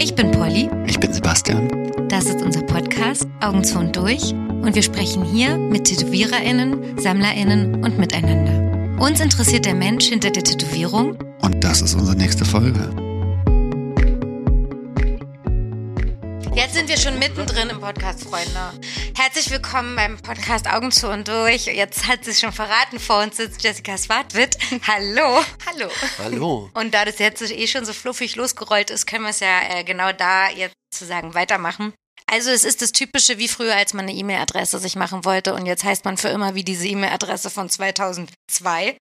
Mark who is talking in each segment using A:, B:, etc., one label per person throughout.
A: Ich bin Polly.
B: Ich bin Sebastian.
A: Das ist unser Podcast Augenzwund durch und wir sprechen hier mit TätowiererInnen, SammlerInnen und miteinander. Uns interessiert der Mensch hinter der Tätowierung
B: Und das ist unsere nächste Folge.
A: Jetzt sind wir schon mittendrin im Podcast, Freunde. Herzlich willkommen beim Podcast Augen zu und durch. Jetzt hat sie es schon verraten, vor uns sitzt Jessica Swartwit. Hallo. Hallo.
C: Hallo.
A: Und da das jetzt eh schon so fluffig losgerollt ist, können wir es ja äh, genau da jetzt sozusagen weitermachen. Also es ist das Typische wie früher, als man eine E-Mail-Adresse sich machen wollte und jetzt heißt man für immer wie diese E-Mail-Adresse von 2002.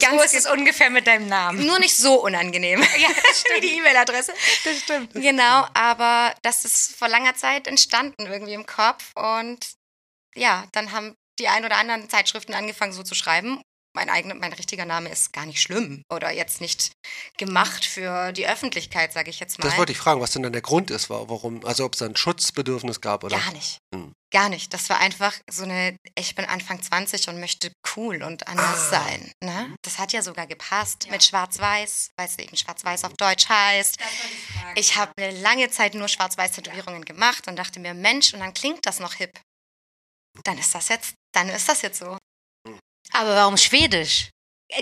A: Ganz so ist es ungefähr mit deinem Namen.
D: Nur nicht so unangenehm
A: Ja, das
D: wie die E-Mail-Adresse.
A: das stimmt.
D: Genau, aber das ist vor langer Zeit entstanden irgendwie im Kopf. Und ja, dann haben die ein oder anderen Zeitschriften angefangen so zu schreiben. Mein, eigener, mein richtiger Name ist gar nicht schlimm oder jetzt nicht gemacht für die Öffentlichkeit, sage ich jetzt mal.
C: Das wollte ich fragen, was denn dann der Grund ist, war, warum, also ob es da ein Schutzbedürfnis gab oder.
D: Gar nicht.
C: Hm.
D: Gar nicht. Das war einfach so eine, ich bin Anfang 20 und möchte cool und anders sein. Ne? Das hat ja sogar gepasst mit Schwarz-Weiß, weil es eben Schwarz-Weiß auf Deutsch heißt. Ich habe eine lange Zeit nur Schwarz-Weiß-Tätowierungen gemacht und dachte mir, Mensch, und dann klingt das noch hip. Dann ist das jetzt, dann ist das jetzt so.
A: Aber warum Schwedisch?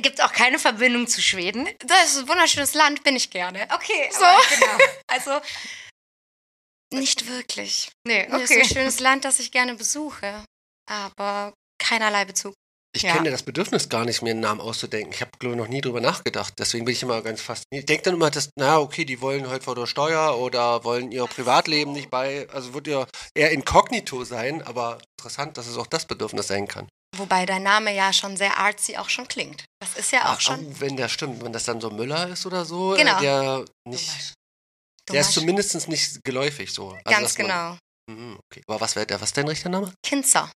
A: Gibt es auch keine Verbindung zu Schweden?
D: Das ist ein wunderschönes Land, bin ich gerne.
A: Okay,
D: So.
A: aber genau.
D: Also nicht wirklich.
A: Nee,
D: Es ist
A: okay.
D: ein schönes Land, das ich gerne besuche, aber keinerlei Bezug.
C: Ich
D: Ja.
C: kenne das Bedürfnis gar nicht, mir einen Namen auszudenken. Ich habe, glaube ich, noch nie drüber nachgedacht. Deswegen bin ich immer ganz fasziniert. Ich denke dann immer, dass, naja, okay, die wollen heute vor der Steuer oder wollen ihr Privatleben nicht bei. Also wird ihr eher inkognito sein, aber interessant, dass es auch das Bedürfnis sein kann.
D: Wobei dein Name ja schon sehr artsy auch schon klingt. Das ist ja auch
C: Ah,
D: schon.
C: oh, wenn der stimmt, wenn das dann so Müller ist oder so, äh,
D: Genau.
C: der nicht. Der ist
D: Thomas.
C: zumindest nicht geläufig so. Also,
D: Ganz
C: dass man-
D: genau.
C: Mhm, okay. Aber was wäre der, was ist dein richtiger Name?
D: Kinzer.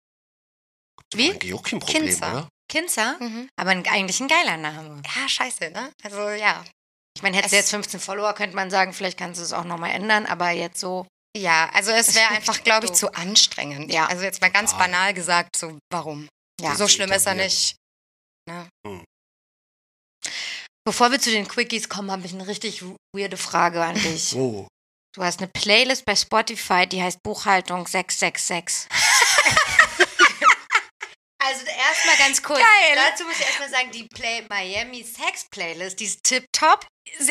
A: Wie?
C: Eigentlich auch kein Problem,
D: Kinzer.
C: oder?
A: Kinzer?
D: Mhm.
A: Aber ein- eigentlich ein geiler Name.
D: Ja, scheiße, ne? Also ja.
A: Ich meine, hättest du
D: Es-
A: jetzt 15 Follower, könnte man sagen, vielleicht kannst du es auch nochmal ändern, aber jetzt so.
D: Ja, also es wäre einfach, glaube ich,
A: So.
D: zu anstrengend.
A: Ja.
D: Also jetzt mal ganz
C: Ah.
D: banal gesagt, so warum?
A: Ja.
D: So schlimm ist er
C: Etabliert.
D: nicht.
A: Bevor wir zu den Quickies kommen, habe ich eine richtig weirde Frage an dich.
C: Oh.
A: Du hast eine Playlist bei Spotify, die heißt Buchhaltung 666. also erstmal ganz kurz.
D: Geil.
A: Dazu muss ich erstmal sagen, die Play Miami Sex Playlist, die ist tipptopp.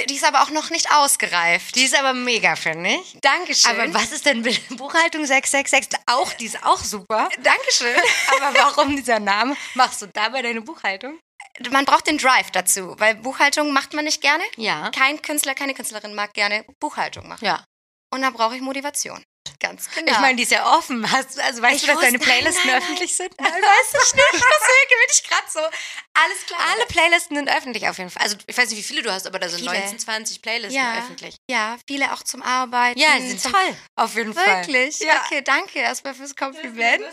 D: Die ist aber auch noch nicht ausgereift.
A: Die ist aber mega, finde ich.
D: Dankeschön.
A: Aber was ist denn mit Buchhaltung 666? Auch, die ist auch super.
D: Dankeschön.
A: Aber warum dieser Name? Machst du dabei deine Buchhaltung?
D: Man braucht den Drive dazu, weil Buchhaltung macht man nicht gerne.
A: Ja.
D: Kein Künstler, keine Künstlerin mag gerne Buchhaltung machen.
A: Ja.
D: Und da brauche ich Motivation. Ganz genau.
A: Ich meine, die ist ja offen. Hast, du- also weißt
D: Ich
A: du, dass
D: wusste-
A: deine Playlisten
D: nein, nein,
A: öffentlich sind?
D: Nein, weiß ich nicht. Deswegen bin ich gerade so. Alles klar.
A: Alle Playlisten sind öffentlich auf jeden Fall. Also ich weiß nicht, wie viele du hast, aber da sind
D: Viele.
A: 19, 20 Playlisten
D: Ja.
A: öffentlich.
D: ja, viele auch zum Arbeiten.
A: Ja, die sind
D: zum
A: toll. Auf jeden
D: Wirklich?
A: Ja.
D: Okay, danke erstmal fürs Kompliment.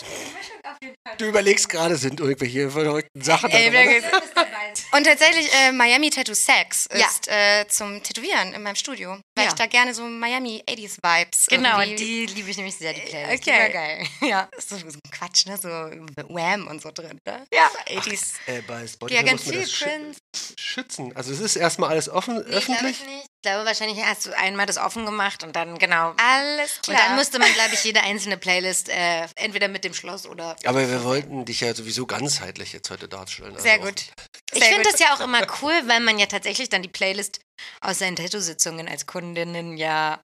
C: Du überlegst gerade, sind irgendwelche verrückten Sachen
D: Ey,
C: dabei?
D: wer geht- Und tatsächlich, äh, Miami Tattoo Sex
A: Ja.
D: ist äh, zum Tätowieren in meinem Studio, weil
A: Ja.
D: ich da gerne so Miami 80s Vibes
A: Genau,
D: irgendwie-
A: die liebe ich nämlich sehr, die Playlist.
D: Okay.
A: Die war geil. Ja.
D: so, so ein Quatsch, ne? So Wham und so drin, ne?
A: Ja.
D: 80s.
C: Äh, bei Spotify
A: Ja, ganz
C: muss man
A: viel
C: das schü
A: Prince.
C: schützen. Also es ist erstmal alles offen, öffentlich.
A: Ich, nicht. ich glaube, wahrscheinlich hast du einmal das offen gemacht und dann, genau.
D: Alles klar.
A: Und dann musste man, glaube ich, jede einzelne Playlist äh, entweder mit dem Schloss oder
C: Aber wir wollten dich ja sowieso ganzheitlich jetzt heute darstellen. Also
D: Sehr
C: auch-
D: gut.
A: Ich
D: Sehr
A: finde
D: gut.
A: das ja auch immer cool, weil man ja tatsächlich dann die Playlist aus seinen Tattoo-Sitzungen als Kundinnen ja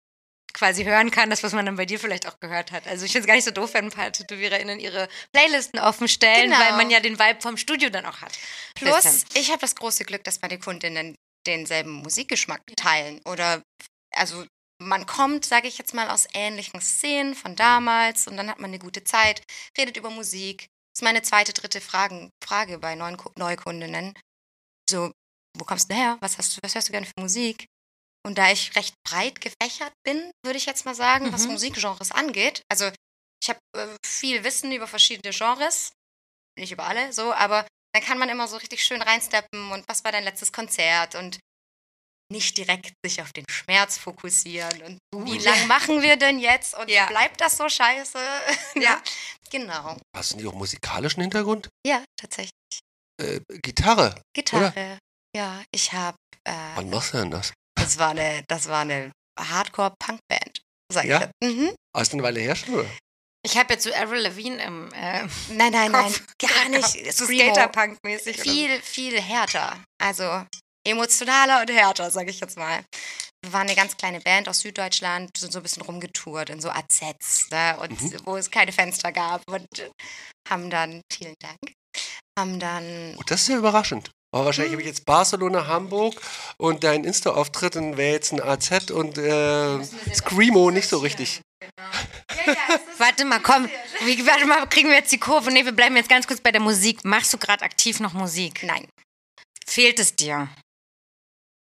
A: quasi hören kann, das, was man dann bei dir vielleicht auch gehört hat. Also ich finde es gar nicht so doof, wenn ein paar TätowiererInnen ihre Playlisten offen stellen,
D: Genau.
A: weil man ja den Vibe vom Studio dann auch hat.
D: Plus,
A: Bisschen.
D: ich habe das große Glück, dass meine Kundinnen denselben Musikgeschmack teilen. Oder, also, man kommt, sage ich jetzt mal, aus ähnlichen Szenen von damals und dann hat man eine gute Zeit, redet über Musik. Das ist meine zweite, dritte Fragen, Frage bei neuen Ku- Neukundinnen. So, wo kommst du her? Was, hast du, was hörst du gerne für Musik? Und da ich recht breit gefächert bin, würde ich jetzt mal sagen, was
A: Mhm.
D: Musikgenres angeht. Also, ich habe äh, viel Wissen über verschiedene Genres. Nicht über alle, so, aber dann kann man immer so richtig schön reinsteppen und was war dein letztes Konzert und nicht direkt sich auf den Schmerz fokussieren und wie
A: Gut.
D: lange machen wir denn jetzt und
A: Oh Ja.
D: bleibt das so scheiße?
A: Ja.
D: genau.
C: Hast du nicht auch musikalischen Hintergrund?
D: Ja, tatsächlich.
C: Äh, Gitarre.
D: Gitarre. Ja, ich habe, äh,
C: Wann machst du denn das?
D: das war eine, das war eine Hardcore-Punkband, sag ich
C: Ja?
D: jetzt. Mhm.
C: Aus einer Ah, Weile her schon, oder?
A: Ich habe jetzt so Avril Lavigne im äh,
D: Nein, nein, nein,
A: Kopf. Genau.
D: gar nicht.
A: so
D: Screamo.
A: Skaterpunk-mäßig.
D: Viel, viel härter. Also emotionaler und härter, sag ich jetzt mal. Wir waren eine ganz kleine Band aus Süddeutschland, sind so ein bisschen rumgetourt in so AZs, ne? und wo es keine Fenster gab und haben dann, vielen Dank, haben dann
C: Oh, das ist ja überraschend. Aber wahrscheinlich habe ich jetzt Barcelona, Hamburg und dein Insta-Auftritt und wäre jetzt ein AZ und äh, Screamo nicht so richtig.
A: Warte mal, komm. Wie, warte mal, kriegen wir jetzt die Kurve? Nee, wir bleiben jetzt ganz kurz bei der Musik. Machst du gerade aktiv noch Musik?
D: Nein.
A: Fehlt es dir?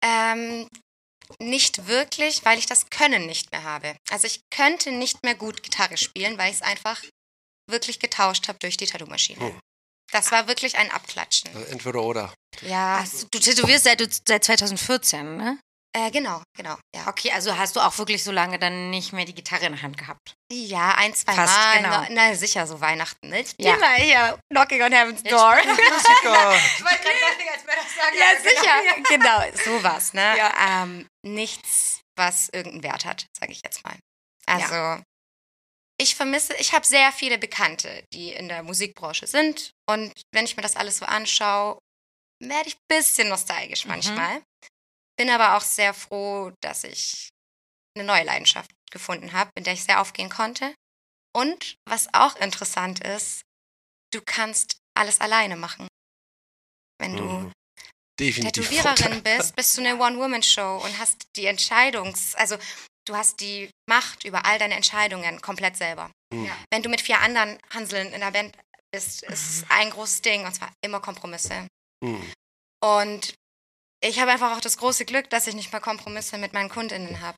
D: Ähm, nicht wirklich, weil ich das Können nicht mehr habe. Also ich könnte nicht mehr gut Gitarre spielen, weil ich es einfach wirklich getauscht habe durch die Tattoo-Maschine.
C: Hm.
D: Das war wirklich ein Abklatschen.
C: Also entweder oder.
D: Ja,
A: Hast du, du tätowierst seit, seit 2014, ne?
D: äh, genau, genau. Ja,
A: Okay, also hast du auch wirklich so lange dann nicht mehr die Gitarre in der Hand gehabt.
D: ja ein, zwei
A: Fast,
D: Mal.
A: genau.
D: Na, na sicher, so Weihnachten. Ne? Ich
A: Ja.
D: bin mal hier, knocking on heaven's door.
C: Musiker!
D: also genau, ja, sicher. genau, sowas. Ne? Ähm, nichts, was irgendeinen Wert hat, sage ich jetzt mal. Also, ich vermisse, ich habe sehr viele Bekannte, die in der Musikbranche sind. Und wenn ich mir das alles so anschaue, werde ich ein bisschen nostalgisch manchmal. Bin aber auch sehr froh, dass ich eine neue Leidenschaft gefunden habe, in der ich sehr aufgehen konnte. Und was auch interessant ist, du kannst alles alleine machen. Wenn du
C: Mhm. Definitiv.
D: Tätowiererin bist, bist du eine One-Woman-Show und hast die Entscheidungs-, also du hast die Macht über all deine Entscheidungen komplett selber.
C: Hm.
D: Wenn du mit vier anderen Hanseln in der Band bist, ist es
C: Mhm.
D: ein großes Ding und zwar immer Kompromisse.
C: Hm.
D: Und ich habe einfach auch das große Glück, dass ich nicht mal Kompromisse mit meinen KundInnen habe.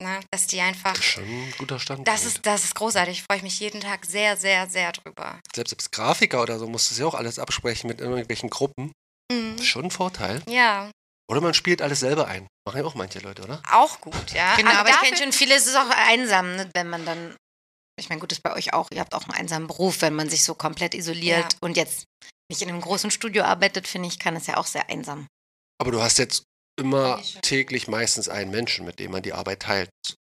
D: Ne? Dass die einfach,
C: Schon ein guter Standpunkt.
D: das ist, das ist großartig, freue ich mich jeden Tag sehr, sehr, sehr drüber.
C: Selbst als Grafiker oder so musst du es ja auch alles absprechen mit irgendwelchen Gruppen. Das ist
D: Mhm.
C: schon ein Vorteil.
D: Ja,
C: Oder man spielt alles selber ein. Machen ja auch manche Leute, oder?
D: auch gut, ja. Also
A: Genau, aber ich
D: dafür-
A: kenne schon viele, es ist auch einsam, ne, wenn man dann. Ich meine, gut, ist bei euch auch, ihr habt auch einen einsamen Beruf, wenn man sich so komplett isoliert
D: Ja.
A: und jetzt nicht in einem großen Studio arbeitet, finde ich, kann es ja auch sehr einsam.
C: Aber du hast jetzt immer täglich meistens einen Menschen, mit dem man die Arbeit teilt.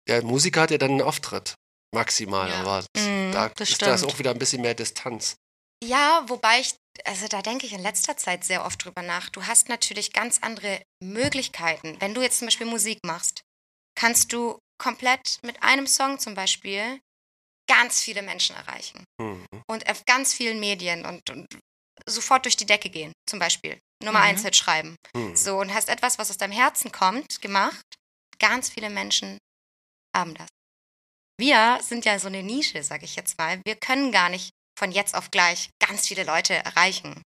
C: Der Musiker hat ja dann einen Auftritt. Maximal,
A: Ja.
C: aber
D: Mhm,
C: da
A: das
C: ist das
A: stimmt.
C: auch wieder ein bisschen mehr Distanz.
D: Ja, wobei ich, also da denke ich in letzter Zeit sehr oft drüber nach. Du hast natürlich ganz andere Möglichkeiten. Wenn du jetzt zum Beispiel Musik machst, kannst du komplett mit einem Song zum Beispiel ganz viele Menschen erreichen
C: Mhm.
D: und auf ganz vielen Medien und, und sofort durch die Decke gehen, zum Beispiel. Nummer
A: Mhm.
D: eins Hit schreiben.
C: Mhm.
D: So, und hast etwas, was aus deinem Herzen kommt, gemacht. Ganz viele Menschen haben das. Wir sind ja so eine Nische, sag ich jetzt mal. Wir können gar nicht von jetzt auf gleich ganz viele Leute erreichen.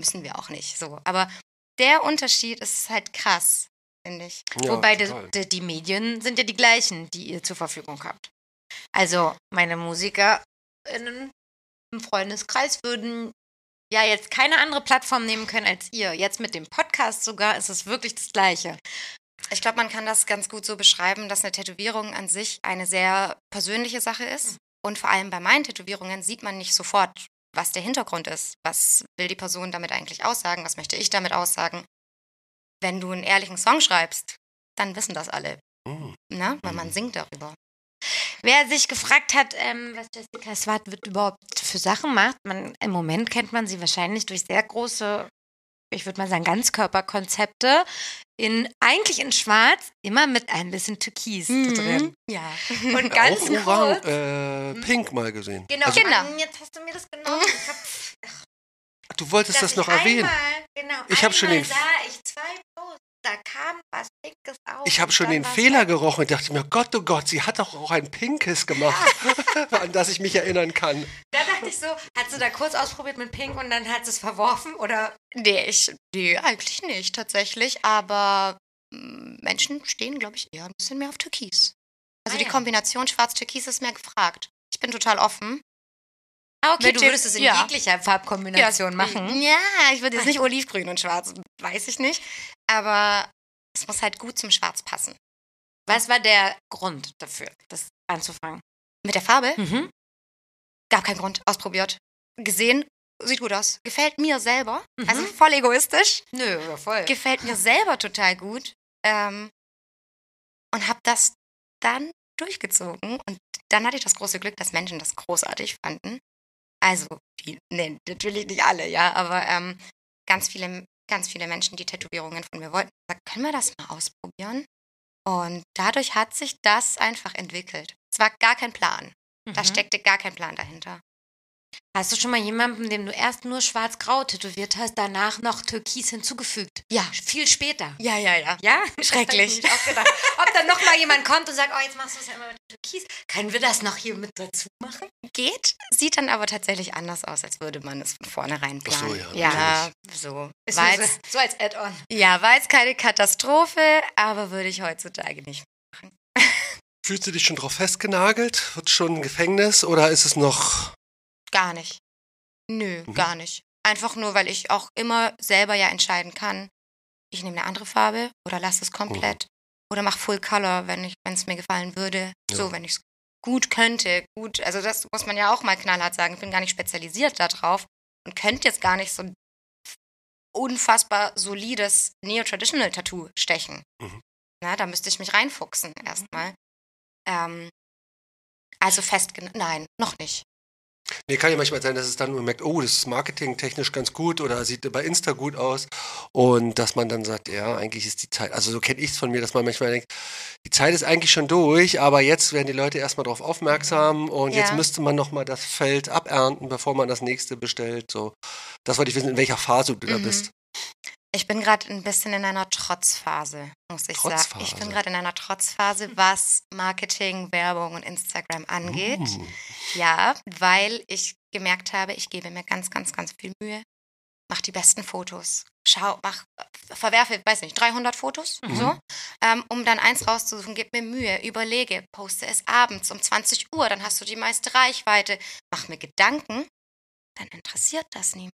D: Müssen wir auch nicht. So, aber der Unterschied ist halt krass, finde ich.
C: Ja,
A: Wobei die,
C: total.
A: die, die Medien sind ja die gleichen, die ihr zur Verfügung habt. Also meine MusikerInnen im Freundeskreis würden ja jetzt keine andere Plattform nehmen können als ihr. Jetzt mit dem Podcast sogar ist es wirklich das Gleiche.
D: Ich glaube, man kann das ganz gut so beschreiben, dass eine Tätowierung an sich eine sehr persönliche Sache ist. Und vor allem bei meinen Tätowierungen sieht man nicht sofort, was der Hintergrund ist. Was will die Person damit eigentlich aussagen? Was möchte ich damit aussagen? Wenn du einen ehrlichen Song schreibst, dann wissen das alle,
C: Mhm.
D: ne? weil
C: Mhm.
D: man singt darüber.
A: Wer sich gefragt hat, ähm, was Jessica Swart wird überhaupt für Sachen macht, man, im Moment kennt man sie wahrscheinlich durch sehr große, ich würde mal sagen, Ganzkörperkonzepte. In, eigentlich in Schwarz, immer mit ein bisschen Türkis
C: Mhm.
A: drin.
D: Ja.
A: Und ganz
C: Auch
A: kurz.
C: Orang, äh, Pink mal gesehen.
A: Genau,
C: Also,
D: Genau.
A: Mann, jetzt hast du mir das genommen. Ich hab,
C: du wolltest
A: dass
C: das noch
A: ich
C: erwähnen.
A: Einmal, genau,
C: Ich hab schon
A: einmal
C: den-
A: sah ich zwei Posts, da kam was Pinkes auf.
C: Ich habe schon
A: Dann
C: den
A: war's-
C: Fehler gerochen und dachte mir, Gott, oh Gott, sie hat doch auch ein Pinkes gemacht, an das ich mich erinnern kann.
A: Da dachte ich so, hast du da kurz ausprobiert mit Pink und dann hat sie es verworfen oder
D: Nee, ich, nee, eigentlich nicht tatsächlich, aber mm, Menschen stehen, glaube ich, eher ein bisschen mehr auf Türkis. Also
A: Ah,
D: die
A: ja.
D: Kombination Schwarz-Türkis ist mehr gefragt. Ich bin total offen. Ah,
A: Weil ne, du würdest es in
D: ja.
A: jeglicher Farbkombination
C: Mhm.
A: machen.
D: Hm, Ja, ich würde jetzt nicht olivgrün und schwarz, weiß ich nicht. Aber es muss halt gut zum Schwarz passen.
A: Was war der Grund dafür, das anzufangen?
D: Mit der Farbe
A: Mhm.
D: gab keinen Grund, ausprobiert. Gesehen, sieht gut aus. Gefällt mir selber.
A: Mhm.
D: Also voll egoistisch.
A: Nö, ja, voll.
D: gefällt mir selber total gut. Ähm, und habe das dann durchgezogen und dann hatte ich das große Glück, dass Menschen das großartig fanden. Also, die, nee, natürlich nicht alle, ja, aber ähm, ganz viele, ganz viele Menschen, die Tätowierungen von mir wollten, gesagt, können wir das mal ausprobieren? Und dadurch hat sich das einfach entwickelt. Es war gar kein Plan. Da
A: Mhm.
D: steckte gar kein Plan dahinter.
A: Hast du schon mal jemanden, dem du erst nur schwarz-grau tätowiert hast, danach noch türkis hinzugefügt?
D: Ja.
A: Viel später.
D: Ja, ja, ja.
A: Ja?
D: Schrecklich.
A: Das hab ich mir nicht auch gedacht. Ob dann nochmal jemand kommt und sagt, oh, jetzt machst du es ja immer mit türkis. Können wir das noch hier mit dazu machen?
D: Geht, sieht dann aber tatsächlich anders aus, als würde man es von vornherein
C: Ach so,
D: planen.
A: Ja.
C: ja.
D: ja,
C: natürlich.
D: so.
A: Ist
D: War
A: nur so,
D: jetzt,
A: so als Add-on.
D: ja, war jetzt keine Katastrophe, aber würde ich heutzutage nicht.
C: Fühlst du dich schon drauf festgenagelt? Wird schon ein Gefängnis oder ist es noch.
D: Gar nicht. Nö,
C: Mhm.
D: gar nicht. Einfach nur, weil ich auch immer selber ja entscheiden kann, ich nehme eine andere Farbe oder lasse es komplett oder mache Full Color, wenn es mir gefallen würde.
C: Mhm. Ja.
D: So, wenn ich es gut könnte. Gut, also das muss man ja auch mal knallhart sagen. Ich bin gar nicht spezialisiert darauf und könnte jetzt gar nicht so ein unfassbar solides Neo-Traditional-Tattoo stechen.
C: Mhm.
D: Na, da müsste ich mich reinfuchsen erstmal. Ähm, also fest, nein, noch nicht.
C: Nee, kann ja manchmal sein, dass es dann man merkt, oh, das ist marketingtechnisch ganz gut oder sieht bei Insta gut aus. Und dass man dann sagt, ja, eigentlich ist die Zeit, also so kenne ich es von mir, dass man manchmal denkt, die Zeit ist eigentlich schon durch, aber jetzt werden die Leute erstmal darauf aufmerksam und
D: Ja.
C: jetzt müsste man nochmal das Feld abernten, bevor man das nächste bestellt. So, das wollte ich wissen, in welcher Phase du da
D: Mhm.
C: bist.
D: Ich bin gerade ein bisschen in einer Trotzphase, muss ich sagen.
C: Trotzphase.
D: Ich bin gerade in einer Trotzphase, was Marketing, Werbung und Instagram angeht.
C: Hm.
D: Ja, weil ich gemerkt habe, ich gebe mir ganz, ganz, ganz viel Mühe. Mach die besten Fotos. Schau, mach, äh, verwerfe, weiß nicht, 300 Fotos, so, ähm, um dann eins rauszusuchen. Gib mir Mühe, überlege, poste es abends um 20 Uhr, dann hast du die meiste Reichweite. Mach mir Gedanken, dann interessiert das niemand.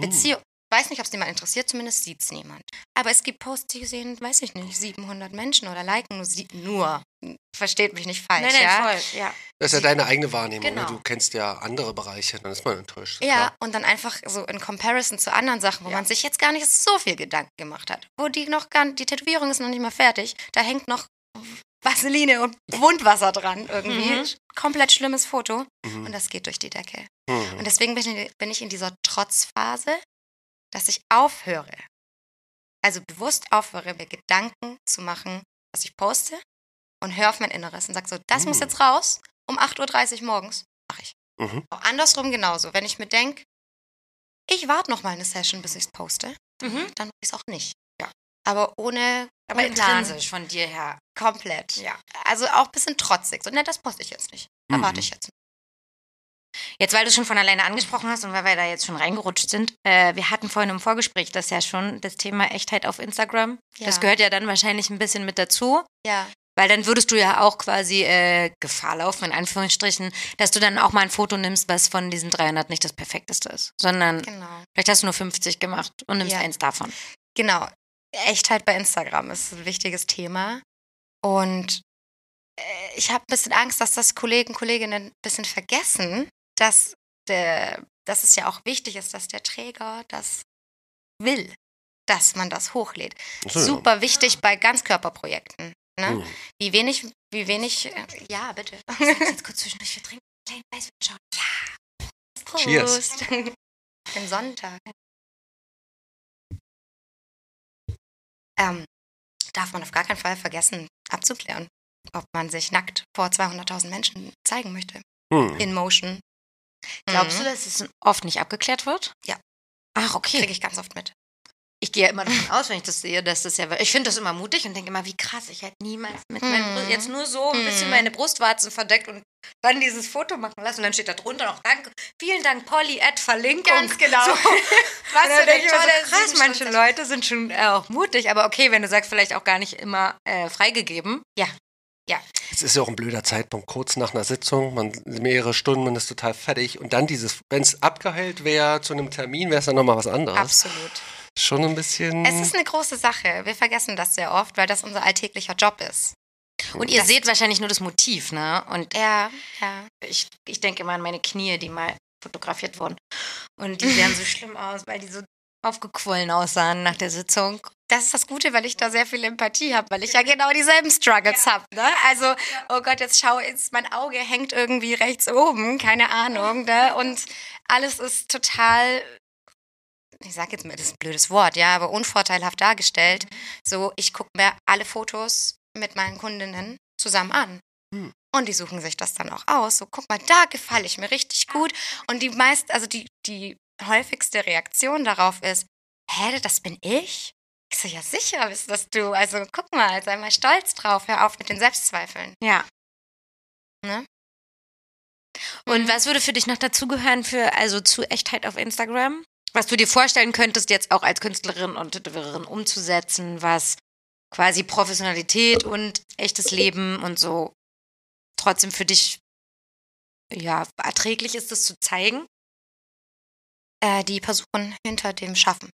D: Beziehung.
A: Oh.
D: Weiß nicht, ob es niemand interessiert, zumindest sieht es niemand. Aber es gibt Posts, die sehen, weiß ich nicht, 700 Menschen oder liken nur. Sie nur. Hm, Versteht mich nicht falsch, ja?
A: voll. Ja.
C: Das ist ja deine eigene Wahrnehmung.
A: Genau.
C: ne? Du kennst ja andere Bereiche, dann ist man enttäuscht.
D: Ja,
C: klar.
D: und dann einfach so in Comparison zu anderen Sachen, wo
A: Ja.
D: man sich jetzt gar nicht so viel Gedanken gemacht hat. Wo die noch gar die Tätowierung ist noch nicht mal fertig. Da hängt noch Vaseline und Wundwasser dran irgendwie.
A: Mhm.
D: Komplett schlimmes Foto.
C: Mhm.
D: Und das geht durch die Decke.
C: Mhm.
D: Und deswegen bin ich, bin ich in dieser Trotzphase, dass ich aufhöre. Also bewusst aufhöre, mir Gedanken zu machen, was ich poste und höre auf mein Inneres und sage so, das muss
C: Mhm.
D: jetzt raus, um 8.30 Uhr morgens mache ich.
C: Mhm.
D: Auch andersrum genauso. Wenn ich mir denke, ich warte noch mal eine Session, bis ich es poste,
A: Mhm.
D: dann mache ich es auch nicht. Aber ohne,
A: Aber
D: ohne Plan.
A: intrinsisch von dir her.
D: Komplett.
A: Ja.
D: Also auch ein bisschen trotzig. So, ne, das poste ich jetzt nicht. Da
C: Mhm.
D: warte ich jetzt.
A: Jetzt, weil du schon von alleine angesprochen hast und weil wir da jetzt schon reingerutscht sind, äh, wir hatten vorhin im Vorgespräch das ja schon, das Thema Echtheit auf Instagram.
D: Ja.
A: Das gehört ja dann wahrscheinlich ein bisschen mit dazu,
D: Ja.
A: weil dann würdest du ja auch quasi äh, Gefahr laufen, in Anführungsstrichen, dass du dann auch mal ein Foto nimmst, was von diesen 300 nicht das perfekteste ist, sondern
D: Genau.
A: vielleicht hast du nur 50 gemacht und nimmst
D: Ja.
A: eins davon.
D: Genau. Echtheit bei Instagram ist ein wichtiges Thema. Und äh, ich habe ein bisschen Angst, dass das Kollegen, Kolleginnen ein bisschen vergessen, dass, der, dass es ja auch wichtig ist, dass der Träger das will, dass man das hochlädt.
C: Ach so, ja.
D: Super wichtig bei Ganzkörperprojekten. Ne?
C: Mhm.
D: Wie wenig, wie wenig, äh, ja, bitte.
A: Jetzt kurz zwischendurch, wir trinken einen kleinen Weißwein, schauen.
C: Cheers.
D: Den Sonntag. Ähm, darf man auf gar keinen Fall vergessen abzuklären, ob man sich nackt vor 200.000 Menschen zeigen möchte.
C: Mhm.
D: In Motion.
A: Glaubst du, dass es Mhm. oft nicht abgeklärt wird?
D: Ja.
A: Ach, okay.
D: Kriege ich ganz oft mit.
A: Ich gehe ja immer davon aus, wenn ich das sehe, dass das ja. Ich finde das immer mutig und denke immer, wie krass. Ich hätte niemals mit meinen
D: Mhm.
A: Brüsten jetzt nur so ein bisschen
D: Mhm.
A: meine Brustwarzen verdeckt und dann dieses Foto machen lassen. Und dann steht da drunter noch Danke. Vielen Dank, Polly, at Verlinkung.
D: genau.
A: So.
D: Was
A: Und dann
D: für
A: denke ich mir
D: tolle
A: so, krass, manche
D: Siebenstunden-
A: Leute sind schon äh, auch mutig, aber okay, wenn du sagst, vielleicht auch gar nicht immer äh, freigegeben. Ja.
C: Es ist ja auch ein blöder Zeitpunkt, kurz nach einer Sitzung, man mehrere Stunden, man ist total fertig und dann dieses, wenn es abgeheilt wäre zu einem Termin, wäre es dann nochmal was anderes.
D: Absolut.
C: Schon ein bisschen.
D: Es ist eine große Sache. Wir vergessen das sehr oft, weil das unser alltäglicher Job ist.
A: Und ihr seht wahrscheinlich nur das Motiv, ne? Und
D: Ja, ja.
A: ich, ich denke immer an meine Knie, die mal fotografiert wurden. Und die sahen so schlimm aus, weil die so aufgequollen aussahen nach der Sitzung.
D: das ist das Gute, weil ich da sehr viel Empathie habe, weil ich ja genau dieselben Struggles habe. Ne? Also, oh Gott, jetzt schau, jetzt mein Auge hängt irgendwie rechts oben, keine Ahnung. Ne? Und alles ist total, ich sage jetzt mal, das ist ein blödes Wort, ja, aber unvorteilhaft dargestellt. So, ich gucke mir alle Fotos mit meinen Kundinnen zusammen an.
C: Hm.
D: Und die suchen sich das dann auch aus. So, guck mal, da gefalle ich mir richtig gut. Und die meist, also die, die häufigste Reaktion darauf ist, hä, das bin ich? Ich so, ja sicher bist das du. Also guck mal, sei mal stolz drauf, hör auf mit den Selbstzweifeln.
A: Ja.
D: Ne? Mhm.
A: Und was würde für dich noch dazugehören für, also zu Echtheit auf Instagram? Was du dir vorstellen könntest, jetzt auch als Künstlerin und Tätowiererin umzusetzen, was quasi Professionalität und echtes Leben und so trotzdem für dich, ja, erträglich ist, das zu zeigen?
D: Äh, die Personen hinter dem Schaffen.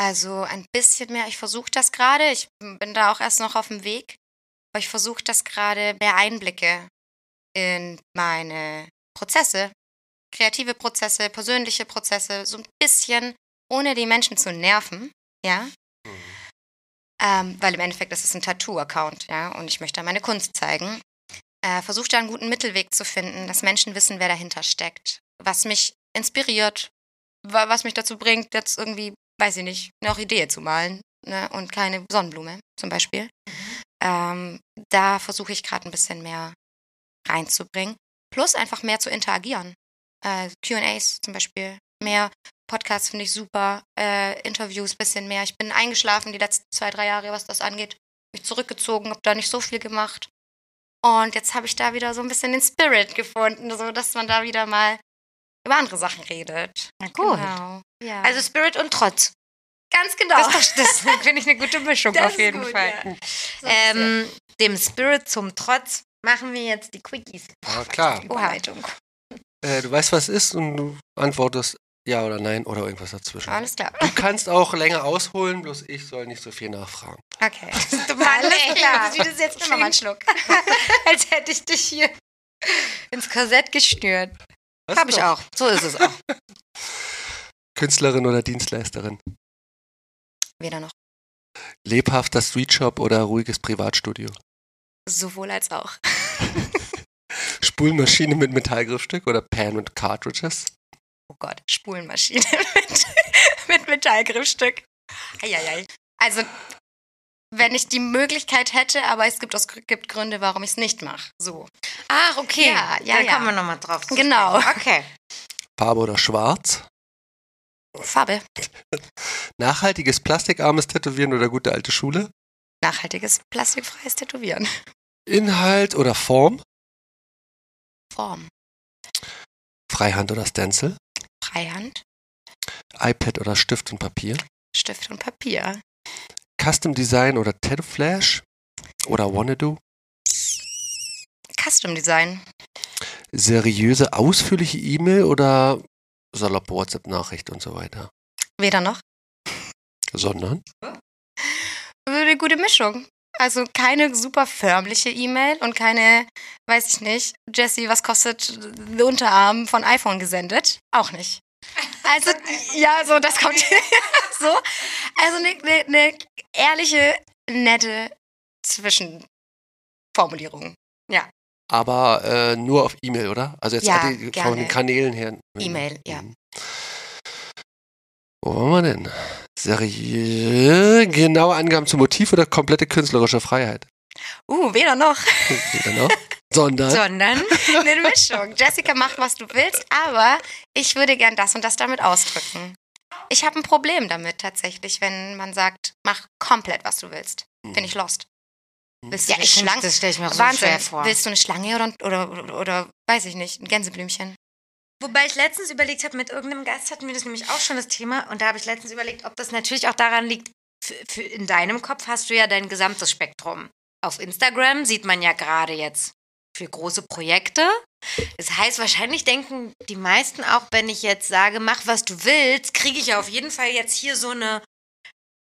D: Also ein bisschen mehr, ich versuche das gerade, ich bin da auch erst noch auf dem Weg, aber ich versuche das gerade mehr Einblicke in meine Prozesse, kreative Prozesse, persönliche Prozesse, so ein bisschen, ohne die Menschen zu nerven, ja. Ähm, weil im Endeffekt das ist ein Tattoo-Account, ja, und ich möchte da meine Kunst zeigen. Äh, Versuche da einen guten Mittelweg zu finden, dass Menschen wissen, wer dahinter steckt, was mich inspiriert, wa- was mich dazu bringt, jetzt irgendwie, weiß ich nicht, eine Orchidee zu malen ne? und keine Sonnenblume zum Beispiel. Ähm, da versuche ich gerade ein bisschen mehr reinzubringen. Plus einfach mehr zu interagieren. Äh, QAs zum Beispiel. Mehr Podcasts finde ich super. Äh, Interviews bisschen mehr. Ich bin eingeschlafen die letzten zwei, drei Jahre, was das angeht. Mich zurückgezogen, habe da nicht so viel gemacht. Und jetzt habe ich da wieder so ein bisschen den Spirit gefunden, so dass man da wieder mal über andere Sachen redet.
A: Na gut.
D: Genau. Ja.
A: Also Spirit und Trotz.
D: ganz genau.
A: Das, das, das finde ich eine gute Mischung
D: Das
A: auf
D: ist
A: jeden
D: gut,
A: Fall.
D: ja. Ähm,
A: Ähm, dem Spirit zum Trotz machen wir jetzt die Quickies.
C: Ja, ah, klar.
D: Überleitung.
C: Äh, du weißt, was es ist und du antwortest ja oder nein oder irgendwas dazwischen.
D: Alles klar.
C: Du kannst auch länger ausholen, bloß ich soll nicht so viel nachfragen.
D: Okay.
A: Alles klar.
D: Wie das jetzt
A: Nimm mal einen
D: Schluck.
A: Als hätte ich dich hier ins Korsett geschnürt.
C: Was
A: Hab ich
C: noch?
A: auch. So ist es auch.
C: Künstlerin oder Dienstleisterin?
D: Weder noch.
C: Lebhafter Streetshop oder ruhiges Privatstudio?
D: Sowohl als auch.
C: Spulmaschine mit Metallgriffstück oder Pan und Cartridges?
D: Oh Gott, Spulenmaschine mit, mit Metallgriffstück. Eieiei. Also, wenn ich die Möglichkeit hätte, aber es gibt, es gibt Gründe, warum ich es nicht mache. So.
A: Ach, okay.
D: Ja, ja,
A: da
D: ja.
A: kommen wir nochmal drauf. zu
D: Genau.
A: sprechen. Okay.
C: Farbe oder Schwarz?
D: Farbe.
C: Nachhaltiges plastikarmes Tätowieren oder gute alte Schule?
D: Nachhaltiges, plastikfreies Tätowieren.
C: Inhalt oder Form?
D: Form.
C: Freihand oder Stencil?
D: Freihand,
C: iPad oder Stift und Papier?
D: Stift und Papier.
C: Custom Design oder Tattoo Flash? Oder Wanna-Do?
D: Custom Design.
C: seriöse, ausführliche E-Mail oder saloppe WhatsApp-Nachricht und so weiter.
D: Weder noch.
C: Sondern
D: eine gute Mischung. Also keine super förmliche E-Mail und keine, weiß ich nicht, Jesse, was kostet der Unterarm von iPhone gesendet? Auch nicht. Also, ja, so, das kommt so. Also eine ne, ne ehrliche, nette Zwischenformulierung.
C: aber äh, nur auf E-Mail, oder? Also jetzt
D: Ja,
C: hat die von
D: gerne.
C: den Kanälen her. Mhm.
D: E-Mail, ja.
C: Wo waren wir denn? Seriö genaue Angaben zum Motiv oder komplette künstlerische Freiheit?
D: Uh, weder noch.
C: Wieder noch? Sondern
A: Sondern
D: Eine Mischung. Jessica macht, was du willst, aber ich würde gern das und das damit ausdrücken. Ich habe ein Problem damit tatsächlich, wenn man sagt, mach komplett, was du willst. Bin ich lost. Willst du
A: ja,
D: eine
A: ich
D: Schlange?
A: das stelle ich mir auch so
D: Wahnsinn.
A: schwer vor.
D: Willst du eine Schlange oder, oder, oder, oder weiß ich nicht, ein Gänseblümchen?
A: Wobei ich letztens überlegt habe, mit irgendeinem Gast hatten wir das nämlich auch schon das Thema und da habe ich letztens überlegt, ob das natürlich auch daran liegt, für, für in deinem Kopf hast du ja dein gesamtes Spektrum. Auf Instagram sieht man ja gerade jetzt für große Projekte. Das heißt, wahrscheinlich denken die meisten auch, wenn ich jetzt sage, mach was du willst, kriege ich ja auf jeden Fall jetzt hier so eine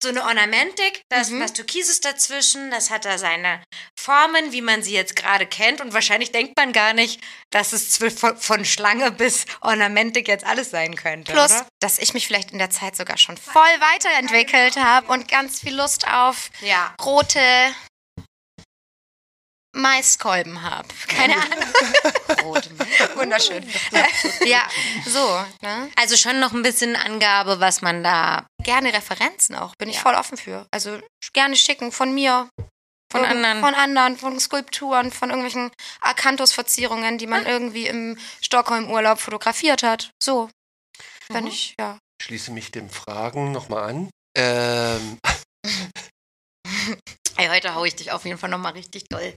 A: so eine Ornamentik, da ist
D: Mhm.
A: was Türkises dazwischen, das hat da seine Formen, wie man sie jetzt gerade kennt. Und wahrscheinlich denkt man gar nicht, dass es zw- von, von Schlange bis Ornamentik jetzt alles sein könnte.
D: Plus,
A: oder?
D: dass ich mich vielleicht in der Zeit sogar schon voll weiterentwickelt habe und ganz viel Lust auf
A: Ja.
D: rote Maiskolben habe. Keine Ahnung.
A: Rot.
D: Wunderschön. ja, so. Ne?
A: Also schon noch ein bisschen Angabe, was man da
D: Gerne Referenzen auch, bin ich
A: Ja.
D: voll offen für. Also gerne schicken von mir.
A: Von
D: Irgend-
A: anderen.
D: Von anderen, von Skulpturen, von irgendwelchen Akanthus-Verzierungen, die man irgendwie im Stockholm-Urlaub fotografiert hat. So. Wenn
A: Mhm.
D: ich, ja.
C: Ich schließe mich dem Fragen nochmal an. Ähm,
A: Ey, heute hau ich dich auf jeden Fall nochmal richtig doll.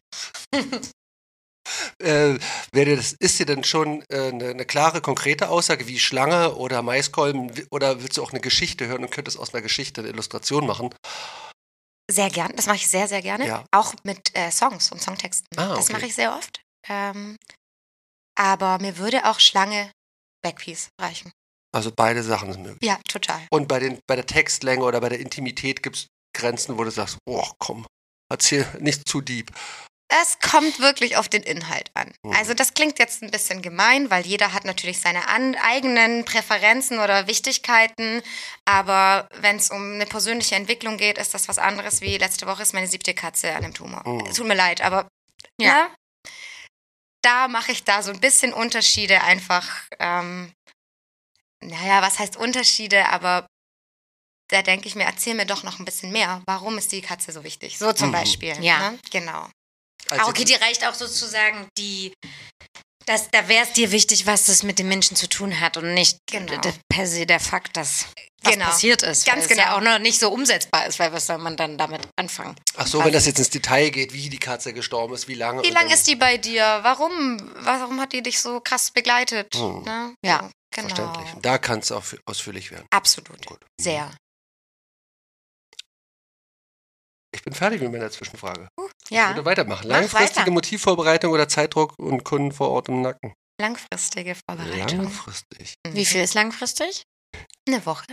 C: äh, wer dir das, ist dir denn schon äh, eine, eine klare, konkrete Aussage wie Schlange oder Maiskolben? wi- Oder willst du auch eine Geschichte hören und könntest aus einer Geschichte eine Illustration machen?
D: Sehr gern, das mache ich sehr, sehr gerne.
C: Ja.
D: Auch mit äh, Songs und Songtexten.
C: Ah,
D: Das
C: okay.
D: mache ich sehr oft. Ähm, aber mir würde auch Schlange Backpiece reichen.
C: Also beide Sachen sind möglich.
D: Ja, total.
C: Und bei, den, bei der Textlänge oder bei der Intimität gibt es Grenzen, wo du sagst, oh komm, erzähl nicht zu deep.
D: Es kommt wirklich auf den Inhalt an.
C: Mhm.
D: Also das klingt jetzt ein bisschen gemein, weil jeder hat natürlich seine an eigenen Präferenzen oder Wichtigkeiten. Aber wenn es um eine persönliche Entwicklung geht, ist das was anderes wie letzte Woche ist meine siebte Katze an einem Tumor.
C: Mhm.
D: Es Tut mir leid, aber
A: Ja.
D: ne? da mache ich da so ein bisschen Unterschiede einfach. Ähm, naja, was heißt Unterschiede, aber da denke ich mir, erzähl mir doch noch ein bisschen mehr. Warum ist die Katze so wichtig? So zum
C: Mhm.
D: Beispiel.
A: Ja.
D: Ne? Genau.
C: Also
A: Ah, okay, dir reicht auch sozusagen die. Das, da wäre es dir wichtig, was das mit den Menschen zu tun hat und nicht
D: Genau.
A: d- d- per se der Fakt, dass was
D: Genau.
A: passiert ist.
D: Ganz
A: weil
D: genau.
A: Es ja auch noch nicht so umsetzbar ist, weil was soll man dann damit anfangen?
C: ach so, wenn das jetzt ins Detail geht, wie die Katze gestorben ist, wie lange.
D: Wie lange ist die bei dir? Warum? Warum hat die dich so krass begleitet?
C: Hm.
D: Ne?
A: Ja,
D: So, genau.
C: Verständlich. Und Da kann es auch für- ausführlich werden.
D: Absolut.
C: Gut.
D: Sehr.
C: Ich bin fertig mit meiner Zwischenfrage. Ich
A: Ja.
C: würde weitermachen.
A: Mach
C: Langfristige
A: weiter.
C: Motivvorbereitung oder Zeitdruck und Kunden vor Ort im Nacken.
D: Langfristige Vorbereitung. Hm.
C: Langfristig.
A: Wie viel ist langfristig?
D: Eine Woche.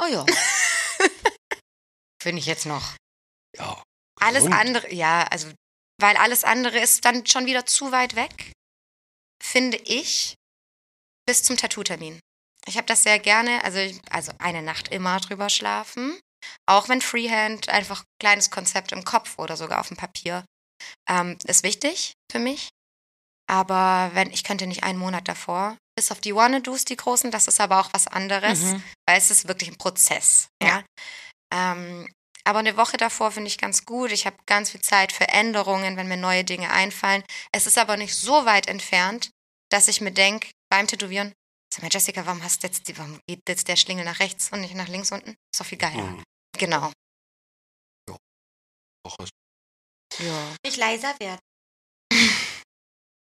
A: Oh ja. Finde ich jetzt noch.
C: Ja.
D: Alles
C: gesund.
D: andere, ja, also, weil alles andere ist dann schon wieder zu weit weg, finde ich, bis zum Tattoo-Termin. Ich habe das sehr gerne, also, ich, also eine Nacht immer drüber schlafen. Auch wenn Freehand einfach kleines Konzept im Kopf oder sogar auf dem Papier ähm, ist wichtig für mich. Aber wenn ich könnte nicht einen Monat davor, bis auf die Wanna-Dos, die großen, das ist aber auch was anderes
A: Mhm.
D: weil es ist wirklich ein Prozess. Ja. Ähm, aber eine Woche davor finde ich ganz gut. Ich habe ganz viel Zeit für Änderungen, wenn mir neue Dinge einfallen. Es ist aber nicht so weit entfernt, dass ich mir denke, beim Tätowieren, sag mal, Jessica, warum hast du jetzt die, warum geht jetzt der Schlingel nach rechts und nicht nach links unten? Ist doch viel geiler.
C: Hm.
D: Genau.
C: Auch aus
D: Ja.
A: Nicht leiser werden.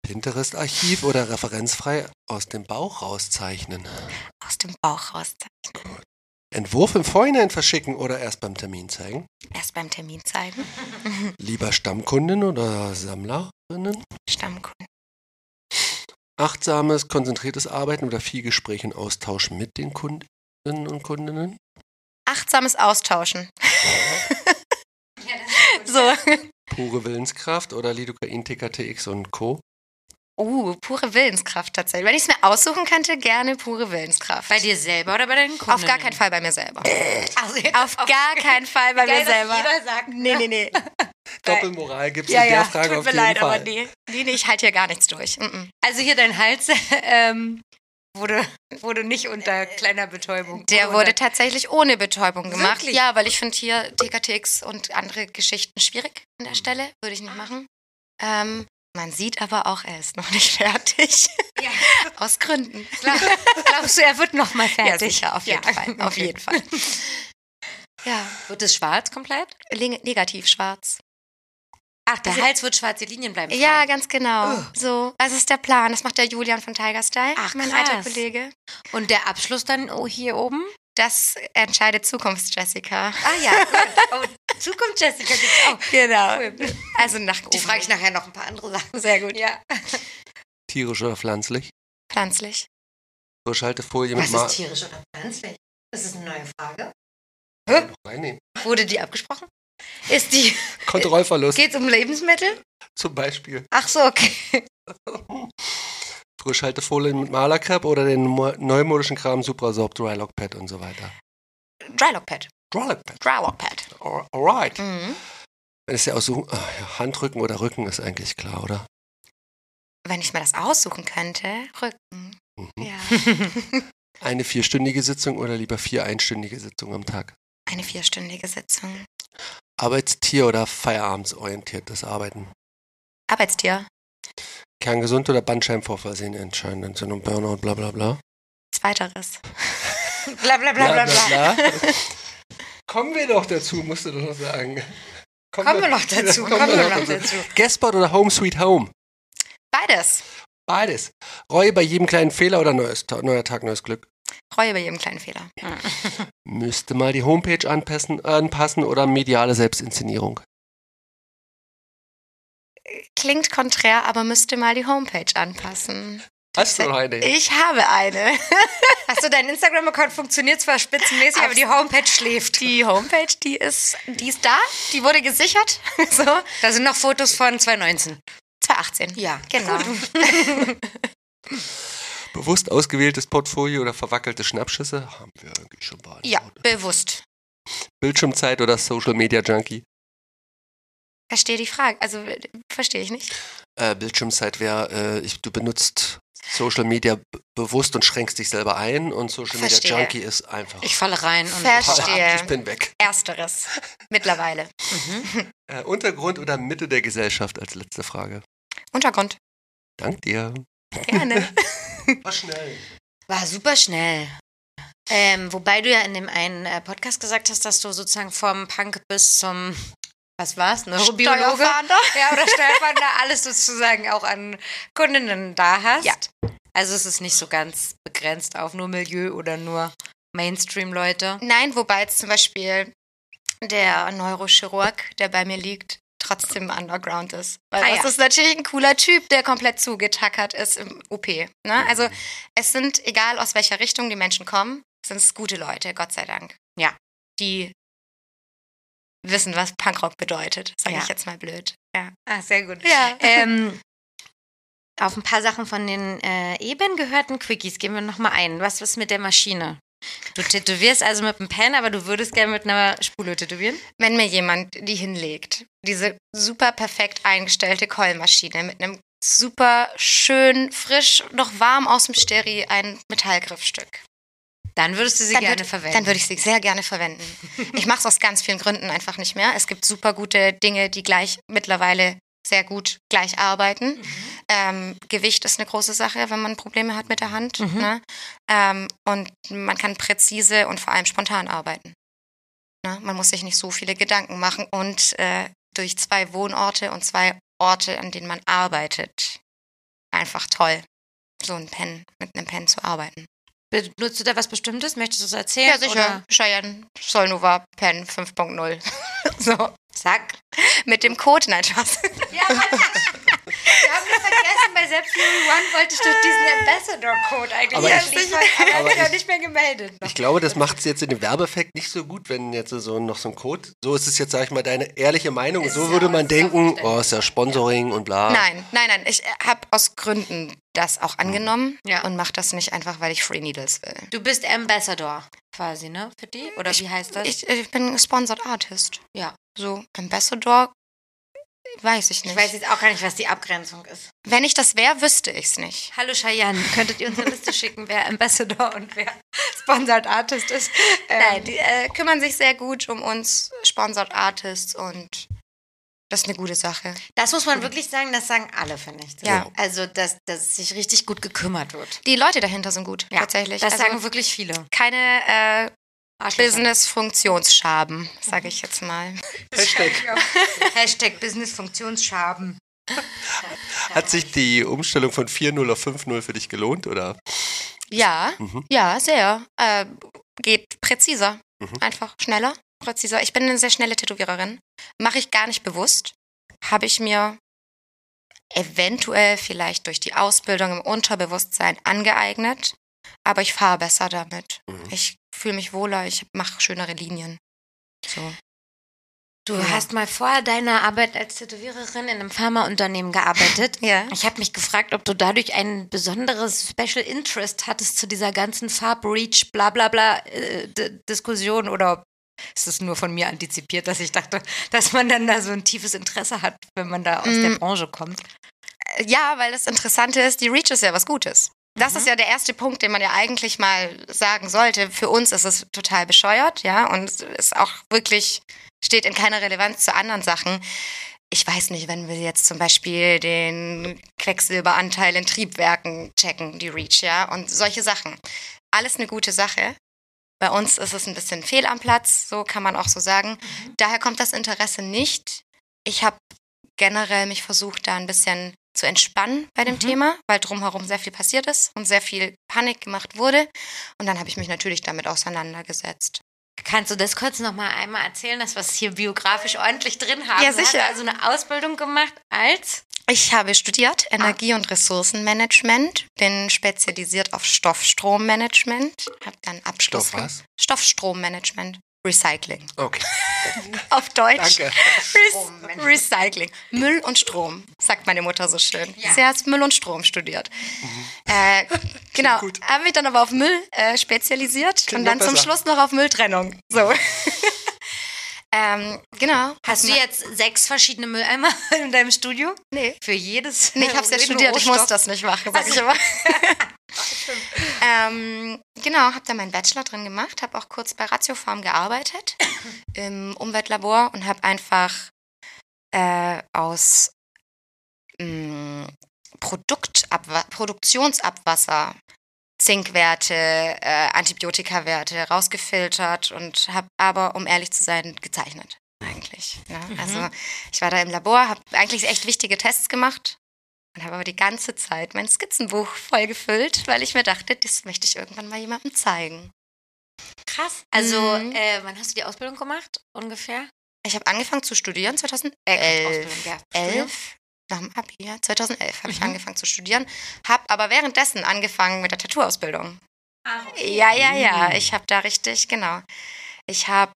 C: Pinterest-Archiv oder referenzfrei aus dem Bauch rauszeichnen.
D: Aus dem Bauch raus.
C: Entwurf im Vorhinein verschicken oder erst beim Termin zeigen.
D: Erst beim Termin zeigen. Hm.
C: Lieber Stammkunden oder Sammlerinnen?
D: Stammkunden.
C: Achtsames, konzentriertes Arbeiten oder viel Gespräch und Austausch mit den Kundinnen und Kundinnen?
D: Achtsames Austauschen. so.
C: Pure Willenskraft oder Lidocain, TKTX und Co.
D: Uh, pure Willenskraft tatsächlich. Wenn ich es mir aussuchen könnte, gerne pure Willenskraft.
A: Bei dir selber oder bei deinen Kunden?
D: Auf gar keinen Fall bei mir selber.
A: Also,
D: Auf gar keinen Fall bei mir selber.
A: Jeder sagt, nee, nee, nee.
C: Doppelmoral gibt es
D: Äh, Ja,
C: in der
D: ja,
C: Frage
D: tut
C: auf
D: mir
C: jeden
D: leid,
C: Fall.
D: aber nee. Nee, nee, ich halte hier gar nichts durch. Mm
A: Also hier dein Hals ähm, wurde, wurde nicht unter kleiner Betäubung.
D: -mm. Der
A: unter-
D: wurde tatsächlich ohne Betäubung gemacht.
A: Wirklich?
D: Ja, weil ich finde hier TKTX und andere Geschichten schwierig an der Stelle. Würde ich nicht machen. Ähm, man sieht aber auch, er ist noch nicht fertig.
A: Ja.
D: Aus Gründen.
A: Glaub- Glaubst du, er wird nochmal
D: Ja,
A: fertig?
D: sicher, auf jeden
A: Ja.
D: Fall. Auf
A: Okay.
D: jeden Fall. Ja,
A: Wird es schwarz komplett?
D: ling- negativ schwarz.
A: Ach, der
D: Also-
A: Hals wird schwarze Linien bleiben.
D: Ja,
A: frei.
D: ganz genau.
A: Ugh.
D: So, also ist der Plan. Das macht der Julian von Tiger Style,
A: Ach,
D: mein
A: krass.
D: alter Kollege.
A: Und der Abschluss dann oh, hier oben?
D: Das entscheidet Zukunfts-Jessica.
A: Ah ja. gut. oh, Zukunft Jessica gibt's auch.
D: Genau.
A: Cool.
D: Also nach oben.
A: Die frage ich nachher noch ein paar andere Sachen.
D: Sehr gut.
A: Ja.
C: Tierisch oder pflanzlich?
D: Pflanzlich.
C: Durchhalte Folie mit
A: Was
C: Mar
A: ist tierisch oder pflanzlich? Das ist eine neue Frage.
C: Reinnehmen.
A: Wurde die abgesprochen? Ist die,
C: Kontrollverlust
A: geht's um Lebensmittel?
C: zum Beispiel.
A: Ach so, okay.
C: Frischhaltefolien mit Malercup oder den mo- neumodischen Kram Suprasorb, Drylock Pad und so weiter.
D: Drylock Pad.
C: Drylock Pad.
D: Drylock Pad.
C: Al- Alright.
D: Mhm.
C: Wenn es ja aussuchen, ah, ja, Handrücken oder Rücken ist eigentlich klar, oder?
D: Wenn ich mir das aussuchen könnte, Rücken.
C: Mhm.
D: Ja.
C: Eine vierstündige Sitzung oder lieber vier einstündige Sitzungen am Tag?
D: Eine vierstündige Sitzung.
C: Arbeitstier oder feierabendorientiertes Arbeiten?
D: Arbeitstier.
C: Kerngesund oder Bandscheibenvorfall sehen entscheidend Entzündung, Burnout, bla bla bla.
D: Zweiteres.
A: Bla bla bla bla bla.
C: bla. Kommen wir doch dazu, musst du doch noch sagen.
A: Kommen wir noch dazu, kommen wir noch dazu.
C: Gaspard oder Home Sweet Home?
D: Beides.
C: Beides. Reue bei jedem kleinen Fehler oder neues, Ta- neuer Tag, neues Glück?
D: Reue bei jedem kleinen Fehler.
C: Müsste mal die Homepage anpassen, anpassen oder mediale Selbstinszenierung?
D: Klingt konträr, aber müsste mal die Homepage anpassen. Äh,
C: Hast du noch eine?
D: Ich habe eine.
A: Achso, dein Instagram-Account funktioniert zwar spitzenmäßig, aber die Homepage schläft.
D: Die Homepage, die ist, die ist da, die wurde gesichert. So,
A: Da sind noch Fotos von 2019.
D: 2018.
A: Ja,
D: Genau.
C: Bewusst ausgewähltes Portfolio oder verwackelte Schnappschüsse? Haben wir eigentlich schon beantwortet.
D: Ja, bewusst.
C: Bildschirmzeit oder Social Media Junkie?
D: Verstehe die Frage. Also, äh, verstehe ich nicht.
C: Äh, Bildschirmzeit wäre, äh, ich- du benutzt Social Media b- bewusst und schränkst dich selber ein und Social
D: Verstehe.
C: Media Junkie ist einfach.
A: Ich falle rein und
D: Verstehe.
C: Ich bin weg.
D: Ersteres. Mittlerweile.
C: Äh, Untergrund oder Mitte der Gesellschaft als letzte Frage.
D: Untergrund.
C: Dank dir.
D: Gerne.
C: War schnell.
A: war super schnell. Ähm, wobei du ja in dem einen äh, Podcast gesagt hast, dass du sozusagen vom Punk bis zum, was war's, ne, Neurobiologe?
D: Steuerfahnder.
A: Ja, oder Steuerfahnder, alles sozusagen auch an Kundinnen da hast.
D: Ja.
A: Also es ist nicht so ganz begrenzt auf nur Milieu oder nur Mainstream-Leute.
D: Nein, wobei jetzt zum Beispiel der Neurochirurg, der bei mir liegt, trotzdem underground ist. Weil
A: Ah,
D: das
A: ja.
D: ist natürlich ein cooler Typ, der komplett zugetackert ist im OP. Ne? Also es sind, egal aus welcher Richtung die Menschen kommen, sind es gute Leute, Gott sei Dank.
A: Ja.
D: Die wissen, was Punkrock bedeutet, sage
A: Ja.
D: ich jetzt mal blöd. Ja.
A: Ah, sehr gut.
D: Ja.
A: Ähm, auf ein paar Sachen von den äh, eben gehörten Quickies gehen wir nochmal ein. Was ist mit der Maschine? Du tätowierst also mit einem Pen, aber du würdest gerne mit einer Spule tätowieren?
D: Wenn mir jemand die hinlegt, diese super perfekt eingestellte Keulmaschine mit einem super schön, frisch, noch warm aus dem Steri ein Metallgriffstück.
A: Dann würdest du sie
D: Dann
A: gerne
D: würd-
A: verwenden.
D: Dann würde ich sie sehr gerne verwenden. Ich mache es aus ganz vielen Gründen einfach nicht mehr. Es gibt super gute Dinge, die gleich mittlerweile sehr gut gleich arbeiten.
A: Mhm.
D: Ähm, Gewicht ist eine große Sache, wenn man Probleme hat mit der Hand.
A: Mhm.
D: Ne? Ähm, und man kann präzise und vor allem spontan arbeiten. Ne? Man muss sich nicht so viele Gedanken machen und äh, durch zwei Wohnorte und zwei Orte, an denen man arbeitet. Einfach toll, so ein Pen, mit einem Pen zu arbeiten.
A: Benutzt du da was Bestimmtes? Möchtest du es erzählen?
D: Ja, sicher.
A: Oder?
D: Cheyenne Solnova Pen 5.0. so.
A: Sag.
D: Mit dem Code, nein, Spaß.
A: Ja, Mann. Wir haben das vergessen, bei Selbstfury One wollte ich doch diesen Ambassador-Code eigentlich
C: Aber ich-
A: abliefern,
C: aber
A: aber hat sich
C: ich-
A: noch nicht mehr gemeldet.
C: Ich glaube, das macht es jetzt in dem Werbeeffekt nicht so gut, wenn jetzt so noch so ein Code. So ist es jetzt, sag ich mal, deine ehrliche Meinung.
A: Es ist
C: so würde
A: ja
C: man
A: auch sehr
C: denken,
A: verständlich.
C: oh, ist ja Sponsoring und bla.
D: Nein, nein, nein. Ich habe aus Gründen das auch angenommen
A: Ja.
D: und mache das nicht einfach, weil ich Free Needles will.
A: Du bist Ambassador quasi, ne? Für die? Oder wie heißt das?
D: Ich, äh, ich bin Sponsored Artist.
A: Ja.
D: So, Ambassador weiß ich nicht.
A: ich weiß jetzt auch gar nicht, was die Abgrenzung ist.
D: Wenn ich das wäre, wüsste ich es nicht.
A: Hallo Cheyenne, könntet ihr uns eine Liste schicken, wer Ambassador und wer Sponsored Artist ist? Ähm,
D: Nein, die äh, kümmern sich sehr gut um uns, Sponsored Artists und das ist eine gute Sache.
A: Das muss man wirklich sagen, das sagen alle, finde ich. Das-
D: Ja.
A: Also, dass, dass sich richtig gut gekümmert wird.
D: Die Leute dahinter sind gut, tatsächlich.
A: Das
D: Also
A: sagen wirklich viele.
D: keine äh,
A: Arschlöcher.
D: Business-Funktionsschaben, sage ich jetzt mal.
C: Hashtag.
A: Hashtag Business Funktionsschaben.
C: Hat sich die Umstellung von 4.0 auf 5.0 für dich gelohnt, oder?
D: Ja,
C: Mhm.
D: ja, sehr. Äh, geht präziser.
C: Mhm.
D: Einfach schneller, präziser. Ich bin eine sehr schnelle Tätowiererin. Mache ich gar nicht bewusst. Habe ich mir eventuell vielleicht durch die Ausbildung im Unterbewusstsein angeeignet. Aber ich fahre besser damit.
C: Mhm.
D: Ich fühle mich wohler, ich mache schönere Linien. So.
A: Du hast mal vor deiner Arbeit als Tätowiererin in einem Pharmaunternehmen gearbeitet.
D: Ja.
A: Ich habe mich gefragt, ob du dadurch ein besonderes Special Interest hattest zu dieser ganzen Farbreach, bla bla bla äh, D- Diskussion oder ob es ist nur von mir antizipiert, dass ich dachte, dass man dann da so ein tiefes Interesse hat, wenn man da aus der
D: Mm.
A: Branche kommt.
D: Ja, weil das Interessante ist, die Reach ist ja was Gutes. Das ist ja der erste Punkt, den man ja eigentlich mal sagen sollte. Für uns ist es total bescheuert, ja, und es ist auch wirklich, steht in keiner Relevanz zu anderen Sachen. Ich weiß nicht, wenn wir jetzt zum Beispiel den Quecksilberanteil in Triebwerken checken, die Reach, ja, und solche Sachen. Alles eine gute Sache. Bei uns ist es ein bisschen fehl am Platz, so kann man auch so sagen. Daher kommt das Interesse nicht. Ich habe generell mich versucht, da ein bisschen zu entspannen bei dem
C: Mhm.
D: Thema, weil drumherum sehr viel passiert ist und sehr viel Panik gemacht wurde. Und dann habe ich mich natürlich damit auseinandergesetzt.
A: Kannst du das kurz nochmal einmal erzählen, dass wir es hier biografisch ordentlich drin haben?
D: Ja,
A: Du hast
D: sicher.
A: also eine Ausbildung gemacht als
D: Ich habe studiert
C: Ah.
D: Energie- und Ressourcenmanagement, bin spezialisiert auf Stoffstrommanagement, habe dann Abschluss.
C: Stoff was?
D: Stoffstrommanagement, Recycling.
C: Okay,
D: Auf Deutsch.
C: danke.
A: Oh,
D: Re Recycling. Müll und Strom, sagt meine Mutter so schön. Sie hat Müll und Strom studiert. Äh, genau.
C: Mhm. gut.
D: Habe mich dann aber auf Müll äh, spezialisiert
C: Klingt
D: und dann
C: noch
D: zum
C: besser.
D: Schluss noch auf Mülltrennung. So. ähm, genau.
A: Hast du jetzt sechs verschiedene Mülleimer in deinem Studio?
D: Nee.
A: Für jedes?
D: Nee, ich habe es ja
A: jeden
D: studiert, ich muss
A: Rohstoff?
D: das nicht machen, sag ich immer. ähm, genau, habe da meinen Bachelor drin gemacht, habe auch kurz bei Ratiofarm gearbeitet im Umweltlabor und habe einfach äh, aus mh, Produktabwa Produktionsabwasser Zinkwerte, äh, Antibiotikawerte rausgefiltert und habe aber, um ehrlich zu sein, gezeichnet eigentlich. Ne? Also ich war da im Labor, habe eigentlich echt wichtige Tests gemacht und habe aber die ganze Zeit mein Skizzenbuch vollgefüllt, weil ich mir dachte, das möchte ich irgendwann mal jemandem zeigen.
A: Krass. Also,
D: Mhm.
A: äh, wann hast du die Ausbildung gemacht? Ungefähr?
D: Ich habe angefangen zu studieren 2011.
A: Ausbildung, ja. Studium.
D: elf nach dem Abi, ja, 2011 habe ich
A: Mhm.
D: angefangen zu studieren, habe aber währenddessen angefangen mit der Tattoo-Ausbildung.
A: Ah, okay.
D: Ja, ja, ja, ich habe da richtig, genau. Ich habe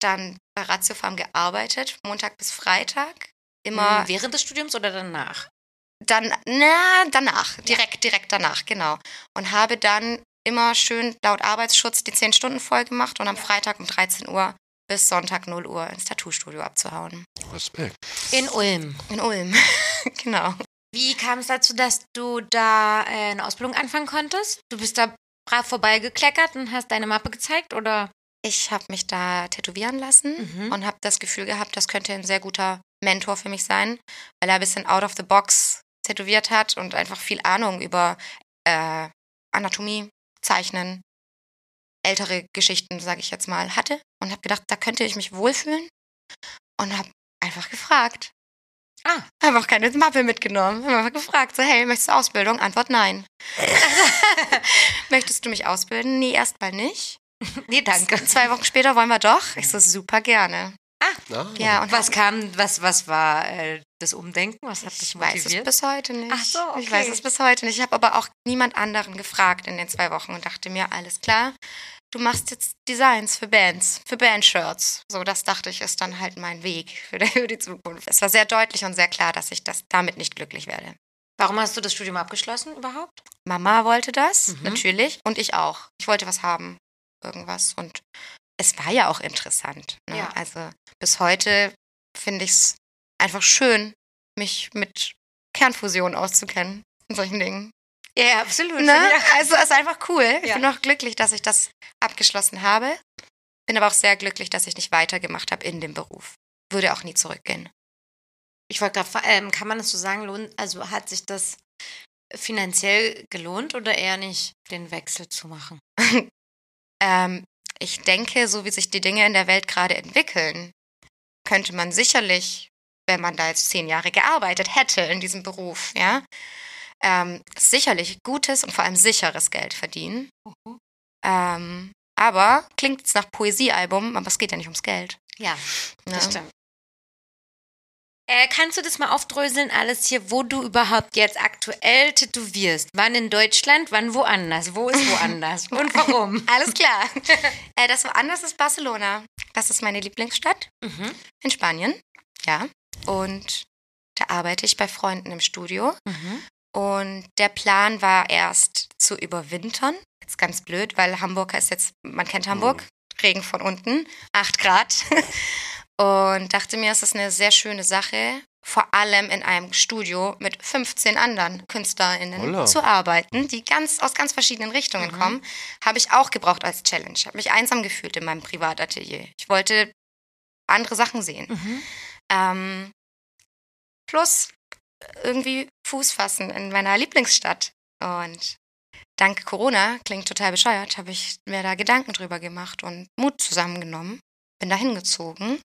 D: dann bei Ratiofarm gearbeitet, Montag bis Freitag, immer
A: Hm, Während des Studiums oder danach?
D: dann, na, danach, direkt, direkt danach, genau. Und habe dann immer schön laut Arbeitsschutz die 10 Stunden voll gemacht und am Freitag um 13 Uhr bis Sonntag 0 Uhr ins Tattoo-Studio abzuhauen.
C: Respekt.
A: In Ulm.
D: In Ulm, genau.
A: Wie kam es dazu, dass du da äh, eine Ausbildung anfangen konntest? Du bist da brav vorbeigekleckert und hast deine Mappe gezeigt oder?
D: Ich habe mich da tätowieren lassen
A: Mhm.
D: und habe das Gefühl gehabt, das könnte ein sehr guter Mentor für mich sein, weil er ein bisschen out of the box tätowiert hat und einfach viel Ahnung über äh, Anatomie, Zeichnen, ältere Geschichten, sage ich jetzt mal, hatte und habe gedacht, da könnte ich mich wohlfühlen und habe einfach gefragt.
A: Ah.
D: Habe auch keine Mappe mitgenommen. Habe einfach gefragt, so, hey, möchtest du Ausbildung? Antwort nein. möchtest du mich ausbilden? Nee, erstmal nicht.
A: Nee, danke.
D: Zwei Wochen später wollen wir doch. Ich so, super gerne.
C: Na,
D: Ja, und
A: Was kam, was, was war äh, das Umdenken? Was hat dich
D: ich weiß es
A: motiviert?
D: bis heute nicht.
A: Ach so, okay.
D: Ich weiß es bis heute nicht. Ich habe aber auch niemand anderen gefragt in den zwei Wochen und dachte mir, alles klar, du machst jetzt Designs für Bands, für Bandshirts. So, das dachte ich, ist dann halt mein Weg für die, für die Zukunft. Es war sehr deutlich und sehr klar, dass ich das damit nicht glücklich werde.
A: Warum hast du das Studium abgeschlossen überhaupt?
D: Mama wollte das,
A: Mhm.
D: natürlich, und ich auch. Ich wollte was haben, irgendwas. Und es war ja auch interessant. Ne?
A: Ja.
D: Also bis heute finde ich es einfach schön, mich mit Kernfusion auszukennen und solchen Dingen.
A: Ja, absolut.
D: Ne? Also es ist einfach cool. Ich
A: Ja.
D: bin auch glücklich, dass ich das abgeschlossen habe. Bin aber auch sehr glücklich, dass ich nicht weitergemacht habe in dem Beruf. Würde auch nie zurückgehen.
A: Ich wollte gerade, fra- ähm, kann man das so sagen, lohnt, also hat sich das finanziell gelohnt oder eher nicht, den Wechsel zu machen?
D: Ähm, ich denke, so wie sich die Dinge in der Welt gerade entwickeln, könnte man sicherlich, wenn man da jetzt zehn Jahre gearbeitet hätte in diesem Beruf, ja, ähm, sicherlich gutes und vor allem sicheres Geld verdienen. Ähm, aber klingt jetzt nach Poesiealbum, aber es geht ja nicht ums Geld.
A: Ja,
D: Ne?
A: das stimmt. Äh, kannst du das mal aufdröseln, alles hier, wo du überhaupt jetzt aktuell tätowierst? Wann in Deutschland, wann woanders? Wo ist woanders? Und warum?
D: Alles klar. äh, das woanders ist Barcelona. Das ist meine Lieblingsstadt
A: Mhm.
D: in Spanien. Ja. Und da arbeite ich bei Freunden im Studio.
A: Mhm.
D: Und der Plan war erst zu überwintern. Jetzt ganz blöd, weil Hamburg ist jetzt, man kennt Hamburg,
A: Oh.
D: Regen von unten, 8 Grad. Und dachte mir, es ist eine sehr schöne Sache, vor allem in einem Studio mit 15 anderen KünstlerInnen
C: Holla.
D: zu arbeiten, die ganz aus ganz verschiedenen Richtungen
A: Mhm.
D: kommen. Habe ich auch gebraucht als Challenge. Habe mich einsam gefühlt in meinem Privatatelier. Ich wollte andere Sachen sehen.
A: Mhm.
D: Ähm, plus irgendwie Fuß fassen in meiner Lieblingsstadt. Und dank Corona, klingt total bescheuert, habe ich mir da Gedanken drüber gemacht und Mut zusammengenommen. Bin da hingezogen.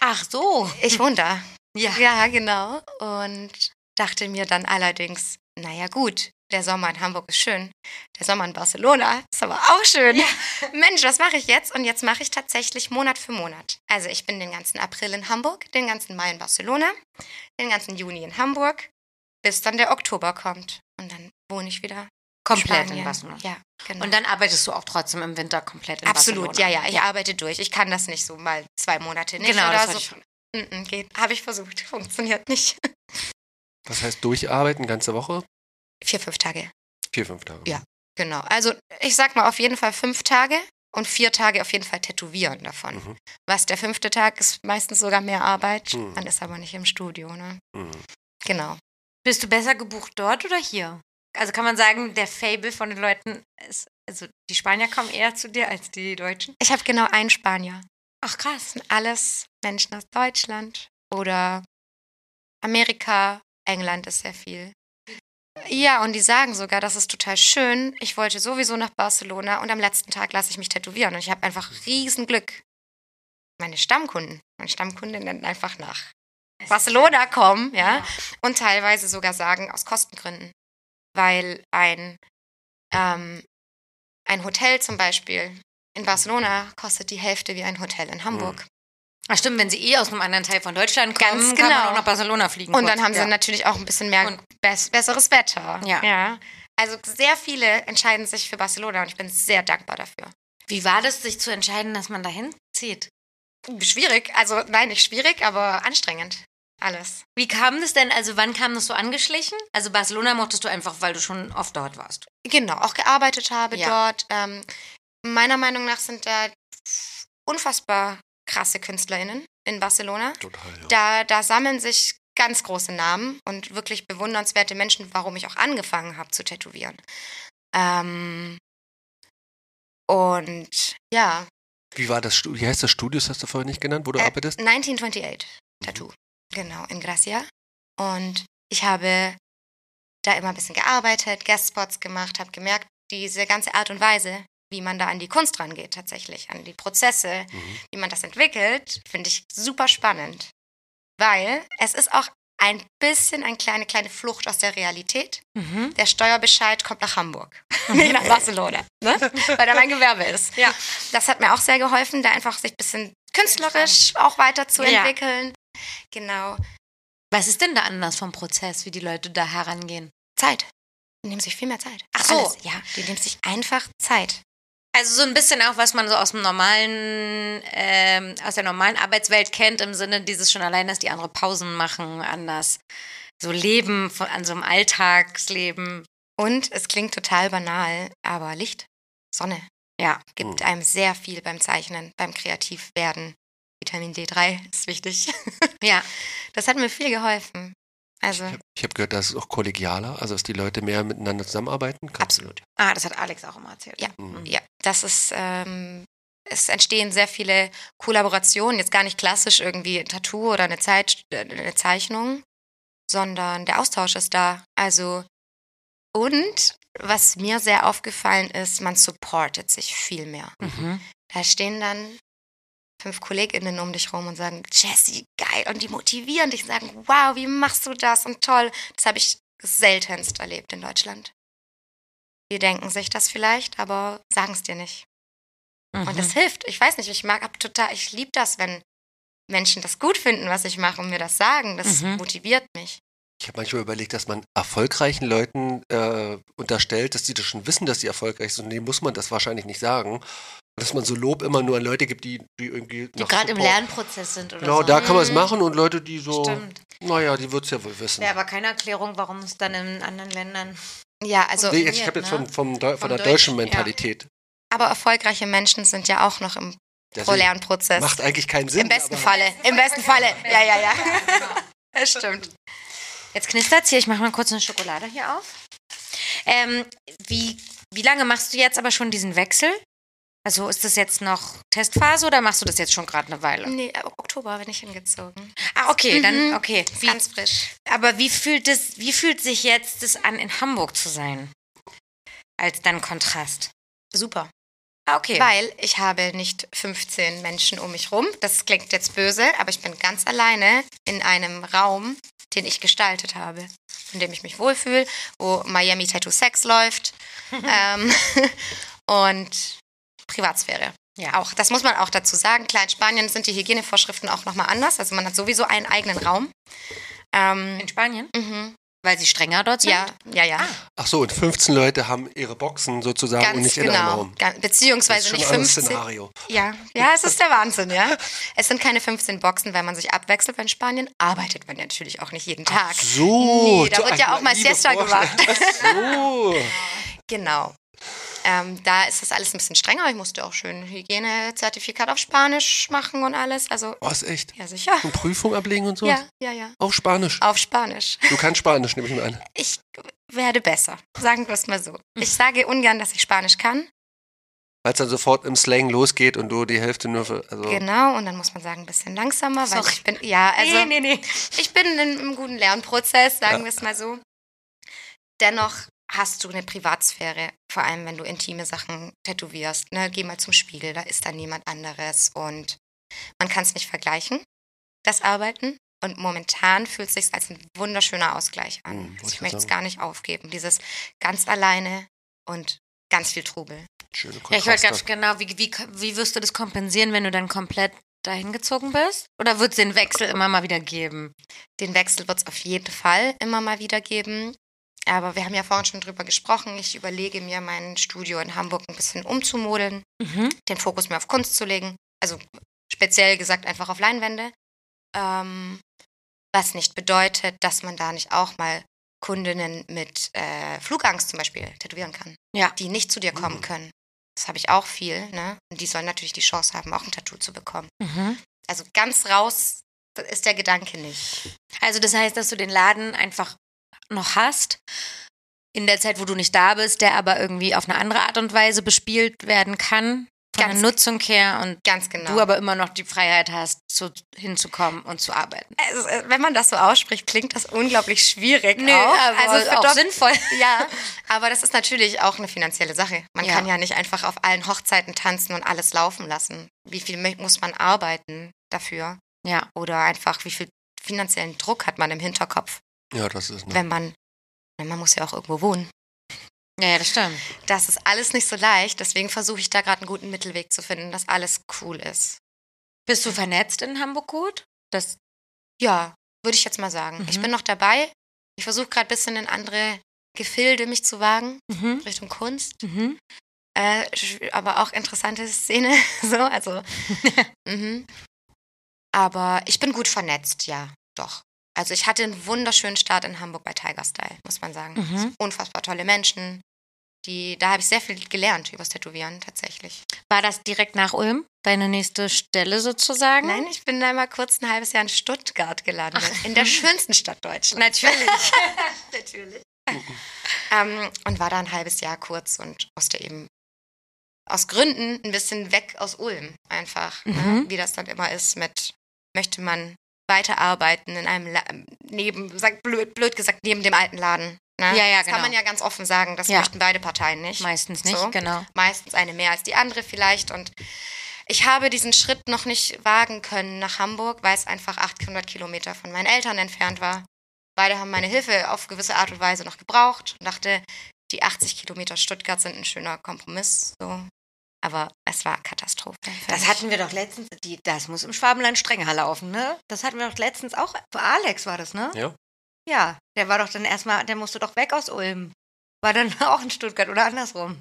A: Ach so.
D: Ich wohne da.
A: Ja.
D: Ja, genau. Und dachte mir dann allerdings, naja gut, der Sommer in Hamburg ist schön. Der Sommer in Barcelona ist aber auch schön. Mensch, was mache ich jetzt? Und jetzt mache ich tatsächlich Monat für Monat. Also ich bin den ganzen April in Hamburg, den ganzen Mai in Barcelona, den ganzen Juni in Hamburg, bis dann der Oktober kommt. Und dann wohne ich wieder
A: Komplett
D: Spanien.
A: in Barcelona.
D: Ja, genau.
A: Und dann arbeitest du auch trotzdem im Winter komplett in
D: Absolut,
A: Barcelona.
D: ja, ja. Ich arbeite durch. Ich kann das nicht so mal zwei Monate nicht
A: Genau,
D: oder
A: das
D: so.
A: wollte ich schon.
D: Mm-mm, geht. Habe ich versucht. Funktioniert nicht.
C: Was heißt durcharbeiten, ganze Woche?
D: Vier, fünf Tage.
C: Vier, fünf Tage.
D: Ja. Genau. Also ich sag mal auf jeden Fall fünf Tage und vier Tage auf jeden Fall tätowieren davon.
C: Mhm.
D: Was der fünfte Tag ist meistens sogar mehr Arbeit.
C: Mhm.
D: Man ist aber nicht im Studio, ne?
C: Mhm.
D: Genau.
A: Bist du besser gebucht dort oder hier? Also kann man sagen, der Fable von den Leuten ist, also die Spanier kommen eher zu dir als die Deutschen.
D: Ich habe genau einen Spanier.
A: Ach krass.
D: sind alles Menschen aus Deutschland oder Amerika, England ist sehr viel. Ja, und die sagen sogar, das ist total schön. Ich wollte sowieso nach Barcelona und am letzten Tag lasse ich mich tätowieren und ich habe einfach riesen Glück. Meine Stammkunden, meine Stammkundinnen einfach nach Barcelona kommen, ja,
A: Ja.
D: und teilweise sogar sagen aus Kostengründen, weil ein ähm, ein Hotel zum Beispiel in Barcelona kostet die Hälfte wie ein Hotel in Hamburg.
A: Ach stimmt, wenn sie eh aus einem anderen Teil von Deutschland kommen,
D: Ganz
A: kann man
D: genau.
A: auch nach Barcelona fliegen.
D: Und
A: kurz.
D: dann haben sie
A: Oh ja.
D: natürlich auch ein bisschen mehr
A: Und-
D: bess besseres Wetter.
A: Ja.
D: Also sehr viele entscheiden sich für Barcelona und ich bin sehr dankbar dafür.
A: Wie war das, sich zu entscheiden, dass man dahin zieht?
D: Schwierig, also nein, nicht schwierig, aber anstrengend. Alles.
A: Wie kam das denn? Also wann kam das so angeschlichen? Also Barcelona mochtest du einfach, weil du schon oft dort warst.
D: Genau, auch gearbeitet habe
A: Ja.
D: dort. Ähm, meiner Meinung nach sind da unfassbar krasse KünstlerInnen in Barcelona.
C: Total, ja.
D: Da, da sammeln sich ganz große Namen und wirklich bewundernswerte Menschen, warum ich auch angefangen habe zu tätowieren. Ähm, und ja,
C: Wie war das Studio? Wie heißt das Studio? Das hast du vorher nicht genannt, wo du
D: Äh,
C: arbeitest?
D: 1928 Tattoo. Genau, in Gracia. Und ich habe da immer ein bisschen gearbeitet, Guestspots gemacht, habe gemerkt, diese ganze Art und Weise, wie man da an die Kunst rangeht tatsächlich, an die Prozesse,
C: Mhm.
D: wie man das entwickelt, finde ich super spannend. Weil es ist auch ein bisschen eine kleine, kleine Flucht aus der Realität.
A: Mhm.
D: Der Steuerbescheid kommt nach Hamburg, nicht nach Barcelona, ne? weil da mein Gewerbe ist.
A: Ja.
D: Das hat mir auch sehr geholfen, da einfach sich ein bisschen künstlerisch auch weiterzuentwickeln. Genau.
A: Was ist denn da anders vom Prozess, wie die Leute da herangehen?
D: Zeit. Die nehmen sich viel mehr Zeit.
A: Ach so.
D: Alles. Ja, die nehmen sich einfach Zeit.
A: Also so ein bisschen auch, was man so aus dem normalen, ähm, aus der normalen Arbeitswelt kennt, im Sinne dieses schon allein, dass die andere Pausen machen, anders so leben, von, an so einem Alltagsleben.
D: Und es klingt total banal, aber Licht, Sonne
A: Ja.
D: gibt
C: Oh.
D: einem sehr viel beim Zeichnen, beim Kreativwerden. Vitamin D3 ist wichtig.
A: Ja.
D: Das hat mir viel geholfen. Also,
C: Ich habe hab gehört, das ist auch kollegialer, also dass die Leute mehr miteinander zusammenarbeiten. Kannst du-
D: absolut.
A: Ah, das hat Alex auch immer erzählt.
D: Ja.
C: Mhm.
D: Ja, das ist, ähm, es entstehen sehr viele Kollaborationen, jetzt gar nicht klassisch irgendwie ein Tattoo oder eine, Zeit, äh, eine Zeichnung, sondern der Austausch ist da. Also, und was mir sehr aufgefallen ist, man supportet sich viel mehr.
A: Mhm.
D: Da stehen dann fünf KollegInnen um dich rum und sagen, Jessie, geil. Und die motivieren dich und sagen, wow, wie machst du das und toll. Das habe ich seltenst erlebt in Deutschland. Die denken sich das vielleicht, aber
A: Mhm.
D: sagen es dir nicht. Und das hilft. Ich weiß nicht, ich mag, hab total, ich liebe das, wenn Menschen das gut finden, was ich mache und mir das sagen, das
A: Mhm.
D: motiviert mich.
C: Ich habe manchmal überlegt, dass man erfolgreichen Leuten äh, unterstellt, dass die das schon wissen, dass sie erfolgreich sind. Und denen muss man das wahrscheinlich nicht sagen. Und dass man so Lob immer nur an Leute gibt, die, die irgendwie.
A: Die
C: nach
A: gerade im
C: Support-
A: Lernprozess sind oder
C: Genau,
A: so. Mhm.
C: da kann man es
D: Mhm.
C: machen und Leute, die so.
A: Stimmt.
C: Naja, die wird es ja wohl wissen.
A: Wäre aber keine Erklärung, warum es dann in anderen Ländern.
D: Ja, also
C: nee, jetzt, ich
A: funktioniert,
C: habe jetzt
A: ne?
C: von, vom Deu- von
A: Vom
C: der
A: Deutsch-
C: deutschen
A: ja.
C: Mentalität.
D: aber erfolgreiche Menschen sind ja auch noch im
C: Deswegen
D: Pro-Lernprozess.
C: Macht eigentlich keinen Sinn.
D: Im besten
C: aber-
D: Falle. Im besten Falle. Ja, ja, ja. Das stimmt.
A: Jetzt knistert's hier, ich mache mal kurz eine Schokolade hier auf. Ähm, wie, wie lange machst du jetzt aber schon diesen Wechsel? Also ist das jetzt noch Testphase oder machst du das jetzt schon gerade eine Weile?
D: Nee, äh, Oktober bin ich hingezogen.
A: Ah, okay, dann
D: Mhm.
A: okay. Wie,
D: Ganz frisch.
A: aber wie fühlt es, wie fühlt sich jetzt das an, in Hamburg zu sein? Als dann Kontrast.
D: Super.
A: Ah, okay.
D: Weil ich habe nicht 15 Menschen um mich rum. Das klingt jetzt böse, aber ich bin ganz alleine in einem Raum, den ich gestaltet habe, in dem ich mich wohlfühle, wo Miami Tattoo Sex läuft ähm, und Privatsphäre.
A: Ja.
D: Auch, das muss man auch dazu sagen. Klar, in Spanien sind die Hygienevorschriften auch nochmal anders. Also man hat sowieso einen eigenen Raum. Ähm,
A: In Ah. Spanien?
D: mhm.
A: Weil sie strenger dort sind?
D: Ja, ja, ja.
C: Ach so, und 15 Leute haben ihre Boxen sozusagen und nicht in einem Raum.
D: genau. Ga-
C: Das ist
D: Beziehungsweise
C: schon
D: nicht
C: ein anderes
D: 15.
C: Szenario.
D: Ja, ja, es ist der Wahnsinn, ja. Es sind keine 15 Boxen, weil man sich abwechselt. Weil in Spanien arbeitet man ja natürlich auch nicht jeden Tag.
C: So, Oh,
D: Nee, da
C: so
D: wird ja
C: eine
D: auch mal
C: naive
D: Siesta
C: Vorstellung. Ach so.
D: Genau. Ähm, da ist das alles ein bisschen strenger. Ich musste auch schön Hygienezertifikat auf Spanisch machen und alles. Also,
C: Was, echt?
D: ja, sicher.
C: Eine Prüfung ablegen und so?
D: Ja, ja, ja.
C: Auf Spanisch.
D: Auf Spanisch.
C: Du kannst Spanisch, nehme ich mal an.
D: Ich werde besser. Sagen wir es mal so. Ich
C: Hm.
D: sage ungern, dass ich Spanisch kann.
C: Weil es dann sofort im Slang losgeht und du die Hälfte nur für. Also,
D: Genau. Und dann muss man sagen, ein bisschen langsamer, weil
A: Sorry.
D: ich bin, ja,
C: eh
D: also.
A: nee, nee, nee.
D: ich bin in einem guten Lernprozess, sagen wir es mal so. Dennoch hast du eine Privatsphäre, vor allem wenn du intime Sachen tätowierst. Ne? Geh mal zum Spiegel, da ist dann niemand anderes und man kann es nicht vergleichen, das Arbeiten. Und momentan fühlt es sich als ein wunderschöner Ausgleich an.
C: Mhm, wollte
D: also
C: ich
D: ich möchte es
C: sagen.
D: gar nicht aufgeben. Dieses ganz alleine und ganz viel Trubel.
C: Schöne
A: Ja, ich wollte ganz
C: Kontraste.
A: genau, wie, wie, wie wirst du das kompensieren, wenn du dann komplett dahin gezogen bist? Oder wird es den Wechsel immer mal wieder geben?
D: Den Wechsel wird es auf jeden Fall immer mal wieder geben. Aber wir haben ja vorhin schon drüber gesprochen. Ich überlege mir, mein Studio in Hamburg ein bisschen umzumodeln,
A: Mhm,
D: den Fokus mehr auf Kunst zu legen. Also speziell gesagt einfach auf Leinwände. Ähm, was nicht bedeutet, dass man da nicht auch mal Kundinnen mit äh, Flugangst zum Beispiel tätowieren kann.
A: Ja.
D: Die nicht zu dir kommen
C: Mhm.
D: können. Das habe ich auch viel, ne? Und die sollen natürlich die Chance haben, auch ein Tattoo zu bekommen.
A: mhm.
D: Also ganz raus ist der Gedanke nicht.
A: Also das heißt, dass du den Laden einfach noch hast, in der Zeit, wo du nicht da bist, der aber irgendwie auf eine andere Art und Weise bespielt werden kann, von
D: Ganz-
A: der Nutzung her und
D: Ganz genau.
A: du aber immer noch die Freiheit hast, zu, hinzukommen und zu arbeiten.
D: Also, äh, wenn man das so ausspricht, klingt das unglaublich schwierig.
A: Nö,
D: auch.
A: aber
D: also
A: auch
D: doch-
A: sinnvoll.
D: Ja, aber das ist natürlich auch eine finanzielle Sache. Man
A: Ja.
D: kann ja nicht einfach auf allen Hochzeiten tanzen und alles laufen lassen. Wie viel mö- muss man arbeiten dafür?
A: Ja.
D: Oder einfach, wie viel finanziellen Druck hat man im Hinterkopf,
C: Ja, das ist. Ne.
D: wenn man, wenn man muss ja auch irgendwo wohnen.
A: ja, ja, das stimmt.
D: Das ist alles nicht so leicht, deswegen versuche ich da gerade einen guten Mittelweg zu finden, dass alles cool ist.
A: Bist du vernetzt in Hamburg gut? Das,
D: Ja, würde ich jetzt mal sagen. Ich
A: Mhm.
D: bin noch dabei. Ich versuche gerade ein bisschen in andere Gefilde mich zu wagen,
A: mhm.
D: Richtung Kunst.
A: Mhm.
D: Äh, sch- aber auch interessante Szene, so, also. mhm. Aber ich bin gut vernetzt, ja, doch. Also ich hatte einen wunderschönen Start in Hamburg bei Tiger Style, muss man sagen.
A: Mhm.
D: Unfassbar tolle Menschen. Die, da habe ich sehr viel gelernt übers Tätowieren tatsächlich.
A: War das direkt nach Ulm? Deine nächste Stelle sozusagen?
D: Nein, ich bin da mal kurz ein halbes Jahr in Stuttgart gelandet. In der schönsten Stadt Deutschlands.
A: Natürlich.
D: Natürlich. ähm, und war da ein halbes Jahr kurz und musste eben aus Gründen ein bisschen weg aus Ulm einfach, ne?
A: Mhm.
D: wie das dann immer ist mit, möchte man weiterarbeiten in einem, La neben, sag, blöd, blöd gesagt, neben dem alten Laden. Ne?
A: Ja, ja,
D: das
A: genau.
D: kann man ja ganz offen sagen, das
A: Ja.
D: möchten beide Parteien nicht.
A: Meistens nicht,
D: So.
A: genau.
D: Meistens eine mehr als die andere vielleicht und ich habe diesen Schritt noch nicht wagen können nach Hamburg, weil es einfach 800 Kilometer von meinen Eltern entfernt war. Beide haben meine Hilfe auf gewisse Art und Weise noch gebraucht und dachte, die 80 Kilometer Stuttgart sind ein schöner Kompromiss. So, Aber es war Katastrophe. für
A: Das
D: mich.
A: hatten wir doch letztens, die, das muss im Schwabenland strenger laufen, ne? Das hatten wir doch letztens auch, Alex war das, ne?
C: Ja.
A: Ja, der war doch dann erstmal, der musste doch weg aus Ulm. War dann auch in Stuttgart oder andersrum.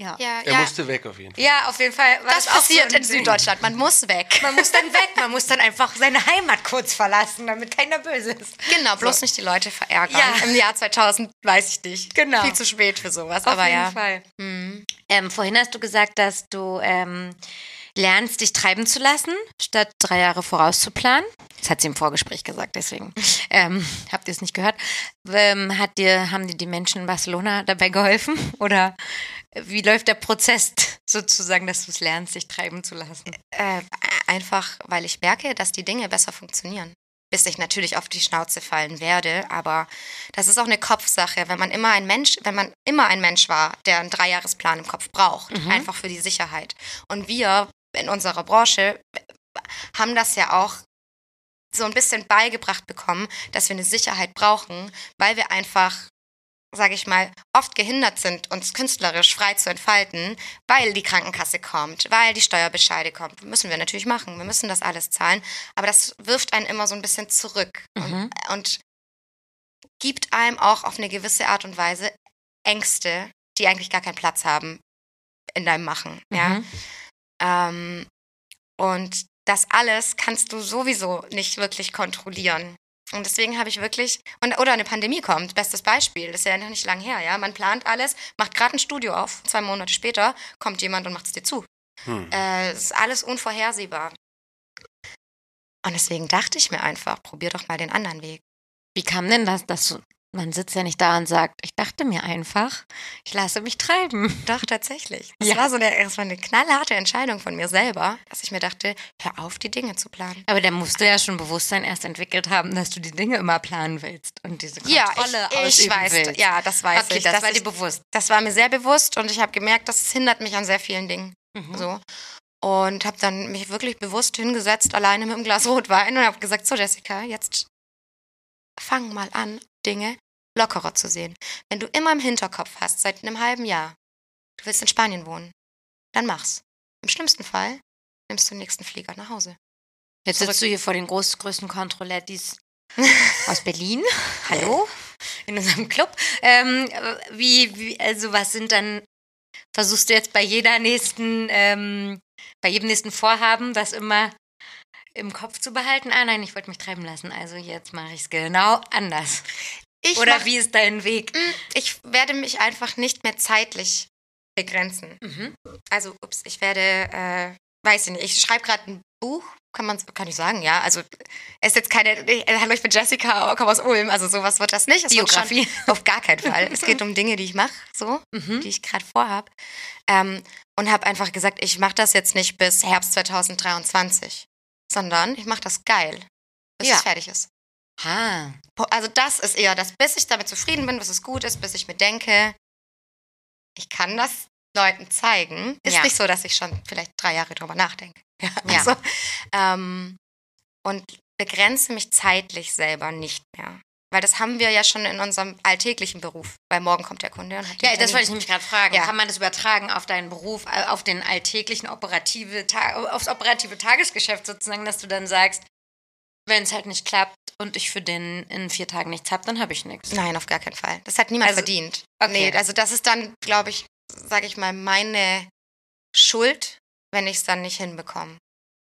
D: ja,
C: Er
D: ja.
C: musste weg auf jeden Fall.
A: Ja, auf jeden Fall. War
D: Das
A: auch so
D: passiert in
A: ein Ding.
D: Süddeutschland. Man muss weg.
A: Man muss dann weg, man muss dann einfach seine Heimat kurz verlassen, damit keiner böse ist.
D: Genau, bloß nicht die Leute verärgern.
A: Ja.
D: Im Jahr 2000 weiß ich nicht.
A: Genau.
D: Viel zu spät für sowas. aber ja.
A: Fall.
D: Mhm.
A: Ähm, vorhin hast du gesagt, dass du ähm, lernst, dich treiben zu lassen, statt drei Jahre vorauszuplanen. Das hat sie im Vorgespräch gesagt, deswegen ähm, habt ihr es nicht gehört. Ähm, hat dir, haben dir die Menschen in Barcelona dabei geholfen? Oder äh, wie läuft der Prozess sozusagen, dass du es lernst, dich treiben zu lassen?
D: Äh, einfach, weil ich merke, dass die Dinge besser funktionieren. Bis ich natürlich auf die Schnauze fallen werde, aber das ist auch eine Kopfsache. Wenn man immer ein Mensch, wenn man immer ein Mensch war, der einen Dreijahresplan im Kopf braucht, einfach für die Sicherheit. Und wir in unserer Branche äh, haben das ja auch so ein bisschen beigebracht bekommen, dass wir eine Sicherheit brauchen, weil wir einfach, sage ich mal, oft gehindert sind, uns künstlerisch frei zu entfalten, weil die Krankenkasse kommt, weil die Steuerbescheide kommt. Müssen wir natürlich machen, wir müssen das alles zahlen, aber das wirft einen immer so ein bisschen zurück
A: Mhm.
D: und, und gibt einem auch auf eine gewisse Art und Weise Ängste, die eigentlich gar keinen Platz haben in deinem Machen. Ja?
A: Mhm.
D: Ähm, und das alles kannst du sowieso nicht wirklich kontrollieren. Und deswegen habe ich wirklich, und, oder eine Pandemie kommt, bestes Beispiel, das ist ja noch nicht lang her, ja. Man plant alles, macht gerade ein Studio auf, zwei Monate später kommt jemand und macht es dir zu.
C: Hm.
D: Äh, es ist alles unvorhersehbar. Und deswegen dachte ich mir einfach, probier doch mal den anderen Weg.
A: Wie kam denn das, dass du, man sitzt ja nicht da und sagt, ich dachte mir einfach, ich lasse mich treiben.
D: Doch, tatsächlich. Das,
A: Ja.
D: war so eine, das war eine knallharte Entscheidung von mir selber, dass ich mir dachte, hör auf, die Dinge zu planen.
A: Aber da musst du ja schon Bewusstsein erst entwickelt haben, dass du die Dinge immer planen willst und diese Kontrolle
D: ja, ich, ich
A: ausüben
D: weiß,
A: willst.
D: ja, das weiß
A: okay,
D: ich.
A: das
D: dass
A: war
D: ich
A: dir bewusst.
D: das war mir sehr bewusst und ich habe gemerkt, das hindert mich an sehr vielen Dingen. So. Und habe dann mich wirklich bewusst hingesetzt, alleine mit einem Glas Rotwein und habe gesagt, so Jessica, jetzt fang mal an, Dinge lockerer zu sehen. Wenn du immer im Hinterkopf hast, seit einem halben Jahr, du willst in Spanien wohnen, dann mach's. Im schlimmsten Fall nimmst du den nächsten Flieger nach Hause.
A: Jetzt sitzt du hier vor den groß, größten Kontrollettis aus Berlin. Hallo? In unserem Club. Ähm, wie, wie, also was sind dann, versuchst du jetzt bei jeder nächsten, ähm, bei jedem nächsten Vorhaben das immer im Kopf zu behalten? Ah nein, ich wollte mich treiben lassen, also jetzt mache ich es genau anders.
D: Ich
A: Oder
D: mach-
A: wie ist dein Weg?
D: Mm, Ich werde mich einfach nicht mehr zeitlich begrenzen.
A: Mhm.
D: also ups, ich werde, äh, weiß ich nicht, ich schreibe gerade ein Buch, kann man, kann ich sagen, ja. Also es ist jetzt keine, ich, äh, hallo, ich bin Jessica, komme aus Ulm, also sowas wird das nicht. Es wird
A: Biografie.
D: Schon, auf gar keinen Fall. es geht um Dinge, die ich mache, so,
A: Mhm.
D: die ich gerade vorhab. Ähm, und habe einfach gesagt, ich mache das jetzt nicht bis Herbst 2023, sondern ich mache das geil, bis
A: Ja.
D: es fertig ist.
A: Ah.
D: Po- Also das ist eher das, bis ich damit zufrieden bin, bis es gut ist, bis ich mir denke, ich kann das Leuten zeigen. Ist
A: Ja.
D: nicht so, dass ich schon vielleicht drei Jahre drüber nachdenke. Ja.
A: Ja.
D: Also, ähm, und begrenze mich zeitlich selber nicht mehr. Weil das haben wir ja schon in unserem alltäglichen Beruf. Weil morgen kommt der Kunde und hat den
A: Ja, das
D: Termin.
A: wollte ich nämlich gerade fragen.
D: Also Ja.
A: Kann man das übertragen auf deinen Beruf, äh, auf den alltäglichen operative Ta- aufs operative Tagesgeschäft sozusagen, dass du dann sagst, wenn es halt nicht klappt und ich für den in vier Tagen nichts hab, dann habe ich nichts.
D: Nein, auf gar keinen Fall. Das hat niemand
A: Also-
D: verdient.
A: Okay.
D: Nee, also das ist dann, glaube ich, sage ich mal, meine Schuld, wenn ich es dann nicht hinbekomme.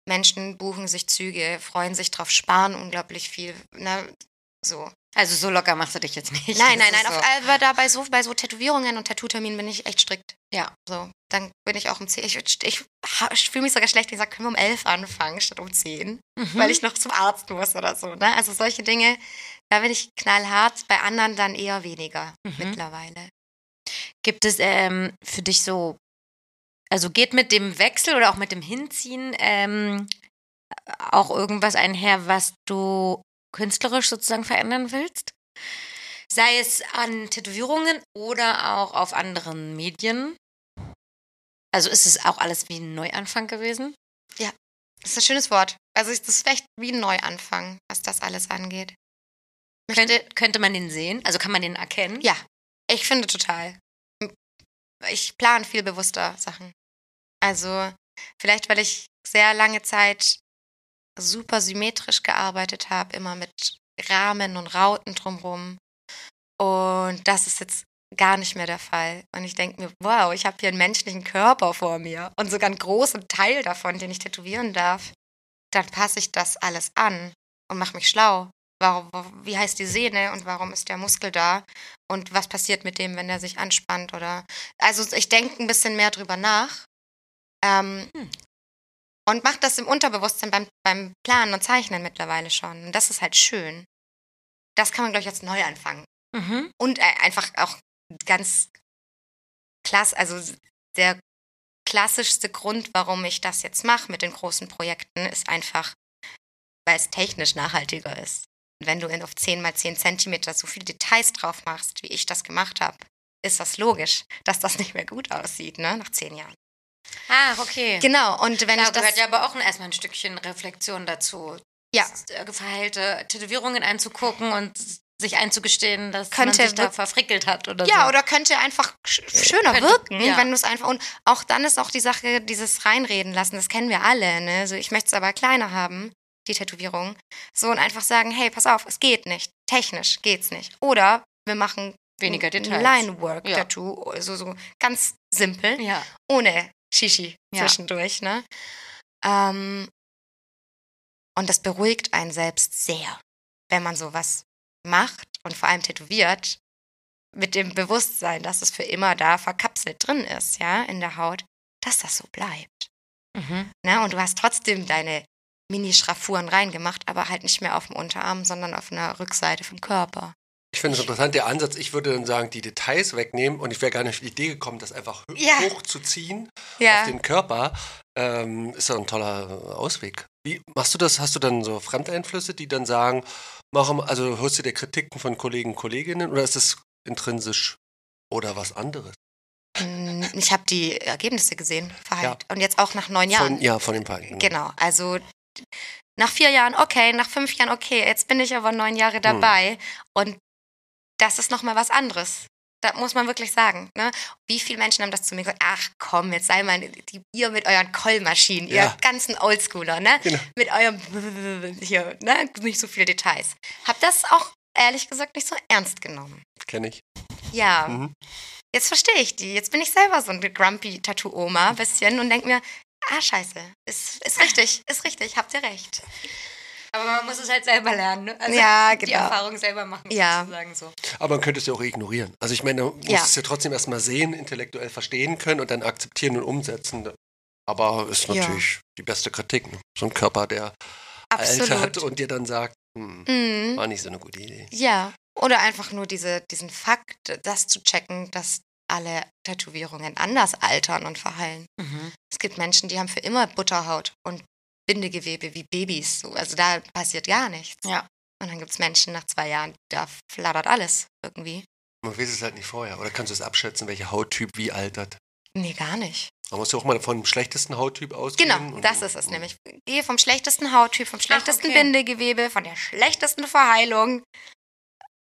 D: Menschen buchen sich Züge, freuen sich drauf, sparen unglaublich viel. Na, so.
A: Also so locker machst du dich jetzt nicht.
D: nein,
A: Das
D: nein, nein.
A: ist
D: Auf, aber da bei so, bei so Tätowierungen und Tattoo-Terminen bin ich echt strikt.
A: Ja.
D: So, dann bin ich auch um 10. Ich, ich, ich fühle mich sogar schlecht, wenn ich sage, können wir um 11 anfangen statt um 10
A: Mhm.
D: weil ich noch zum Arzt muss oder so. Ne? Also solche Dinge, da bin ich knallhart, bei anderen dann eher weniger
A: Mhm.
D: mittlerweile.
A: Gibt es ähm, für dich so, also geht mit dem Wechsel oder auch mit dem Hinziehen ähm, auch irgendwas einher, was du künstlerisch sozusagen verändern willst? Sei es an Tätowierungen oder auch auf anderen Medien? Also ist es auch alles wie ein Neuanfang gewesen?
D: Das ist ein schönes Wort. Also ich- das ist echt wie ein Neuanfang, was das alles angeht.
A: Könnte, könnte man den sehen? Also kann man den erkennen?
D: Ja, ich finde total. Ich plane viel bewusster Sachen. Also vielleicht, weil ich sehr lange Zeit super symmetrisch gearbeitet habe, immer mit Rahmen und Rauten drumrum. Und das ist jetzt gar nicht mehr der Fall. Und ich denke mir, wow, ich habe hier einen menschlichen Körper vor mir und sogar einen großen Teil davon, den ich tätowieren darf. Dann passe ich das alles an und mache mich schlau. Warum, wie heißt die Sehne und warum ist der Muskel da? Und was passiert mit dem, wenn der sich anspannt? Oder also ich denke ein bisschen mehr drüber nach. Ähm,
A: Hm.
D: Und mache das im Unterbewusstsein beim, beim Planen und Zeichnen mittlerweile schon. Und das ist halt schön. Das kann man, glaube ich, jetzt neu anfangen
A: Mhm.
D: und äh, einfach auch ganz klass, also der klassischste Grund, warum ich das jetzt mache mit den großen Projekten, ist einfach, weil es technisch nachhaltiger ist. Wenn du in auf 10 mal 10 Zentimeter so viele Details drauf machst, wie ich das gemacht habe, ist das logisch, dass das nicht mehr gut aussieht, ne, nach zehn Jahren.
A: Ach, okay.
D: Genau, und wenn
A: Da
D: ich das...
A: gehört ja aber auch erstmal ein Stückchen Reflexion dazu.
D: Ja.
A: S- äh, Verhalte, Tätowierungen anzugucken und s- sich einzugestehen, dass
D: Könnte
A: man sich da
D: wirk-
A: verfrickelt hat oder so.
D: Ja, oder könnte einfach sch schöner
A: Könnte-
D: wirken,
A: ja.
D: wenn du es einfach. Und auch dann ist auch die Sache, dieses Reinreden lassen, das kennen wir alle. Ne? So, ich möchte es aber kleiner haben, die Tätowierung. So und einfach sagen, hey, pass auf, es geht nicht. Technisch geht's nicht. Oder wir machen
A: weniger
D: ein
A: Details.
D: Line-Work-Tattoo, so, so ganz simpel
A: Ja.
D: ohne Shishi
A: Ja.
D: zwischendurch, ne? Ähm, und das beruhigt einen selbst sehr, wenn man sowas macht und vor allem tätowiert, mit dem Bewusstsein, dass es für immer da verkapselt drin ist, ja, in der Haut, dass das so bleibt.
A: Mhm.
D: Ne? Und du hast trotzdem deine Mini-Schraffuren reingemacht, aber halt nicht mehr auf dem Unterarm, sondern auf einer Rückseite vom Körper.
C: Ich finde es interessant, der Ansatz, ich würde dann sagen, die Details wegnehmen und ich wäre gar nicht auf die Idee gekommen, das einfach hö-
D: Ja.
C: hochzuziehen
D: Ja.
C: auf den Körper. Ähm, ist doch ein toller Ausweg. Wie machst du das? Hast du dann so Fremdeinflüsse, die dann sagen, machen, also hörst du dir Kritiken von Kollegen, Kolleginnen oder ist das intrinsisch oder was anderes?
D: Mm, Ich habe die Ergebnisse gesehen, Verhalt. Und jetzt auch nach neun Jahren.
C: Von, ja, von den beiden.
D: Genau, also nach vier Jahren okay, nach fünf Jahren okay, jetzt bin ich aber neun
C: Hm.
D: Jahre dabei und das ist nochmal was anderes. Da muss man wirklich sagen. Ne? Wie viele Menschen haben das zu mir gesagt? Ach komm, jetzt sei mal die, ihr mit euren Kollmaschinen, ihr
C: Ja.
D: ganzen Oldschooler, ne?
C: Genau.
D: Mit eurem hier, ne? Nicht so viele Details. Hab das auch ehrlich gesagt nicht so ernst genommen.
C: Kenne ich.
D: Ja.
C: Mhm.
D: Jetzt verstehe ich die. Jetzt bin ich selber so eine grumpy Tattoo-Oma ein bisschen und denke mir, ah, scheiße, ist, ist richtig, ist richtig, habt ihr recht.
A: Aber man muss es halt selber lernen. Ne? Also
D: Ja,
A: Die
D: genau.
A: Erfahrung selber machen,
D: Ja.
A: sozusagen so.
C: Aber man könnte es ja auch ignorieren. Also ich meine, man muss
D: Ja.
C: es ja trotzdem erstmal sehen, intellektuell verstehen können und dann akzeptieren und umsetzen. Aber ist
D: Ja.
C: natürlich die beste Kritik. Ne? So ein Körper, der
D: Absolut.
C: altert und dir dann sagt, hm,
D: Mhm.
C: war nicht so eine gute Idee.
D: Ja. Oder einfach nur diese, diesen Fakt, das zu checken, dass alle Tätowierungen anders altern und verheilen.
A: Mhm.
D: Es gibt Menschen, die haben für immer Butterhaut und Bindegewebe wie Babys. So. Also da passiert gar nichts.
A: Ja.
D: Und dann gibt es Menschen nach zwei Jahren, da flattert alles irgendwie.
C: Man weiß es halt nicht vorher. Oder kannst du es abschätzen, welcher Hauttyp wie altert?
D: Nee, gar nicht.
C: Man muss ja auch mal von dem schlechtesten Hauttyp ausgehen.
D: Genau,
C: und-
D: das ist es nämlich. Gehe vom schlechtesten Hauttyp, vom schlechtesten
A: Ah, okay.
D: Bindegewebe, von der schlechtesten Verheilung.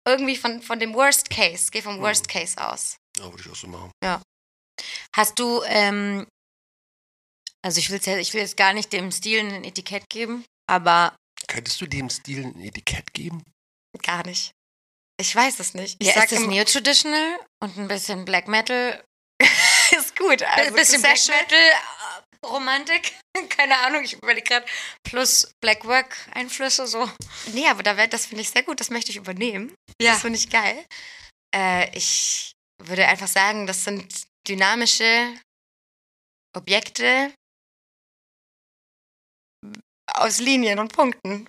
D: Irgendwie von, von dem Worst Case. Gehe
A: Hm.
D: vom Worst Case aus.
C: Ja, würde ich auch so machen.
A: Hast du, ähm, also ich, will's ja, ich will jetzt gar nicht dem Stil ein Etikett geben, aber
C: Könntest du dem Stil ein Etikett geben?
D: Gar nicht. Ich weiß es nicht. Ich
A: ja,
D: sag
A: ist es
D: immer-
A: Neo-Traditional und ein bisschen Black Metal
D: ist gut.
A: Ein
D: Also
A: bisschen Black
D: Session-
A: Metal, äh, Romantik, keine Ahnung, ich überlege gerade, plus Black Work Einflüsse so.
D: Nee, aber da wär, das finde ich sehr gut. Das möchte ich übernehmen.
A: Ja.
D: Das finde ich geil. Äh, ich würde einfach sagen, das sind dynamische Objekte aus Linien und Punkten.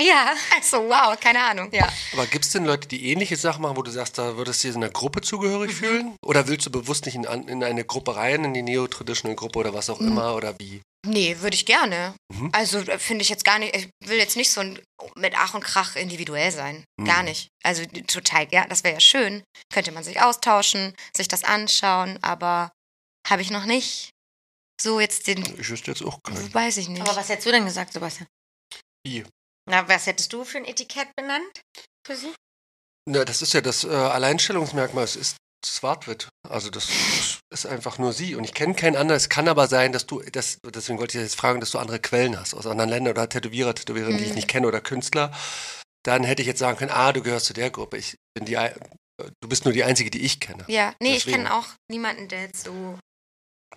A: Ja.
D: Also wow, keine Ahnung.
A: Ja.
C: Aber gibt es denn Leute, die ähnliche Sachen machen, wo du sagst, da würdest du dir so einer Gruppe zugehörig fühlen? Oder willst du bewusst nicht in, an- in eine Gruppe rein, in die Neo-Traditional-Gruppe oder was auch
D: Mhm.
C: immer? Oder wie?
D: Nee, würde ich gerne.
C: Mhm.
D: Also äh, finde ich jetzt gar nicht, ich will jetzt nicht so ein, oh, mit Ach und Krach individuell sein.
C: Mhm.
D: Gar nicht. Also d- total, ja, das wäre ja schön. Könnte man sich austauschen, sich das anschauen, aber habe ich noch nicht. So jetzt den,
C: Ich wüsste jetzt auch keinen.
D: weiß ich nicht.
A: Aber was hättest du denn gesagt, Sebastian?
C: Wie?
A: Na, was hättest du für ein Etikett benannt? Für sie?
C: Na, das ist ja das äh, Alleinstellungsmerkmal. Es ist das Wart wird. Also das ist einfach nur sie. Und ich kenne keinen anderen. Es kann aber sein, dass du, das, deswegen wollte ich jetzt fragen, dass du andere Quellen hast aus anderen Ländern oder Tätowierer, Tätowiererinnen, die ich
D: Mhm.
C: nicht kenne oder Künstler. Dann hätte ich jetzt sagen können, ah, du gehörst zu der Gruppe. Ich bin die, ei- du bist nur die einzige, die ich kenne.
D: Ja, nee, ich
C: Deswegen.
D: kenne auch niemanden, der jetzt so,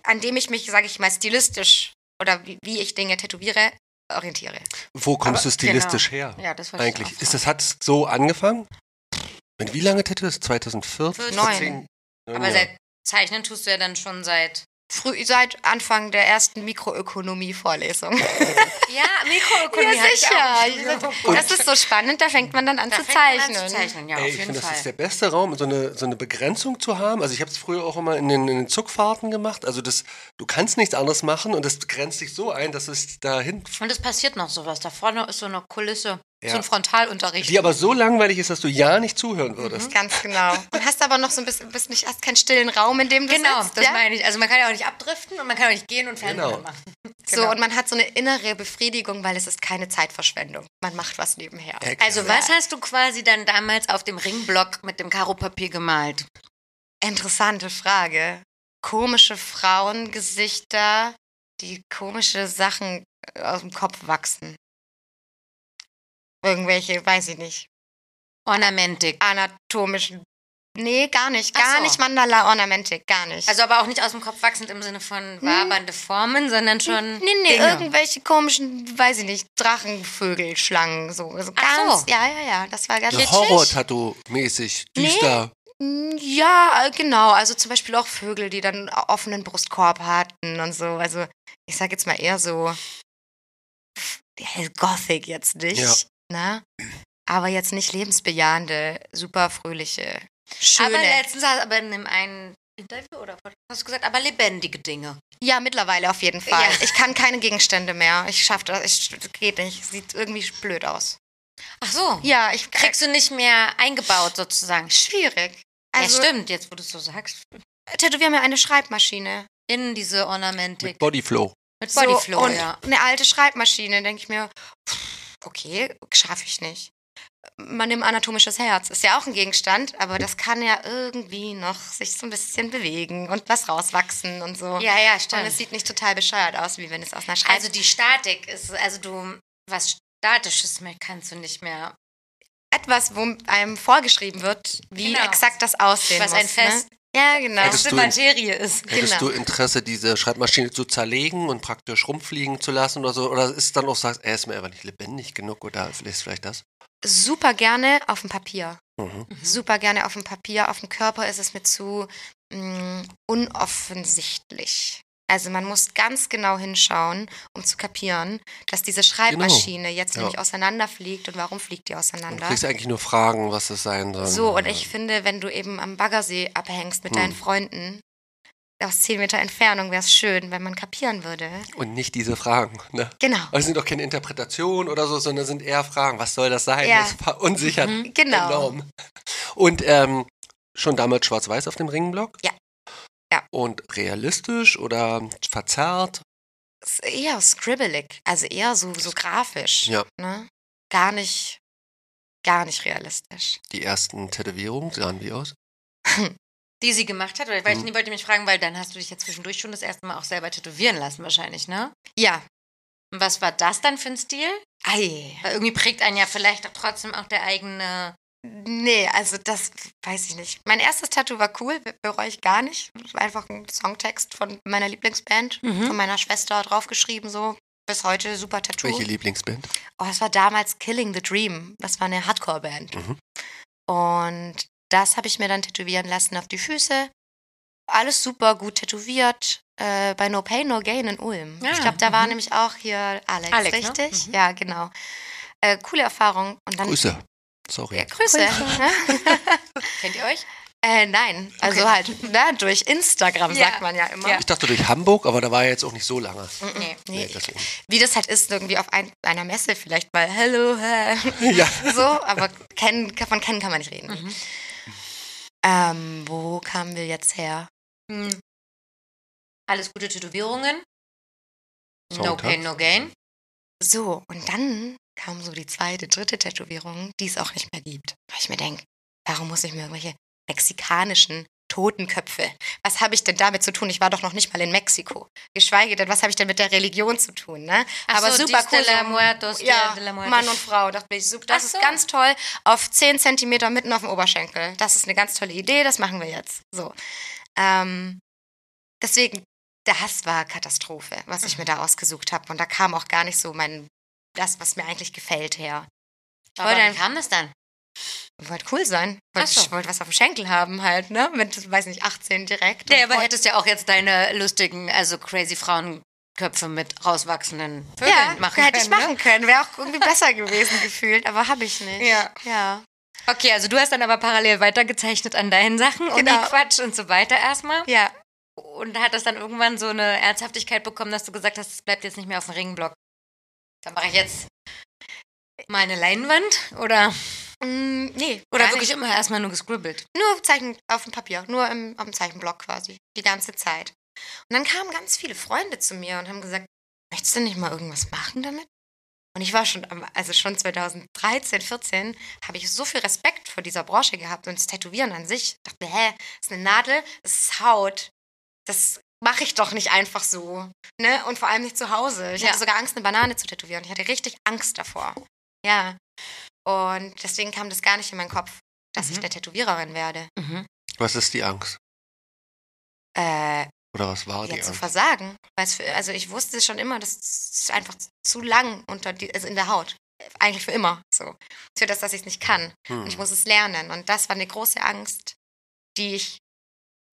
D: an dem ich mich, sage ich mal, stilistisch oder wie, wie ich Dinge tätowiere, orientiere.
C: Wo kommst
A: Aber-
C: du stilistisch her?
A: Ja, das wollte ich
C: Eigentlich.
A: auch
C: Ist das, hat es so angefangen? Mit wie lange tätowierst du? 2014?
D: Neun.
A: fragen. Aber seit Zeichnen tust du ja dann schon seit.
D: Früh, seit Anfang der ersten Mikroökonomie-Vorlesung.
A: Ja, Mikroökonomie hatte ich auch im Studium.
C: Und-
D: das ist so spannend, da fängt man dann an,
A: Da
D: zu,
A: fängt man
D: zeichnen.
A: An zu zeichnen. Ja,
C: Ey,
A: auf
C: ich
A: jeden
C: finde, das ist
A: Fall.
C: der beste Raum, so eine, so eine Begrenzung zu haben. Also ich habe es früher auch immer in den, in den Zugfahrten gemacht. Also das, du kannst nichts anderes machen und das grenzt dich so ein, dass es dahin.
A: Und es passiert noch sowas. Da vorne ist so eine Kulisse, so
C: Ja.
A: ein Frontalunterricht.
C: Die aber so langweilig ist, dass du ja nicht
A: Mhm.
C: zuhören würdest.
D: Ganz genau. Und hast aber noch so ein bisschen, bist nicht, hast keinen stillen Raum, in dem du
A: Genau,
D: sitzt.
A: das
D: ja?
A: meine ich. Also man kann ja auch nicht abdriften und man kann auch nicht gehen und Fernsehen
C: Genau.
A: machen.
D: So, und man hat so eine innere Befriedigung, weil es ist keine Zeitverschwendung. Man macht was nebenher.
C: Exakt.
A: Also was hast du quasi dann damals auf dem Ringblock mit dem Karopapier gemalt?
D: Interessante Frage. Komische Frauengesichter, die komische Sachen äh, aus dem Kopf wachsen. Irgendwelche, weiß ich nicht,
A: Ornamentik.
D: anatomischen. Nee, gar nicht.
A: Ach
D: Gar
A: so.
D: nicht Mandala-Ornamentik, gar nicht.
A: Also aber auch nicht aus dem Kopf wachsend im Sinne von wabernde Formen, sondern schon
D: Nee, nee,
A: Dinge.
D: irgendwelche komischen, weiß ich nicht, Drachenvögel, Schlangen, so. Also
A: Ach
D: ganz,
A: so.
D: ja, ja, ja, das war ganz
C: So Horror-Tattoo-mäßig, düster.
D: Mm, Ja, äh, genau. Also zum Beispiel auch Vögel, die dann einen offenen Brustkorb hatten und so. Also ich sag jetzt mal eher so pff, ja, Gothic jetzt nicht,
C: Ja.
D: ne? Aber jetzt nicht lebensbejahende, super fröhliche, schöne.
A: aber letztens hast aber in einem einen Interview oder Podcast hast du gesagt, aber lebendige Dinge.
D: ja, mittlerweile auf jeden Fall.
A: Ja.
D: Ich kann keine Gegenstände mehr. Ich schaff das, ich, das geht nicht. Sieht irgendwie blöd aus.
A: Ach so.
D: Ja, ich krieg's
A: Kriegst du nicht mehr eingebaut sozusagen.
D: schwierig. Also
A: ja, stimmt, jetzt wo du es so sagst.
D: tätowier mir eine Schreibmaschine.
A: In diese Ornamentik.
C: Mit Bodyflow.
A: Mit
D: so, und eine alte Schreibmaschine, denke ich mir, pff, okay, schaffe ich nicht. Man nimmt anatomisches Herz, ist ja auch ein Gegenstand, aber das kann ja irgendwie noch sich so ein bisschen bewegen und was rauswachsen und so.
A: Ja, ja,
D: und
A: stimmt.
D: es sieht nicht total bescheuert aus, wie wenn es aus einer Schreib...
A: Also die Statik ist, also du, was Statisches mehr kannst du nicht mehr.
D: etwas, wo einem vorgeschrieben wird, wie
A: Genau.
D: exakt das aussehen
A: Was
D: muss.
A: ein Fest-
D: Ne? Ja, genau.
C: Hättest
A: Feste
C: du-
A: Materie ist.
C: Hättest
D: Genau.
C: du Interesse, diese Schreibmaschine zu zerlegen und praktisch rumfliegen zu lassen oder so? Oder ist dann auch sagst, er ist mir einfach nicht lebendig genug oder ist vielleicht das?
D: Super gerne auf dem Papier.
C: Mhm.
D: super gerne auf dem Papier. Auf dem Körper ist es mir zu mh, unoffensichtlich. Also man muss ganz genau hinschauen, um zu kapieren, dass diese Schreibmaschine jetzt
C: Genau. Ja.
D: nämlich auseinanderfliegt und warum fliegt die
C: Und
D: auseinander?
C: kriegst eigentlich nur Fragen, was es sein soll.
D: So, und ich finde, wenn du eben am Baggersee abhängst mit
C: Hm.
D: deinen Freunden, aus 10 Meter Entfernung wäre es schön, wenn man kapieren würde.
C: Und nicht diese Fragen, ne?
D: Genau.
C: Also sind auch keine Interpretationen oder so, sondern sind eher Fragen. Was soll das sein?
D: Ja.
C: Das verunsichert
D: Genau.
C: enorm. Und ähm, schon damals schwarz-weiß auf dem Ringblock?
D: Ja. Ja.
C: Und realistisch oder verzerrt?
D: Ist Eher scribbelig, also eher so, so grafisch.
C: Ja.
D: Ne? Gar nicht, gar nicht realistisch.
C: Die ersten Tätowierungen sahen wie aus?
A: Die sie gemacht hat, oder weil
C: Mhm.
A: ich wollte mich fragen, weil dann hast du dich ja zwischendurch schon das erste Mal auch selber tätowieren lassen wahrscheinlich, ne?
D: Ja.
A: Und was war das dann für ein Stil?
D: Ei.
A: Weil irgendwie prägt einen ja vielleicht auch trotzdem auch der eigene...
D: Nee, also das weiß ich nicht. Mein erstes Tattoo war cool, be- bereue ich gar nicht. Das war einfach ein Songtext von meiner Lieblingsband,
A: Mhm.
D: von meiner Schwester draufgeschrieben, so. Bis heute super Tattoo.
C: Welche Lieblingsband?
D: Oh, es war damals Killing the Dream. Das war eine Hardcore-Band.
C: Mhm.
D: Und das habe ich mir dann tätowieren lassen auf die Füße. Alles super gut tätowiert. Äh, bei No Pain, No Gain in Ulm.
A: Ah,
D: ich glaube, da war
A: mhm.
D: nämlich auch hier Alex,
A: Alex, ne?
D: richtig?
A: Mhm.
D: Ja, genau. Äh, coole Erfahrung. Und dann
C: Grüße. Sorry.
D: Ja, Grüße.
A: Kennt ihr euch?
D: äh, nein, also
A: Okay.
D: halt na, durch Instagram
A: Ja.
D: sagt man ja immer.
A: Ja.
C: Ich dachte durch Hamburg, aber da war ja jetzt auch nicht so lange.
A: Nee.
D: Mm, Nee.
C: deswegen.
D: Wie das halt ist, irgendwie auf ein, einer Messe vielleicht mal Hello, hä,
C: ja.
D: so, aber kennen, von kennen kann man nicht reden.
A: Mhm.
D: Ähm, wo kamen wir jetzt her?
A: Hm. Alles gute Tätowierungen. No
C: Songtext.
A: pain, no gain.
D: So, und dann kam so die zweite, dritte Tätowierung, die es auch nicht mehr gibt. Weil ich mir denke, warum muss ich mir irgendwelche mexikanischen Totenköpfe. Was habe ich denn damit zu tun? Ich war doch noch nicht mal in Mexiko. Geschweige denn, was habe ich denn mit der Religion zu tun? Ne?
A: Ach
D: Aber
A: so,
D: super
A: dies
D: cool.
A: de la
D: so-
A: muertos,
D: ja,
A: dia de la muertos.
D: Mann und Frau. Dachte ich, super, das
A: Ach so.
D: ist ganz toll. Auf 10 Zentimeter mitten auf dem Oberschenkel. Das ist eine ganz tolle Idee, das machen wir jetzt. So. Ähm, deswegen, das war Katastrophe, was ich mir da ausgesucht habe. Und da kam auch gar nicht so mein, das, was mir eigentlich gefällt, her.
A: Aber
D: Wollte
A: wie
D: einfach-
A: kam das dann?
D: Wollte cool sein. Wollte,
A: Ach so.
D: wollte was auf dem Schenkel haben halt, ne? Mit, weiß nicht, 18 direkt.
A: Ja,
D: Und
A: aber
D: wollte-
A: hättest ja auch jetzt deine lustigen, also crazy Frauenköpfe mit rauswachsenden Vögeln
D: ja,
A: machen
D: hätte
A: können. ne?
D: ich machen können. Wäre auch irgendwie besser gewesen gefühlt, aber habe ich nicht.
A: Ja.
D: Ja.
A: Ne? Okay, also du hast dann aber parallel weitergezeichnet an deinen Sachen und
D: Genau.
A: die Quatsch und so weiter erstmal.
D: Ja.
A: Und hat das dann irgendwann so eine Ernsthaftigkeit bekommen, dass du gesagt hast, es bleibt jetzt nicht mehr auf dem Ringblock. Dann mache ich jetzt mal eine Leinwand oder,
D: Mm, nee.
A: oder
D: gar
A: wirklich
D: nicht.
A: immer erstmal nur gescribbelt.
D: Nur Zeichen auf dem Papier, nur im, auf dem Zeichenblock quasi, die ganze Zeit. Und dann kamen ganz viele Freunde zu mir und haben gesagt, möchtest du nicht mal irgendwas machen damit? Und ich war schon, am- also schon 2013, 14, habe ich so viel Respekt vor dieser Branche gehabt und das Tätowieren an sich. Ich dachte, hä, das ist eine Nadel, das ist Haut. Das mache ich doch nicht einfach so. Ne? Und vor allem nicht zu Hause. Ich
A: Ja.
D: hatte sogar Angst, eine Banane zu tätowieren. Ich hatte richtig Angst davor. Ja. Und deswegen kam das gar nicht in meinen Kopf, dass ich
A: Mhm.
D: eine Tätowiererin werde.
C: Was ist die Angst?
D: Äh,
C: Oder was war
D: ja,
C: die
D: zu
C: Angst?
D: versagen. Weil es für, also ich wusste schon immer, das ist einfach zu lang unter die, also in der Haut. Eigentlich für immer so. Für das, dass ich es nicht kann. Und ich
C: Hm.
D: muss es lernen. Und das war eine große Angst, die ich,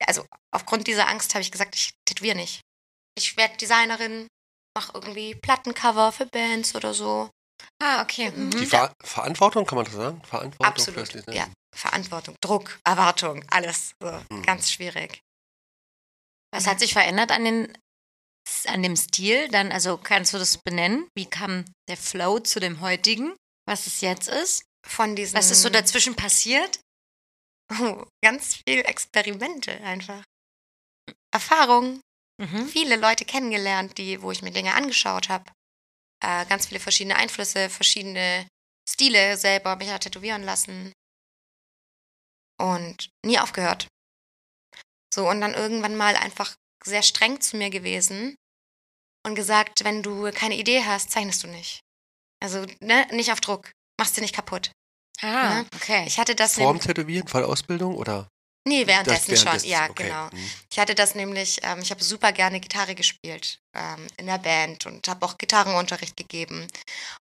D: also aufgrund dieser Angst habe ich gesagt, ich tätowiere nicht. Ich werde Designerin, mache irgendwie Plattencover für Bands oder so.
A: Ah, okay.
C: Die
A: Mhm.
C: Ver Verantwortung, ne? kann man das sagen? Verantwortung
D: Absolut,
C: fürs Design.
D: ja. Verantwortung, Druck, Erwartung, alles. So.
C: Mhm.
D: Ganz schwierig.
A: Was hat sich verändert an, den, an dem Stil? Dann, also kannst du das benennen? Wie kam der Flow zu dem heutigen? Was es jetzt ist?
D: Von diesen,
A: Was ist so dazwischen passiert?
D: Oh, ganz viel Experimente einfach. Erfahrung,
A: Mhm.
D: viele Leute kennengelernt, die, wo ich mir Dinge angeschaut habe. Äh, ganz viele verschiedene Einflüsse, verschiedene Stile selber mich auch tätowieren lassen. Und nie aufgehört. So, und dann irgendwann mal einfach sehr streng zu mir gewesen und gesagt, wenn du keine Idee hast, zeichnest du nicht. Also, ne, nicht auf Druck. Machst dir nicht kaputt.
A: Ah,
D: Ne?
A: okay.
D: Ich hatte das
C: Vorm
D: nämlich.
C: Tätowieren, vor der Ausbildung? Oder
D: Nee,
C: das
D: währenddessen schon, ja,
C: okay.
D: genau.
C: Hm.
D: Ich hatte das nämlich, ähm, ich habe super gerne Gitarre gespielt ähm, in der Band und habe auch Gitarrenunterricht gegeben.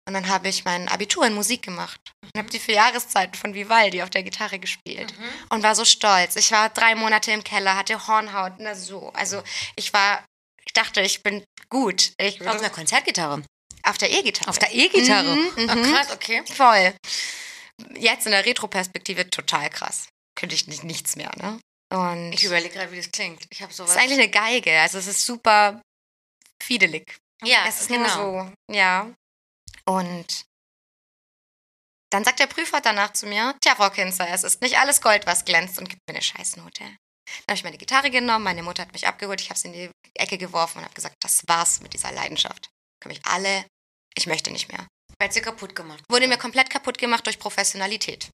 D: Und dann habe ich mein Abitur in Musik gemacht und habe die vier Jahreszeiten von Vivaldi auf der Gitarre gespielt und war so stolz. Ich war drei Monate im Keller, hatte Hornhaut, na so. Also ich war, ich dachte, ich bin gut. Ich,
A: Auf einer Konzertgitarre.
D: auf der E-Gitarre.
A: Auf der E-Gitarre.
D: Mhm,
A: Ah,
D: mhm.
A: krass, okay.
D: Voll. Jetzt in der Retroperspektive total krass. Könnte ich nicht, nichts mehr, ne? Und
A: Ich überlege gerade, wie das klingt. Ich habe
D: es
A: sowas.
D: ist eigentlich eine Geige, also es ist super fiedelig.
A: ja, genau.
D: es ist nur so, ja. Und dann sagt der Prüfer danach zu mir, tja, Frau Kinzer, es ist nicht alles Gold, was glänzt und gibt mir eine Scheißnote. Dann habe ich meine Gitarre genommen, meine Mutter hat mich abgeholt, ich habe sie in die Ecke geworfen und habe gesagt, das war's mit dieser Leidenschaft. Können mich alle, ich möchte nicht mehr.
A: Weil sie kaputt gemacht.
D: Wurde mir komplett kaputt gemacht durch Professionalität.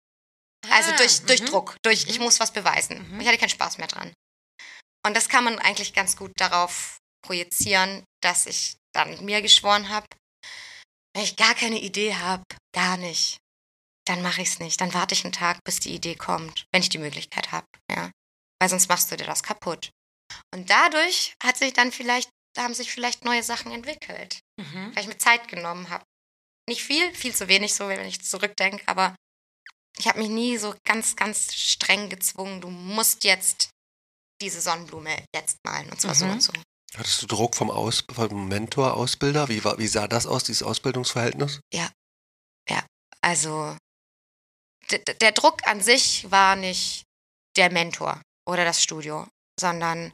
D: Also durch, durch Druck, durch ich muss was beweisen.
A: Ah, Mhm.
D: Ich hatte keinen Spaß mehr dran. Und das kann man eigentlich ganz gut darauf projizieren, dass ich dann mir geschworen habe, wenn ich gar keine Idee habe, gar nicht, dann mache ich es nicht. Dann warte ich einen Tag, bis die Idee kommt, wenn ich die Möglichkeit habe. Ja. Weil sonst machst du dir das kaputt. Und dadurch hat sich dann vielleicht, haben sich vielleicht neue Sachen entwickelt
A: Mhm.
D: weil ich mir Zeit genommen habe. Nicht viel, viel zu wenig, so wenn ich zurückdenke, aber ich habe mich nie so ganz, ganz streng gezwungen, du musst jetzt diese Sonnenblume jetzt malen und zwar so
A: Mhm.
D: und so.
C: Hattest du Druck vom, Aus vom Mentor, Ausbilder? Wie, war, wie sah das aus, dieses Ausbildungsverhältnis?
D: Also d- d- der Druck an sich war nicht der Mentor oder das Studio, sondern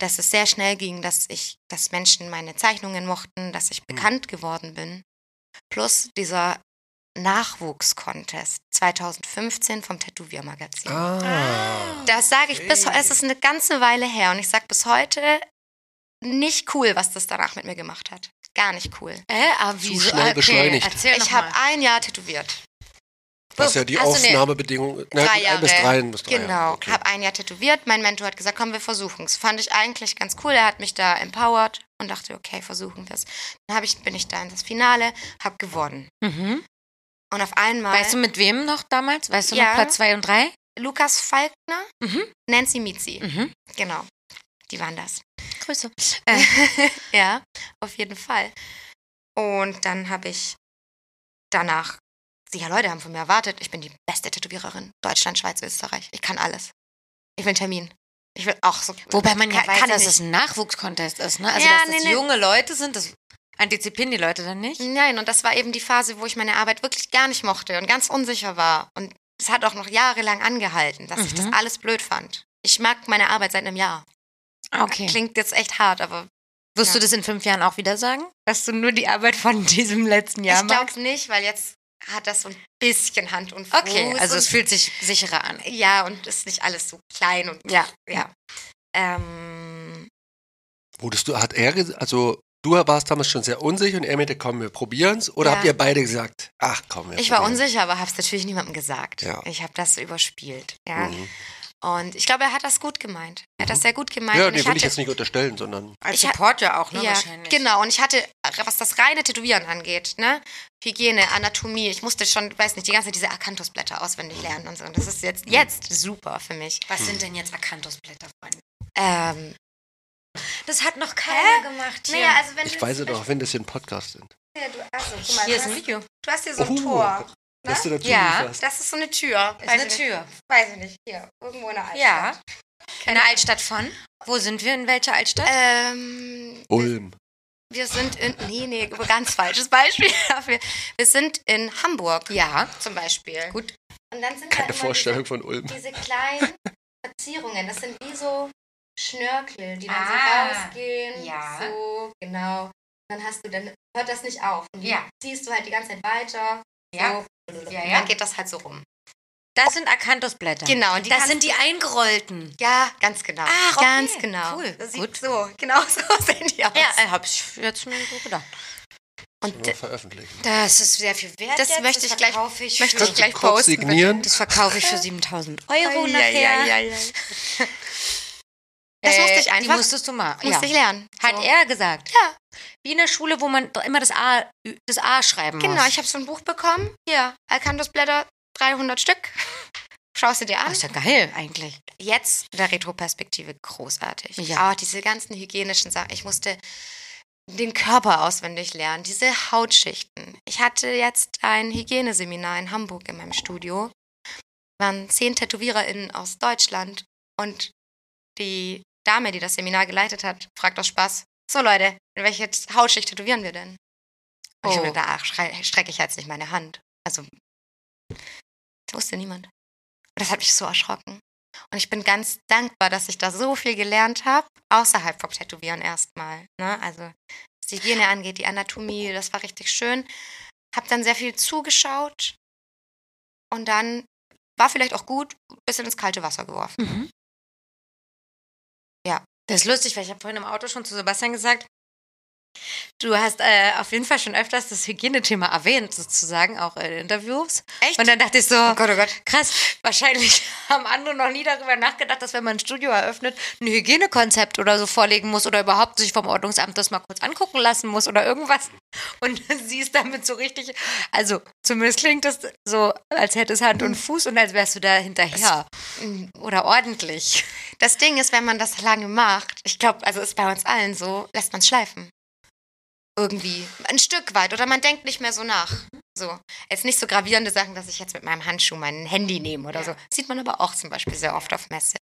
D: dass es sehr schnell ging, dass ich, dass Menschen meine Zeichnungen mochten, dass ich bekannt geworden bin. Plus dieser Nachwuchs-Contest 2015 vom Tätowiermagazin.
A: Ah.
D: Das sage ich bis heute,
C: Okay.
D: es ist eine ganze Weile her und ich sage bis heute nicht cool, was das danach mit mir gemacht hat. Gar nicht cool.
A: Äh, aber wieso?
C: schnell
A: okay.
C: beschleunigt.
A: Erzähl
D: ich
A: noch
D: habe
A: mal.
D: ein Jahr tätowiert.
C: Was ja die
D: Ach so, nee.
C: Aufnahmebedingung. Na,
D: drei
C: gut,
D: Jahre.
C: Ein bis drei, ein bis drei
D: genau.
C: Jahre. Okay.
D: Hab ein Jahr tätowiert. Mein Mentor hat gesagt, komm, wir versuchen's. Fand ich eigentlich ganz cool. Er hat mich da empowered und dachte, okay, versuchen wir's. Dann hab ich, bin ich da in das Finale, hab gewonnen.
A: Mhm.
D: Und auf einmal
A: Weißt du mit wem noch damals? Weißt du
D: Ja.
A: noch Platz zwei und drei?
D: Lukas Falkner,
A: Mhm.
D: Nancy Mizi.
A: Mhm.
D: Genau. Die waren das. Äh,
A: Grüße.
D: ja, auf jeden Fall. Und dann habe ich danach, ja, Leute haben von mir erwartet, ich bin die beste Tätowiererin. Deutschland, Schweiz, Österreich. Ich kann alles. Ich will einen Termin. Ich will auch so.
A: Wobei man ja
D: Ka-
A: weiß,
D: kann
A: dass
D: ich
A: es ein Nachwuchs-Contest ist, ne? Also
D: Ja,
A: dass das
D: nee, nee.
A: junge Leute sind, das antizipieren die Leute dann nicht.
D: Nein, und das war eben die Phase, wo ich meine Arbeit wirklich gar nicht mochte und ganz unsicher war. Und es hat auch noch jahrelang angehalten, dass ich das
A: Mhm.
D: alles blöd fand. Ich mag meine Arbeit seit einem Jahr.
A: Okay.
D: Klingt jetzt echt hart, aber
A: Wirst
D: Ja.
A: du das in fünf Jahren auch wieder sagen? Dass du nur die Arbeit von diesem letzten Jahr
D: ich
A: magst?
D: glaube nicht, weil jetzt hat das so ein bisschen Hand und Fuß.
A: Okay, also
D: und
A: es fühlt sich sicherer an.
D: Ja, und ist nicht alles so klein und
A: Ja.
D: ja. Ähm,
C: Wurdest du, hat er, ges- also du warst damals schon sehr unsicher und er meinte, komm, wir probieren's. Oder
D: Ja.
C: habt ihr beide gesagt, ach komm, wir
D: ich war
C: probieren's.
D: unsicher, aber habe es natürlich niemandem gesagt.
C: Ja.
D: Ich habe das überspielt. Ja.
C: Mhm.
D: Und ich glaube, er hat das gut gemeint. Er hat das sehr gut gemeint.
C: Ja,
D: und
C: nee,
D: ich
C: will
D: hatte,
C: ich jetzt nicht unterstellen, sondern
A: Als
D: Ich ha-
A: Support ja auch, ne?
D: ja,
A: wahrscheinlich.
D: genau. Und ich hatte, was das reine Tätowieren angeht, ne, Hygiene, Anatomie. Ich musste schon, weiß nicht, die ganze Zeit diese Akanthusblätter auswendig lernen und so. Und das ist
C: Mhm.
D: jetzt jetzt super für mich.
A: Was sind denn jetzt Akanthusblätter, Freunde?
D: Ähm,
A: Das hat noch keiner gemacht hier.
D: naja, also wenn
C: ich
D: du
C: weiß
D: jetzt
C: es
D: zum
C: auch, wenn das hier ein Podcast sind.
D: Beispiel- Du, achso, guck mal,
A: hier
D: du,
A: ist ein
D: hast,
A: Video.
D: du hast hier so ein
C: Oh,
D: Tor. ne?
C: Dass du dazu
A: Ja,
C: lieferst.
D: Das ist so eine Tür.
A: Ist
D: Weiß
A: eine
D: ich nicht.
A: Tür.
D: Weiß ich nicht. Hier, irgendwo in der Altstadt.
A: Ja. In der Altstadt von? Äh, Wo sind wir? In welcher Altstadt?
D: Ähm,
C: Ulm.
D: wir sind in. Nee, nee, ganz falsches Beispiel dafür. Wir sind in Hamburg. Ja. Zum Beispiel.
A: Gut.
D: Und dann sind
C: Keine
D: da immer
C: Vorstellung von Ulm.
D: Diese, diese kleinen Verzierungen. Das sind wie so Schnörkel, die dann
A: Ah,
D: so rausgehen.
A: ja.
D: So, genau. Und Dann hast du, dann hört das nicht auf. Und
A: Ja.
D: ziehst du halt die ganze Zeit weiter.
A: Ja.
D: So.
A: Ja,
D: Und
A: ja.
D: Dann geht das halt so rum.
A: Das sind Akanthusblätter.
D: Genau, und die
A: das
D: kannst-
A: sind die eingerollten.
D: Ja, ganz genau.
A: Ach, okay.
D: Ganz genau.
A: Cool.
D: Das
A: Gut.
D: sieht so, genau so sehen die aus.
A: äh, hab ich jetzt mir so gedacht.
D: äh, Und
C: Mal veröffentlichen.
A: Das ist sehr viel wert.
D: Das
A: jetzt.
D: möchte ich gleich-
A: verkaufe ich
D: möchte
A: für,
D: ich gleich
C: Kurz
D: posten.
C: signieren.
A: Das verkaufe ich für 7000 Euro
D: Ei,
A: nachher.
D: ei, Äh, ei, ei, ei. Das musste ich
A: Die
D: einfach.
A: musstest du mal.
D: musste ich lernen.
A: Hat
D: So.
A: er gesagt.
D: Ja.
A: Wie in der Schule, wo man immer das A, das A schreiben muss.
D: Genau, ich habe so ein Buch bekommen. Hier, Alcanthusblätter, 300 Stück. Schaust du dir
A: Oh,
D: an?
A: ist ja geil eigentlich.
D: Also, Jetzt in der Retroperspektive großartig.
A: Ja.
D: Ja. diese ganzen hygienischen Sachen. Ich musste den Körper auswendig lernen, diese Hautschichten. Ich hatte jetzt ein Hygieneseminar in Hamburg in meinem Studio. Waren zehn TätowiererInnen aus Deutschland und die Dame, die das Seminar geleitet hat, fragt aus Spaß: So Leute, in welche Hautschicht tätowieren wir denn? Und ich
A: Oh.
D: habe gedacht, ach, schrei- strecke ich jetzt nicht meine Hand. Also, das wusste niemand. Und das hat mich so erschrocken. Und ich bin ganz dankbar, dass ich da so viel gelernt habe, außerhalb vom Tätowieren erstmal. Ne? Also, was die Hygiene angeht, die Anatomie, das war richtig schön. Hab dann sehr viel zugeschaut und dann war vielleicht auch gut, ein bisschen ins kalte Wasser geworfen. Ja.
A: Das ist lustig, weil ich habe vorhin im Auto schon zu Sebastian gesagt, du hast äh, auf jeden Fall schon öfters das Hygienethema erwähnt, sozusagen, auch in Interviews.
D: Echt?
A: Und dann dachte ich so,
D: oh Gott, oh Gott.
A: krass, wahrscheinlich haben andere noch nie darüber nachgedacht, dass wenn man ein Studio eröffnet, ein Hygienekonzept oder so vorlegen muss oder überhaupt sich vom Ordnungsamt das mal kurz angucken lassen muss oder irgendwas. Und sie ist damit so richtig, also zumindest klingt das so, als hätte es
D: Hm.
A: Hand und Fuß und als wärst du da hinterher. Oder ordentlich.
D: Das Ding ist, wenn man das lange macht, ich glaube, also ist bei uns allen so, lässt man es schleifen. Irgendwie. Ein Stück weit. Oder man denkt nicht mehr so nach. So. Jetzt nicht so gravierende Sachen, dass ich jetzt mit meinem Handschuh mein Handy nehme oder so. Sieht man aber auch zum Beispiel sehr oft auf Messe.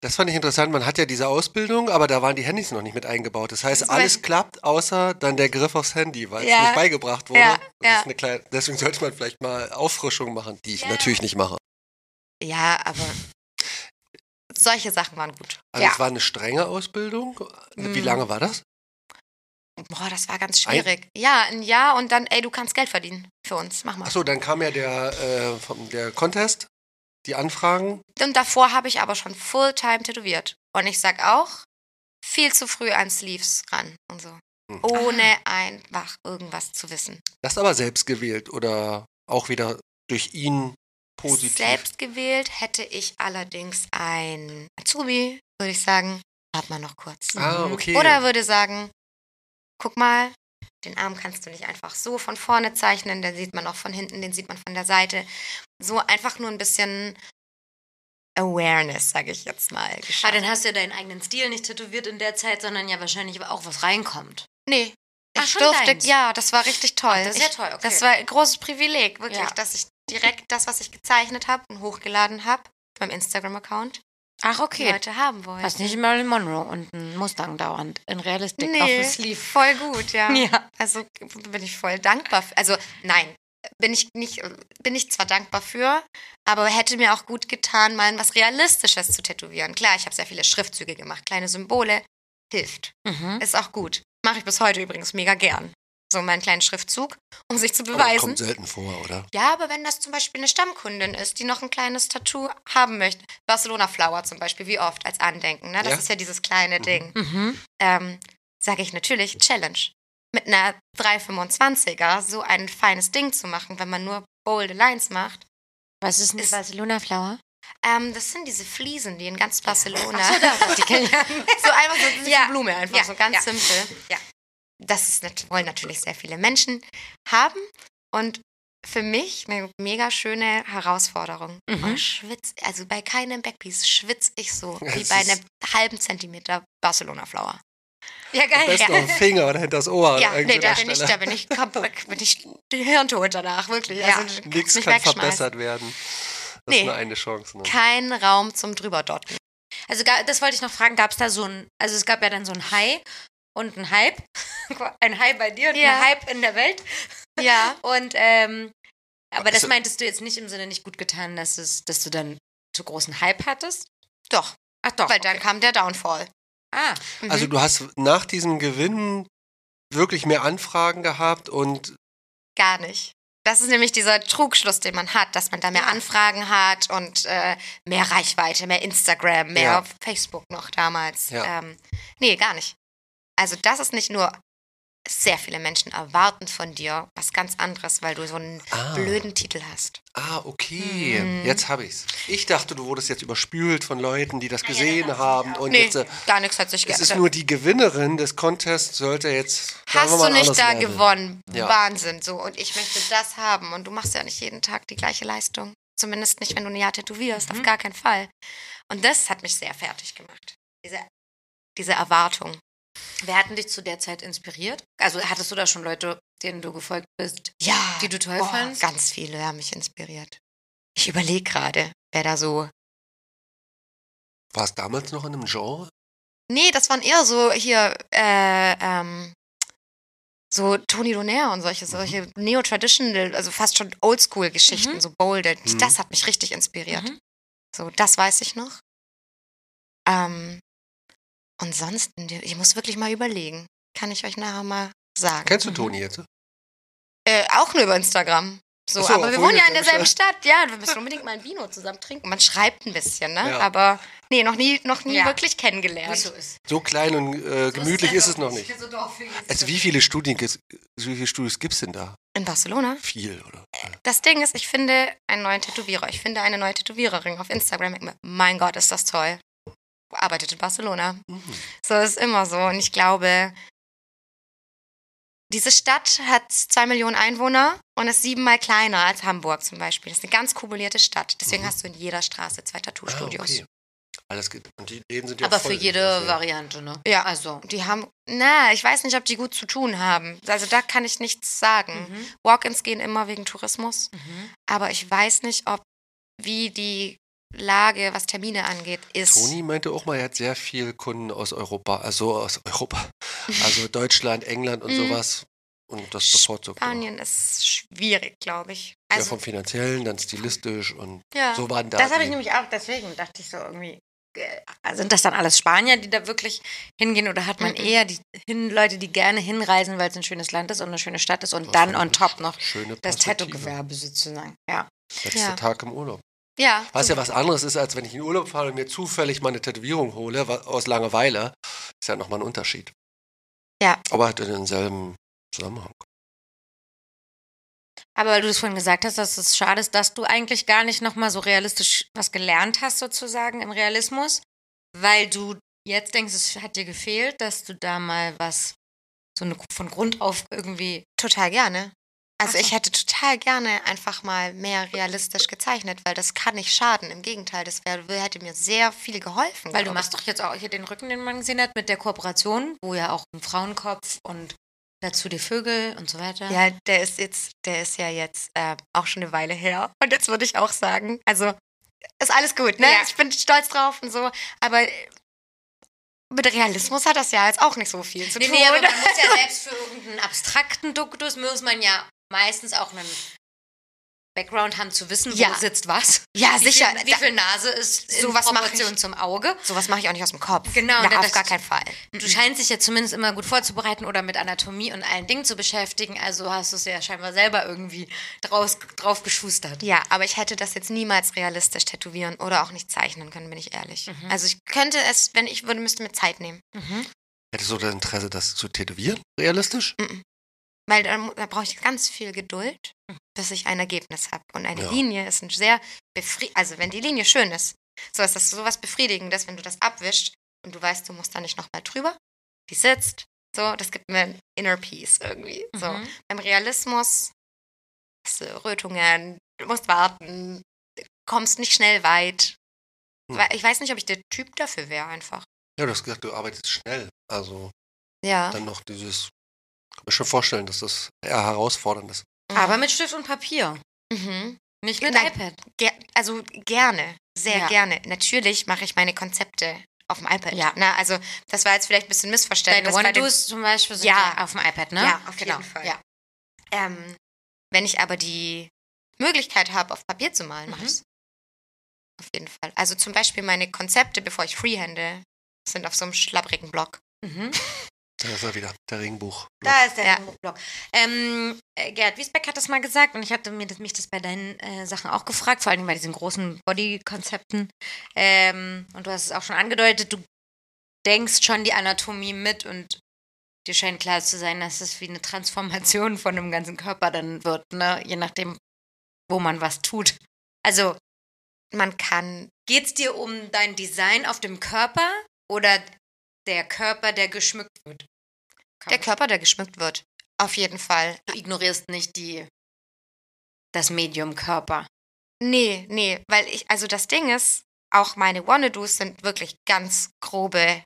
C: Das fand ich interessant. Man hat ja diese Ausbildung, aber da waren die Handys noch nicht mit eingebaut. Das heißt,
D: Das war-
C: alles klappt, außer dann der Griff aufs Handy, weil es
D: Ja.
C: nicht beigebracht wurde.
D: Ja,
C: Das
D: ja.
C: Ist eine kleine, deswegen sollte man vielleicht mal Auffrischungen machen, die ich natürlich nicht mache.
D: Ja, aber solche Sachen waren gut.
C: Also
D: ja.
C: es war eine strenge Ausbildung. Wie
D: Mm.
C: lange war das?
D: Boah, das war ganz schwierig. Ja, ein Jahr und dann, ey, du kannst Geld verdienen für uns. Mach mal.
C: Achso, dann kam ja der, äh, vom, der Contest, die Anfragen.
D: Und davor habe ich aber schon Fulltime tätowiert. Und ich sag auch, viel zu früh an Sleeves ran und so.
C: Hm.
D: Ohne einfach irgendwas zu wissen.
C: Das aber selbst gewählt oder auch wieder durch ihn Positiv.
D: Selbst gewählt hätte ich allerdings ein Azubi, würde ich sagen, warte mal noch kurz.
C: Ah, okay.
D: Mhm. Oder würde sagen, guck mal, den Arm kannst du nicht einfach so von vorne zeichnen, den sieht man auch von hinten, den sieht man von der Seite. So einfach nur ein bisschen Awareness, sage ich jetzt mal.
A: Ah,
D: geschafft.
A: dann hast du ja deinen eigenen Stil nicht tätowiert in der Zeit, sondern ja wahrscheinlich aber auch was reinkommt.
D: Nee.
A: Ach,
D: Ich
A: schon
D: durfte,
A: deins?
D: ja, das war richtig toll.
A: Ach, das ist ja
D: ich,
A: toll, okay.
D: Das war ein großes Privileg, wirklich,
A: Ja.
D: dass ich direkt das, was ich gezeichnet habe und hochgeladen habe, auf meinem Instagram-Account,
A: Ach,
D: die Leute haben wollen.
A: Hast nicht Marilyn Monroe und einen Mustang dauernd in Realistik auf
D: nee,
A: dem Sleeve.
D: voll gut, ja.
A: Ja.
D: Also bin ich voll dankbar. Für, also nein, bin ich nicht, bin ich zwar dankbar für, aber hätte mir auch gut getan, mal was Realistisches zu tätowieren. Klar, ich habe sehr viele Schriftzüge gemacht, kleine Symbole, hilft.
A: Mhm.
D: Ist auch gut. Mache ich bis heute übrigens mega gern. So meinen kleinen Schriftzug, um sich zu
C: Aber das
D: beweisen.
C: kommt selten vor, oder?
D: Ja, aber wenn das zum Beispiel eine Stammkundin ist, die noch ein kleines Tattoo haben möchte, Barcelona Flower zum Beispiel, wie oft als Andenken, ne? das
C: Ja.
D: ist ja dieses kleine Ding.
A: Mhm.
D: Ähm, Sage ich natürlich, Challenge. Mit einer 325er so ein feines Ding zu machen, wenn man nur bolde Lines macht.
A: Was ist denn
D: Ist-
A: Barcelona Flower?
D: Ähm, das sind diese Fliesen, die in ganz Barcelona.
A: Ach so, da- die kenn ich.
D: so einfach so diese
A: Ja.
D: Blume einfach,
A: Ja,
D: so ganz
A: ja.
D: simpel.
A: Ja.
D: Das ist, nat- wollen natürlich sehr viele Menschen haben und für mich eine mega schöne Herausforderung.
A: Mhm.
D: Oh, schwitz, also bei keinem Backpiece schwitze ich so wie
C: Es
D: bei
C: ist-
D: einem halben Zentimeter Barcelona Flower.
A: Ja,
C: Am besten auf den Finger oder hinter das Ohr.
D: Ah, Ja,
C: an
D: nee, da
C: irgendeiner
D: bin, ich,
C: Stelle.
D: da bin ich, komplett- bin ich hirntot danach, wirklich.
A: Ja.
D: Also, du kannst
C: Nichts
D: mich
C: kann
D: wegschmeißen.
C: verbessert werden. Das
D: Nee.
C: ist nur eine Chance. Ne?
D: Kein Raum zum drüberdotten.
A: Also ga- das wollte ich noch fragen, gab es da so ein, also es gab ja dann so ein High und ein Hype. Ein High bei dir und
D: Ja.
A: ein Hype in der Welt.
D: Ja.
A: Und ähm, aber das
C: Also-
A: meintest du jetzt nicht im Sinne nicht gut getan, dass es, dass du dann zu großen Hype hattest?
D: Doch,
A: Ach doch.
D: weil dann kam der Downfall.
A: ah,
D: Mhm.
C: Also du hast nach diesem Gewinn wirklich mehr Anfragen gehabt und
D: Gar nicht. Das ist nämlich dieser Trugschluss, den man hat, dass man da mehr
A: Ja.
D: Anfragen hat und äh, mehr Reichweite, mehr Instagram, mehr
C: Ja.
D: auf Facebook noch damals.
C: Ja.
D: Ähm, nee, gar nicht. Also das ist nicht nur, sehr viele Menschen erwarten von dir was ganz anderes, weil du so einen
C: Ah.
D: blöden Titel hast.
C: Ah, okay.
D: Mhm.
C: Jetzt habe ich's. Ich dachte, du wurdest jetzt überspült von Leuten, die das gesehen haben und
D: Nee,
C: jetzt äh,
D: gar nichts hat sich
C: es
D: geändert.
C: ist nur die Gewinnerin des Contests sollte jetzt sagen wir
D: Hast
C: mal,
D: du
C: ein
D: nicht
C: anderes
D: da
C: Level.
D: gewonnen?
C: Ja.
D: Wahnsinn, so. Und ich möchte das haben. Und du machst ja nicht jeden Tag die gleiche Leistung. Zumindest nicht, wenn du ein Jahr tätowierst.
C: Mhm.
D: Auf gar keinen Fall. Und das hat mich sehr fertig gemacht. Diese, diese Erwartung.
A: wer hat denn dich zu der Zeit inspiriert? Also hattest du da schon Leute, denen du gefolgt bist?
D: Ja.
A: Die du toll
D: boah,
A: fandst?
D: Ganz viele haben mich inspiriert. Ich überlege gerade, wer da so.
C: War es damals noch in einem Genre?
D: Nee, das waren eher so hier, äh, ähm, so Tony Donaire und solche, solche Neo-Traditional, also fast schon Oldschool-Geschichten,
A: Mhm.
D: so bolded.
C: Mhm.
D: Das hat mich richtig inspiriert.
A: Mhm.
D: So, das weiß ich noch. Ähm, und sonst, ich muss wirklich mal überlegen. Kann ich euch nachher mal sagen.
C: Kennst du Toni jetzt?
D: Äh, auch nur über Instagram. So,
C: Ach so,
D: aber wir
C: obwohl
D: wohnen ja
C: ihr
D: in
C: in
D: derselben Stadt. Ja, wir müssen unbedingt mal ein Vino zusammen trinken. Man schreibt ein bisschen, ne?
C: Ja.
D: Aber nee, noch nie, noch nie
A: Ja.
D: wirklich kennengelernt.
A: Wieso ist? Also
C: So klein und äh, gemütlich ist es noch nicht.
A: So dorfig.
C: Also wie viele Studien gibt's- wie viele Studios gibt es denn da?
D: In Barcelona?
C: Viel, oder?
D: Das Ding ist, ich finde einen neuen Tätowierer. Ich finde eine neue Tätowiererin auf Instagram. Ich denk mir, Mein Gott, ist das toll. Arbeitet in Barcelona.
C: Mhm.
D: So ist immer so. Und ich glaube, diese Stadt hat zwei Millionen Einwohner und ist siebenmal kleiner als Hamburg zum Beispiel. Das ist eine ganz kumulierte Stadt. Deswegen hast du in jeder Straße zwei
C: Mhm. Ah,
D: Tattoo-Studios.
C: okay. Alles geht. Und die Läden sind ja
A: Aber
C: voll
A: für jede
C: übrigens, ja.
A: Variante, ne?
D: Ja.
A: Also.
D: Die haben, na, ich weiß nicht, ob die gut zu tun haben. Also da kann ich nichts sagen.
A: Mhm.
D: Walk-ins gehen immer wegen Tourismus.
A: Mhm.
D: Aber ich weiß nicht, ob wie die Lage, was Termine angeht, ist.
C: Toni meinte auch mal, er hat sehr viel Kunden aus Europa, also aus Europa, also Deutschland, England und
D: Mhm.
C: sowas. Und das bevorzugt er.
D: Spanien ist schwierig, glaube ich.
C: ja,
D: Also,
C: vom finanziellen, dann stilistisch und
D: ja.
C: so waren da.
A: Das habe ich
C: die-
A: nämlich auch, deswegen dachte ich so irgendwie. äh, Sind das dann alles Spanier, die da wirklich hingehen oder hat man
D: Mhm.
A: eher die hin, Leute, die gerne hinreisen, weil es ein schönes Land ist und eine schöne Stadt ist und
C: Das
A: dann
C: war
A: on
C: eine
A: top noch
C: schöne
A: das
C: Perspektive.
A: Tattoo-Gewerbe sozusagen? Ja.
C: Letzter
D: Ja.
C: Tag im Urlaub.
D: ja.
C: Was ja was anderes ist, als wenn ich in den Urlaub fahre und mir zufällig mal eine Tätowierung hole, wa- aus Langeweile. Ist ja nochmal ein Unterschied.
D: Ja.
C: Aber hat denselben Zusammenhang.
A: Aber weil du es vorhin gesagt hast, dass es schade ist, dass du eigentlich gar nicht nochmal so realistisch was gelernt hast, sozusagen im Realismus, weil du jetzt denkst, es hat dir gefehlt, dass du da mal was so eine, von Grund auf irgendwie.
D: Total gerne. Also
A: Ach so.
D: ich hätte total gerne einfach mal mehr realistisch gezeichnet, weil das kann nicht schaden. Im Gegenteil, das wär, hätte mir sehr viel geholfen.
A: Weil du
D: glaub ich.
A: machst doch jetzt auch hier den Rücken, den man gesehen hat, mit der Kooperation, wo ja auch ein Frauenkopf und dazu die Vögel und so weiter.
D: Ja, der ist jetzt, der ist ja jetzt äh, auch schon eine Weile her. Und jetzt würde ich auch sagen, also ist alles gut, ne?
A: Ja.
D: Ich bin stolz drauf und so, aber äh, mit Realismus hat das ja jetzt auch nicht so viel zu
A: Nee,
D: tun.
A: nee, aber man muss ja selbst für irgendeinen abstrakten Duktus muss man ja meistens auch einen Background haben zu wissen, wo
D: Ja.
A: sitzt was.
D: ja,
A: Wie
D: sicher.
A: Viel, wie
D: da,
A: viel Nase ist in
D: Sowas mach
A: Proportion
D: ich.
A: zum Auge?
D: sowas mache ich auch nicht aus dem Kopf.
A: Genau,
D: Na,
A: ne,
D: auf
A: das-
D: gar keinen Fall.
A: Du scheinst dich ja zumindest immer gut vorzubereiten oder mit Anatomie und allen Dingen zu beschäftigen. Also hast du es ja scheinbar selber irgendwie draus, drauf geschustert.
D: Ja, aber ich hätte das jetzt niemals realistisch tätowieren oder auch nicht zeichnen können, bin ich ehrlich.
A: Mhm.
D: Also ich könnte es, wenn ich würde, müsste mir Zeit nehmen.
C: Hättest du das Interesse, das zu tätowieren? Realistisch?
D: Weil da, mu- da brauche ich ganz viel Geduld, bis ich ein Ergebnis habe. Und eine
C: Ja.
D: Linie ist ein sehr befri also wenn die Linie schön ist, so ist das sowas Befriedigendes, wenn du das abwischst und du weißt, du musst da nicht nochmal drüber, die sitzt. So, das gibt mir ein Inner Peace irgendwie. So.
A: Mhm.
D: Beim Realismus hast du Rötungen, du musst warten, kommst nicht schnell weit.
C: Hm.
D: Weil Ich weiß nicht, ob ich der Typ dafür wäre einfach.
C: Ja, du hast gesagt, du arbeitest schnell. Also
D: Ja.
C: dann noch dieses. Kann mir schon vorstellen, dass das eher herausfordernd ist.
A: Aber mit Stift und Papier,
D: mhm.
A: nicht mit
D: Nein.
A: iPad.
D: Ger also gerne, sehr
A: Ja.
D: gerne. Natürlich mache ich meine Konzepte auf dem iPad.
A: Ja.
D: Na, also das war jetzt vielleicht ein bisschen missverständlich.
A: Deine
D: Äh, Das war dem-
A: One-Dos zum Beispiel sind
D: Ja.
A: ja auf dem iPad, ne?
D: Ja, auf
A: Genau,
D: jeden Fall.
A: Ja.
D: Ähm, wenn ich aber die Möglichkeit habe, auf Papier zu malen, mache
A: Mhm.
D: ich es. Auf jeden Fall. Also zum Beispiel meine Konzepte, bevor ich freehande, sind auf so einem schlabbrigen Block.
A: Mhm.
C: Da ist er wieder, der Regenbuch.
A: Da ist der
D: Ja.
A: Blog. Ähm, äh, Gerd Wiesbeck hat das mal gesagt und ich hatte mir das, mich das bei deinen äh, Sachen auch gefragt, vor allem bei diesen großen Body-Konzepten. Ähm, und du hast es auch schon angedeutet, du denkst schon die Anatomie mit und dir scheint klar zu sein, dass es wie eine Transformation von dem ganzen Körper dann wird, ne? je nachdem, wo man was tut. Also
D: Man kann,
A: Geht's dir um dein Design auf dem Körper oder der Körper, der geschmückt wird?
D: der Körper, der geschmückt wird. Auf jeden Fall.
A: Du ignorierst nicht die, das Medium Körper.
D: Nee, nee, weil ich, also das Ding ist, auch meine Wannadoos sind wirklich ganz grobe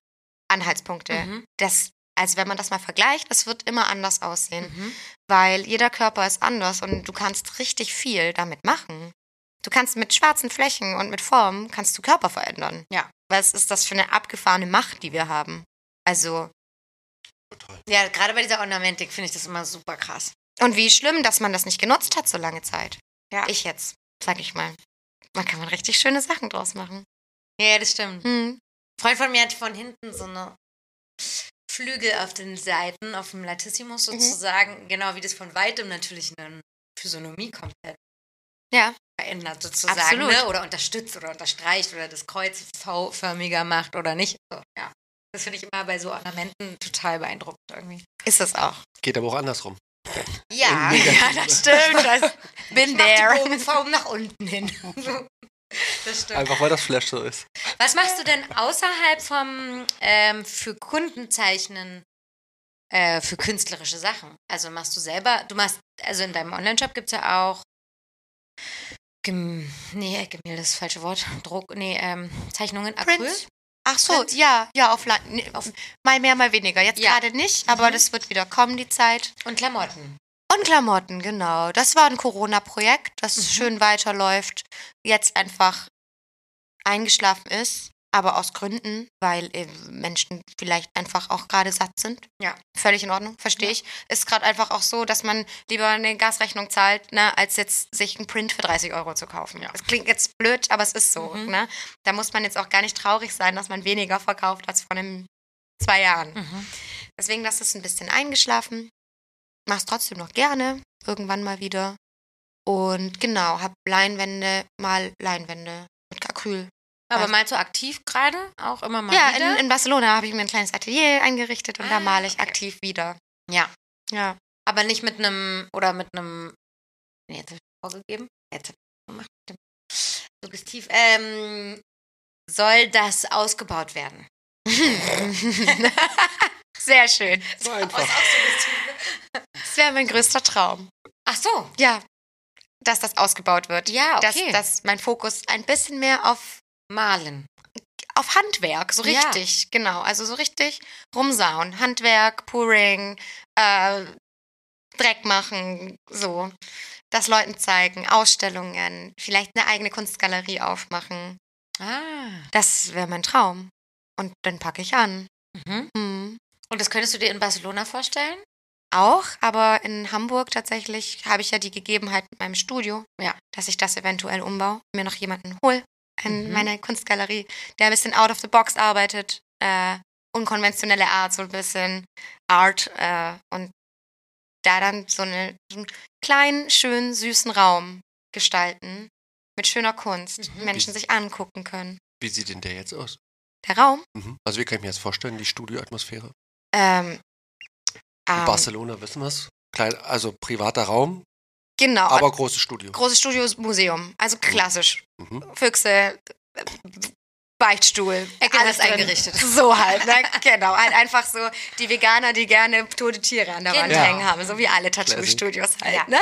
D: Anhaltspunkte.
A: Mhm.
D: das, also wenn man das mal vergleicht, es wird immer anders aussehen,
A: Mhm.
D: weil jeder Körper ist anders und du kannst richtig viel damit machen. Du kannst mit schwarzen Flächen und mit Formen kannst du Körper verändern.
A: Ja.
D: Was ist das für eine abgefahrene Macht, die wir haben? Also,
C: Toll.
A: Ja, gerade bei dieser Ornamentik finde ich das immer super krass.
D: und wie schlimm, dass man das nicht genutzt hat so lange Zeit.
A: Ja.
D: Ich jetzt, sag ich mal. Man kann man richtig schöne Sachen draus machen.
A: Ja, das stimmt.
D: Hm.
A: Ein Freund von mir hat von hinten so eine Flügel auf den Seiten, auf dem Latissimus
D: Mhm.
A: sozusagen, genau wie das von weitem natürlich eine Physiognomie komplett
D: Ja.
A: verändert sozusagen.
D: Absolut.
A: Ne? Oder unterstützt oder unterstreicht oder das Kreuz V-förmiger macht oder nicht. So, ja. Das finde ich immer bei so Ornamenten total beeindruckend irgendwie.
D: Ist es auch.
C: Geht aber auch andersrum.
A: Ja,
D: ja das stimmt. Das,
A: ich
D: been
A: mach die
D: there.
A: Bogenform nach unten hin. das stimmt.
C: Einfach weil das Flash so ist.
A: Was machst du denn außerhalb vom ähm, für Kundenzeichnen äh, für künstlerische Sachen? Also machst du selber, du machst, also in deinem Online-Shop gibt es ja auch Gem nee, Gemälde ist das falsche Wort. Druck, nee, ähm, Zeichnungen, Acryl.
D: Prints? Ach so,
A: Print?
D: ja, ja, offline. Nee, auf, mal mehr, mal weniger. Jetzt
A: Ja.
D: gerade nicht, aber
A: Mhm.
D: das wird wieder kommen, die Zeit.
A: Und Klamotten.
D: Und Klamotten, genau. Das war ein Corona-Projekt, das
A: Mhm.
D: schön weiterläuft. Jetzt einfach eingeschlafen ist, aber aus Gründen, weil äh, Menschen vielleicht einfach auch gerade satt sind.
A: Ja.
D: Völlig in Ordnung, verstehe ich. Ist gerade einfach auch so, dass man lieber eine Gasrechnung zahlt, ne, als jetzt sich einen Print für 30 Euro zu kaufen.
A: Ja.
D: Das klingt jetzt blöd, aber es ist so.
A: Mhm.
D: Ne? Da muss man jetzt auch gar nicht traurig sein, dass man weniger verkauft als vor einem zwei Jahren. Deswegen lass es ein bisschen eingeschlafen. Mach's trotzdem noch gerne, irgendwann mal wieder. Und genau, hab Leinwände, mal Leinwände mit Acryl.
A: Aber
D: Was?
A: mal so aktiv gerade, auch immer mal
D: Also ja,
A: wieder.
D: in, in Barcelona habe ich mir ein kleines Atelier eingerichtet und
A: Ah,
D: da male ich
A: okay.
D: aktiv wieder.
A: Ja.
D: Ja.
A: Aber nicht mit einem oder mit einem Nee, jetzt habe ich vorgegeben. Jetzt habe ich gemacht. Suggestiv. Ähm, soll das ausgebaut werden? Sehr schön.
C: So einfach.
D: Das wäre mein größter Traum.
A: Ach so.
D: Ja, dass das ausgebaut wird.
A: Ja,
D: dass,
A: okay.
D: dass mein Fokus ein bisschen mehr auf,
A: Malen.
D: auf Handwerk, so
A: Ja.
D: richtig, genau. Also so richtig rumsauen. Handwerk, Pouring, äh, Dreck machen, so. Das Leuten zeigen, Ausstellungen, vielleicht eine eigene Kunstgalerie aufmachen.
A: Ah.
D: Das wäre mein Traum. Und dann packe ich an.
A: Mhm.
D: Hm.
A: Und das könntest du dir in Barcelona vorstellen?
D: Auch, aber in Hamburg tatsächlich habe ich ja die Gegebenheit mit meinem Studio,
A: Ja.
D: dass ich das eventuell umbaue, mir noch jemanden hole in
A: Mhm.
D: meine Kunstgalerie, der ein bisschen out of the box arbeitet, äh, unkonventionelle Art, so ein bisschen Art äh, und da dann so, eine, so einen kleinen, schönen, süßen Raum gestalten mit schöner Kunst,
A: Mhm.
D: Menschen sich angucken können.
C: Wie sieht denn der jetzt aus?
D: Der Raum.
C: Mhm. Also wie kann ich mir das vorstellen, die Studioatmosphäre?
D: Ähm,
C: In
D: ähm,
C: Barcelona wissen wir es. Klein, also privater Raum,
D: genau.
C: aber großes Studio.
D: Großes Studio, Museum. Also klassisch.
C: Mhm.
D: Füchse, Beichtstuhl,
A: Ecke
D: alles
A: hast du
D: eingerichtet. So halt, ne? genau. Halt einfach so die Veganer, die gerne tote Tiere an der Wand
A: Genau.
D: hängen haben, so wie alle Tattoo-Studios halt, ne?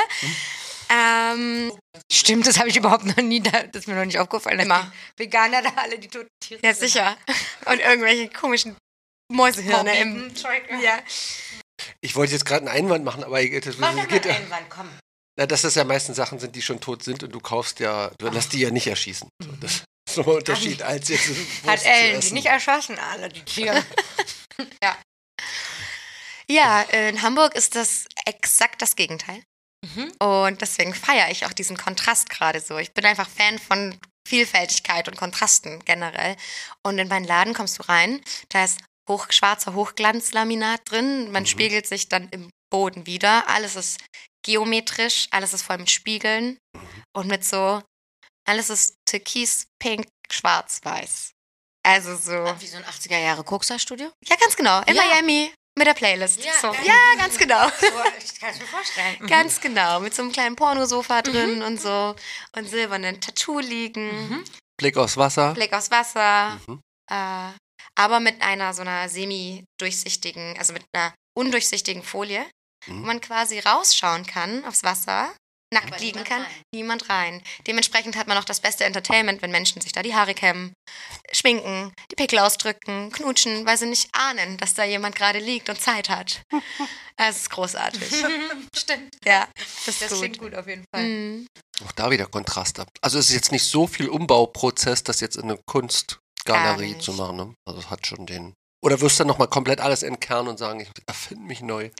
D: Ähm,
A: Stimmt, das habe ich überhaupt noch nie, da, das ist mir noch nicht aufgefallen.
D: Immer.
A: Immer. Veganer da alle die toten Tiere.
D: ja, sicher. Und irgendwelche komischen Mäusehirne
A: ne,
D: im. Ja.
C: Ich wollte jetzt gerade einen Einwand machen, aber das,
A: Mach
C: das
A: doch mal
C: geht ja.
A: irgendwann, komm.
C: Na, dass das ja meistens Sachen sind, die schon tot sind und du kaufst ja, du lässt die ja nicht erschießen. So, das ist nochmal ein Unterschied, als jetzt eine Wurst
A: Mhm. Hat
C: zu
A: Ellen die
C: essen.
A: nicht erschossen, alle die Tiere.
D: ja, äh, in Hamburg ist das exakt das Gegenteil.
A: Mhm.
D: Und deswegen feiere ich auch diesen Kontrast gerade so. Ich bin einfach Fan von Vielfältigkeit und Kontrasten generell. Und in meinen Laden kommst du rein, da ist hoch, schwarzer Hochglanzlaminat drin. Man
C: Mhm.
D: spiegelt sich dann im Boden wieder. Alles ist geometrisch, alles ist voll mit Spiegeln und mit so, alles ist türkis, pink, schwarz, weiß. Also so.
A: Wie so ein 80er-Jahre-Koksa-Studio?
D: Ja, ganz genau. In
A: Ja.
D: Miami mit der Playlist.
A: Ja, Mhm.
D: Ja, so.
A: geil.
D: ja ganz genau.
A: So, ich kann es mir vorstellen.
D: Ganz genau, mit so einem kleinen
A: Mhm.
D: Pornosofa drin und so und silbernen Tattoo liegen,
A: Mhm.
C: Blick aufs Wasser.
D: Blick aufs Wasser,
C: Mhm.
D: äh, aber mit einer so einer semi-durchsichtigen, also mit einer undurchsichtigen Folie,
C: Mhm.
D: wo man quasi rausschauen kann aufs Wasser, nackt
A: Aber
D: liegen
A: niemand
D: kann,
A: rein.
D: niemand rein. Dementsprechend hat man auch das beste Entertainment, wenn Menschen sich da die Haare kämmen, schminken, die Pickel ausdrücken, knutschen, weil sie nicht ahnen, dass da jemand gerade liegt und Zeit hat. Es ist großartig.
A: Stimmt.
D: Ja, das ist
A: Das
D: gut.
A: klingt gut auf jeden Fall.
D: Mhm.
C: Auch da wieder Kontrast ab. Also es ist jetzt nicht so viel Umbauprozess, das jetzt in eine
D: Gar
C: Kunstgalerie
D: nicht.
C: zu machen. Ne? Also es hat schon den. Oder wirst du dann nochmal komplett alles entkernen und sagen, ich erfinde mich neu.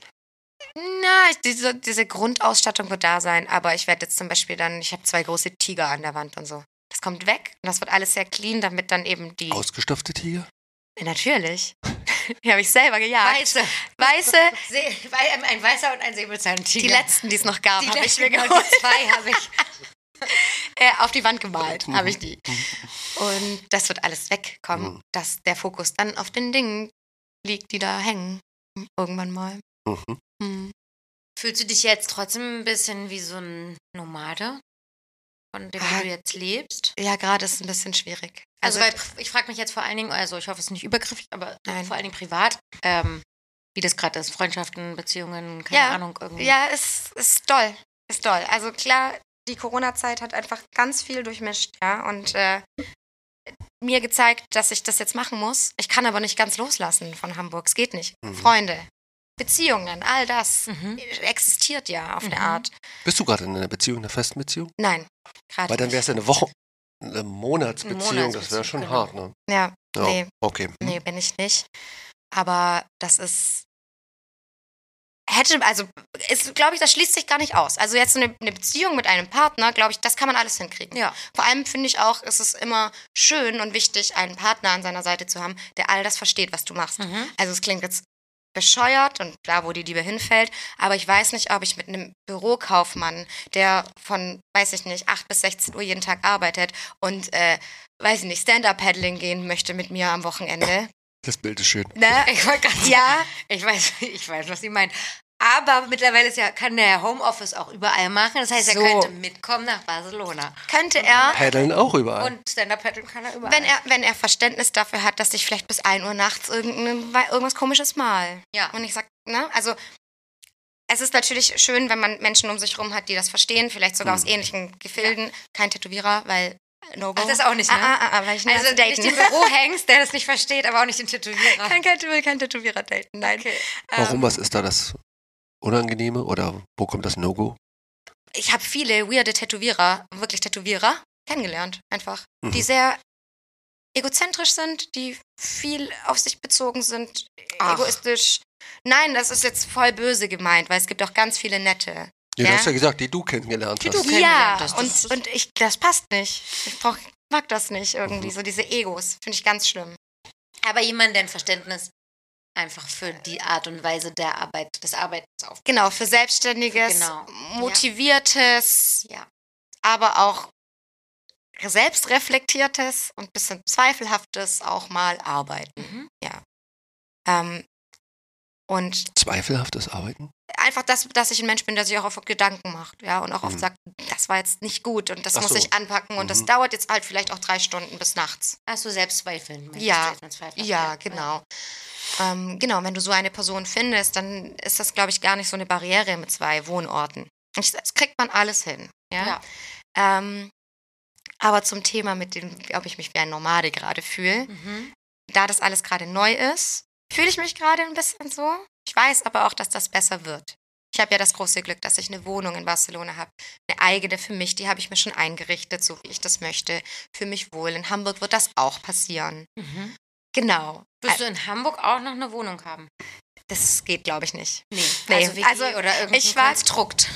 D: Na, ich, diese, diese Grundausstattung wird da sein, aber ich werde jetzt zum Beispiel dann, ich habe zwei große Tiger an der Wand und so. Das kommt weg und das wird alles sehr clean, damit dann eben die.
C: Ausgestopfte Tiger?
D: Ja, natürlich. die habe ich selber gejagt.
A: Weiße.
D: Weiße,
A: Se- wei- ähm, Ein weißer und ein Säbelzahntiger.
D: die letzten, die es noch gab,
A: Die
D: habe ich
A: letzten,
D: mir
A: genau,
D: geholt.
A: die zwei habe ich.
D: Äh, auf die Wand gemalt, habe ich die. Und das wird alles wegkommen,
C: Mhm.
D: dass der Fokus dann auf den Dingen liegt, die da hängen. Irgendwann mal.
C: Mhm.
D: Hm.
A: Fühlst du dich jetzt trotzdem ein bisschen wie so ein Nomade, von dem
D: Ah.
A: du jetzt lebst?
D: Ja, gerade ist es ein bisschen schwierig.
A: Also, weil pri- ich frage mich jetzt vor allen Dingen, also ich hoffe, es ist nicht übergriffig, aber
D: Nein.
A: vor allen Dingen privat, ähm, wie das gerade ist, Freundschaften, Beziehungen, keine
D: Ja.
A: Ahnung, irgendwie.
D: Ja, ist, ist toll. Ist toll. Also klar, die Corona-Zeit hat einfach ganz viel durchmischt, ja. Und äh, mir gezeigt, dass ich das jetzt machen muss. Ich kann aber nicht ganz loslassen von Hamburg. Es geht nicht.
C: Mhm.
D: Freunde, Beziehungen, all das
A: Mhm.
D: existiert ja auf eine
A: Mhm.
D: Art.
C: Bist du gerade in einer Beziehung, einer festen Beziehung?
D: Nein, gerade.
C: Weil dann wäre es ja eine Woche, eine Monatsbeziehung, das wäre
A: Monatsbeziehung,
C: schon
A: genau.
C: hart, ne?
D: nicht. Ja,
C: Ja,
D: nee,
C: okay. Hm.
D: nee, bin ich nicht. Aber das ist. Hätte, also, ist, glaube ich, das schließt sich gar nicht aus. Also, jetzt so eine, eine Beziehung mit einem Partner, glaube ich, das kann man alles hinkriegen.
A: Ja.
D: Vor allem finde ich auch, ist es immer schön und wichtig, einen Partner an seiner Seite zu haben, der all das versteht, was du machst.
A: Mhm.
D: Also es klingt jetzt bescheuert und da, wo die Liebe hinfällt, aber ich weiß nicht, ob ich mit einem Bürokaufmann, der von, weiß ich nicht, 8 bis 16 Uhr jeden Tag arbeitet und, äh, weiß ich nicht, Stand-Up-Paddling gehen möchte mit mir am Wochenende.
C: Das Bild ist schön.
D: ne?
A: Ich wollte gerade
D: Ja,
A: Ich weiß, ich weiß, was sie meint. Aber mittlerweile ist ja, kann der Homeoffice auch überall machen. Das heißt,
D: So.
A: er könnte mitkommen nach Barcelona.
D: Könnte er,
C: Paddeln auch überall.
A: Und Stand-Up-Paddeln kann er überall.
D: wenn er, wenn er Verständnis dafür hat, dass ich vielleicht bis 1 Uhr nachts irgendein, weil irgendwas komisches mal.
A: ja.
D: Und ich sag, ne, also es ist natürlich schön, wenn man Menschen um sich rum hat, die das verstehen, vielleicht sogar aus ähnlichen Gefilden. Kein Tätowierer, weil no go.
A: Mhm. Ach, das auch nicht, ne?
D: Ah, ah, ah, weil ich
A: Also
D: daten.
A: nicht den Bürohengst, der das nicht versteht, aber auch nicht den Tätowierer.
D: Kein, kein, will kein Tätowierer daten, nein.
A: Okay.
D: Ähm,
C: Warum, was ist da das Unangenehme oder wo kommt das No-Go?
D: ich habe viele weirde Tätowierer, wirklich Tätowierer, kennengelernt, einfach.
C: Mhm.
D: Die sehr egozentrisch sind, die viel auf sich bezogen sind,
A: Ach.
D: egoistisch. Nein, das ist jetzt voll böse gemeint, weil es gibt auch ganz viele nette.
C: Ja, du
D: Ja.
C: hast ja gesagt, die du kennengelernt
A: Die
C: hast.
A: du-
D: Ja,
A: kennengelernt hast, das
D: und,
A: ist-
D: und ich, das passt nicht. Ich brauch, mag das nicht irgendwie, so diese Egos. Finde ich ganz schlimm.
A: Aber jemand, der ein Verständnis einfach für die Art und Weise der Arbeit, des Arbeitens auf.
D: Genau, für Selbstständiges,
A: Genau.
D: Motiviertes,
A: Ja.
D: aber auch selbstreflektiertes und bisschen zweifelhaftes auch mal arbeiten.
A: Mhm.
D: Ähm, und
C: Zweifelhaftes Arbeiten?
D: einfach, dass, dass ich ein Mensch bin, der sich auch auf Gedanken macht, ja, und auch oft
C: Mhm.
D: sagt, das war jetzt nicht gut und das
C: Ach
D: muss
C: so.
D: ich anpacken und das
C: Mhm.
D: dauert jetzt halt vielleicht auch drei Stunden bis nachts.
A: Achso, Selbstzweifeln. meinst
D: Ja.
A: du, Selbstzweifeln.
D: Ja, genau. Ähm, genau, wenn du so eine Person findest, dann ist das, glaube ich, gar nicht so eine Barriere mit zwei Wohnorten. Ich, das kriegt man alles hin. Ja.
A: Ja.
D: Ähm, aber zum Thema, mit dem, ob ich mich wie ein Nomade gerade fühle,
A: Mhm.
D: da das alles gerade neu ist, fühle ich mich gerade ein bisschen so. Ich weiß aber auch, dass das besser wird. Ich habe ja das große Glück, dass ich eine Wohnung in Barcelona habe. Eine eigene für mich, die habe ich mir schon eingerichtet, so wie ich das möchte. Für mich wohl. In Hamburg wird das auch passieren.
A: Mhm.
D: Genau.
A: Wirst du in Hamburg auch noch eine Wohnung haben?
D: Das geht, glaube ich, nicht.
A: Nee.
D: Nee,
A: Also, WG
D: also
A: oder irgendein
D: ich war-
A: Konstrukt.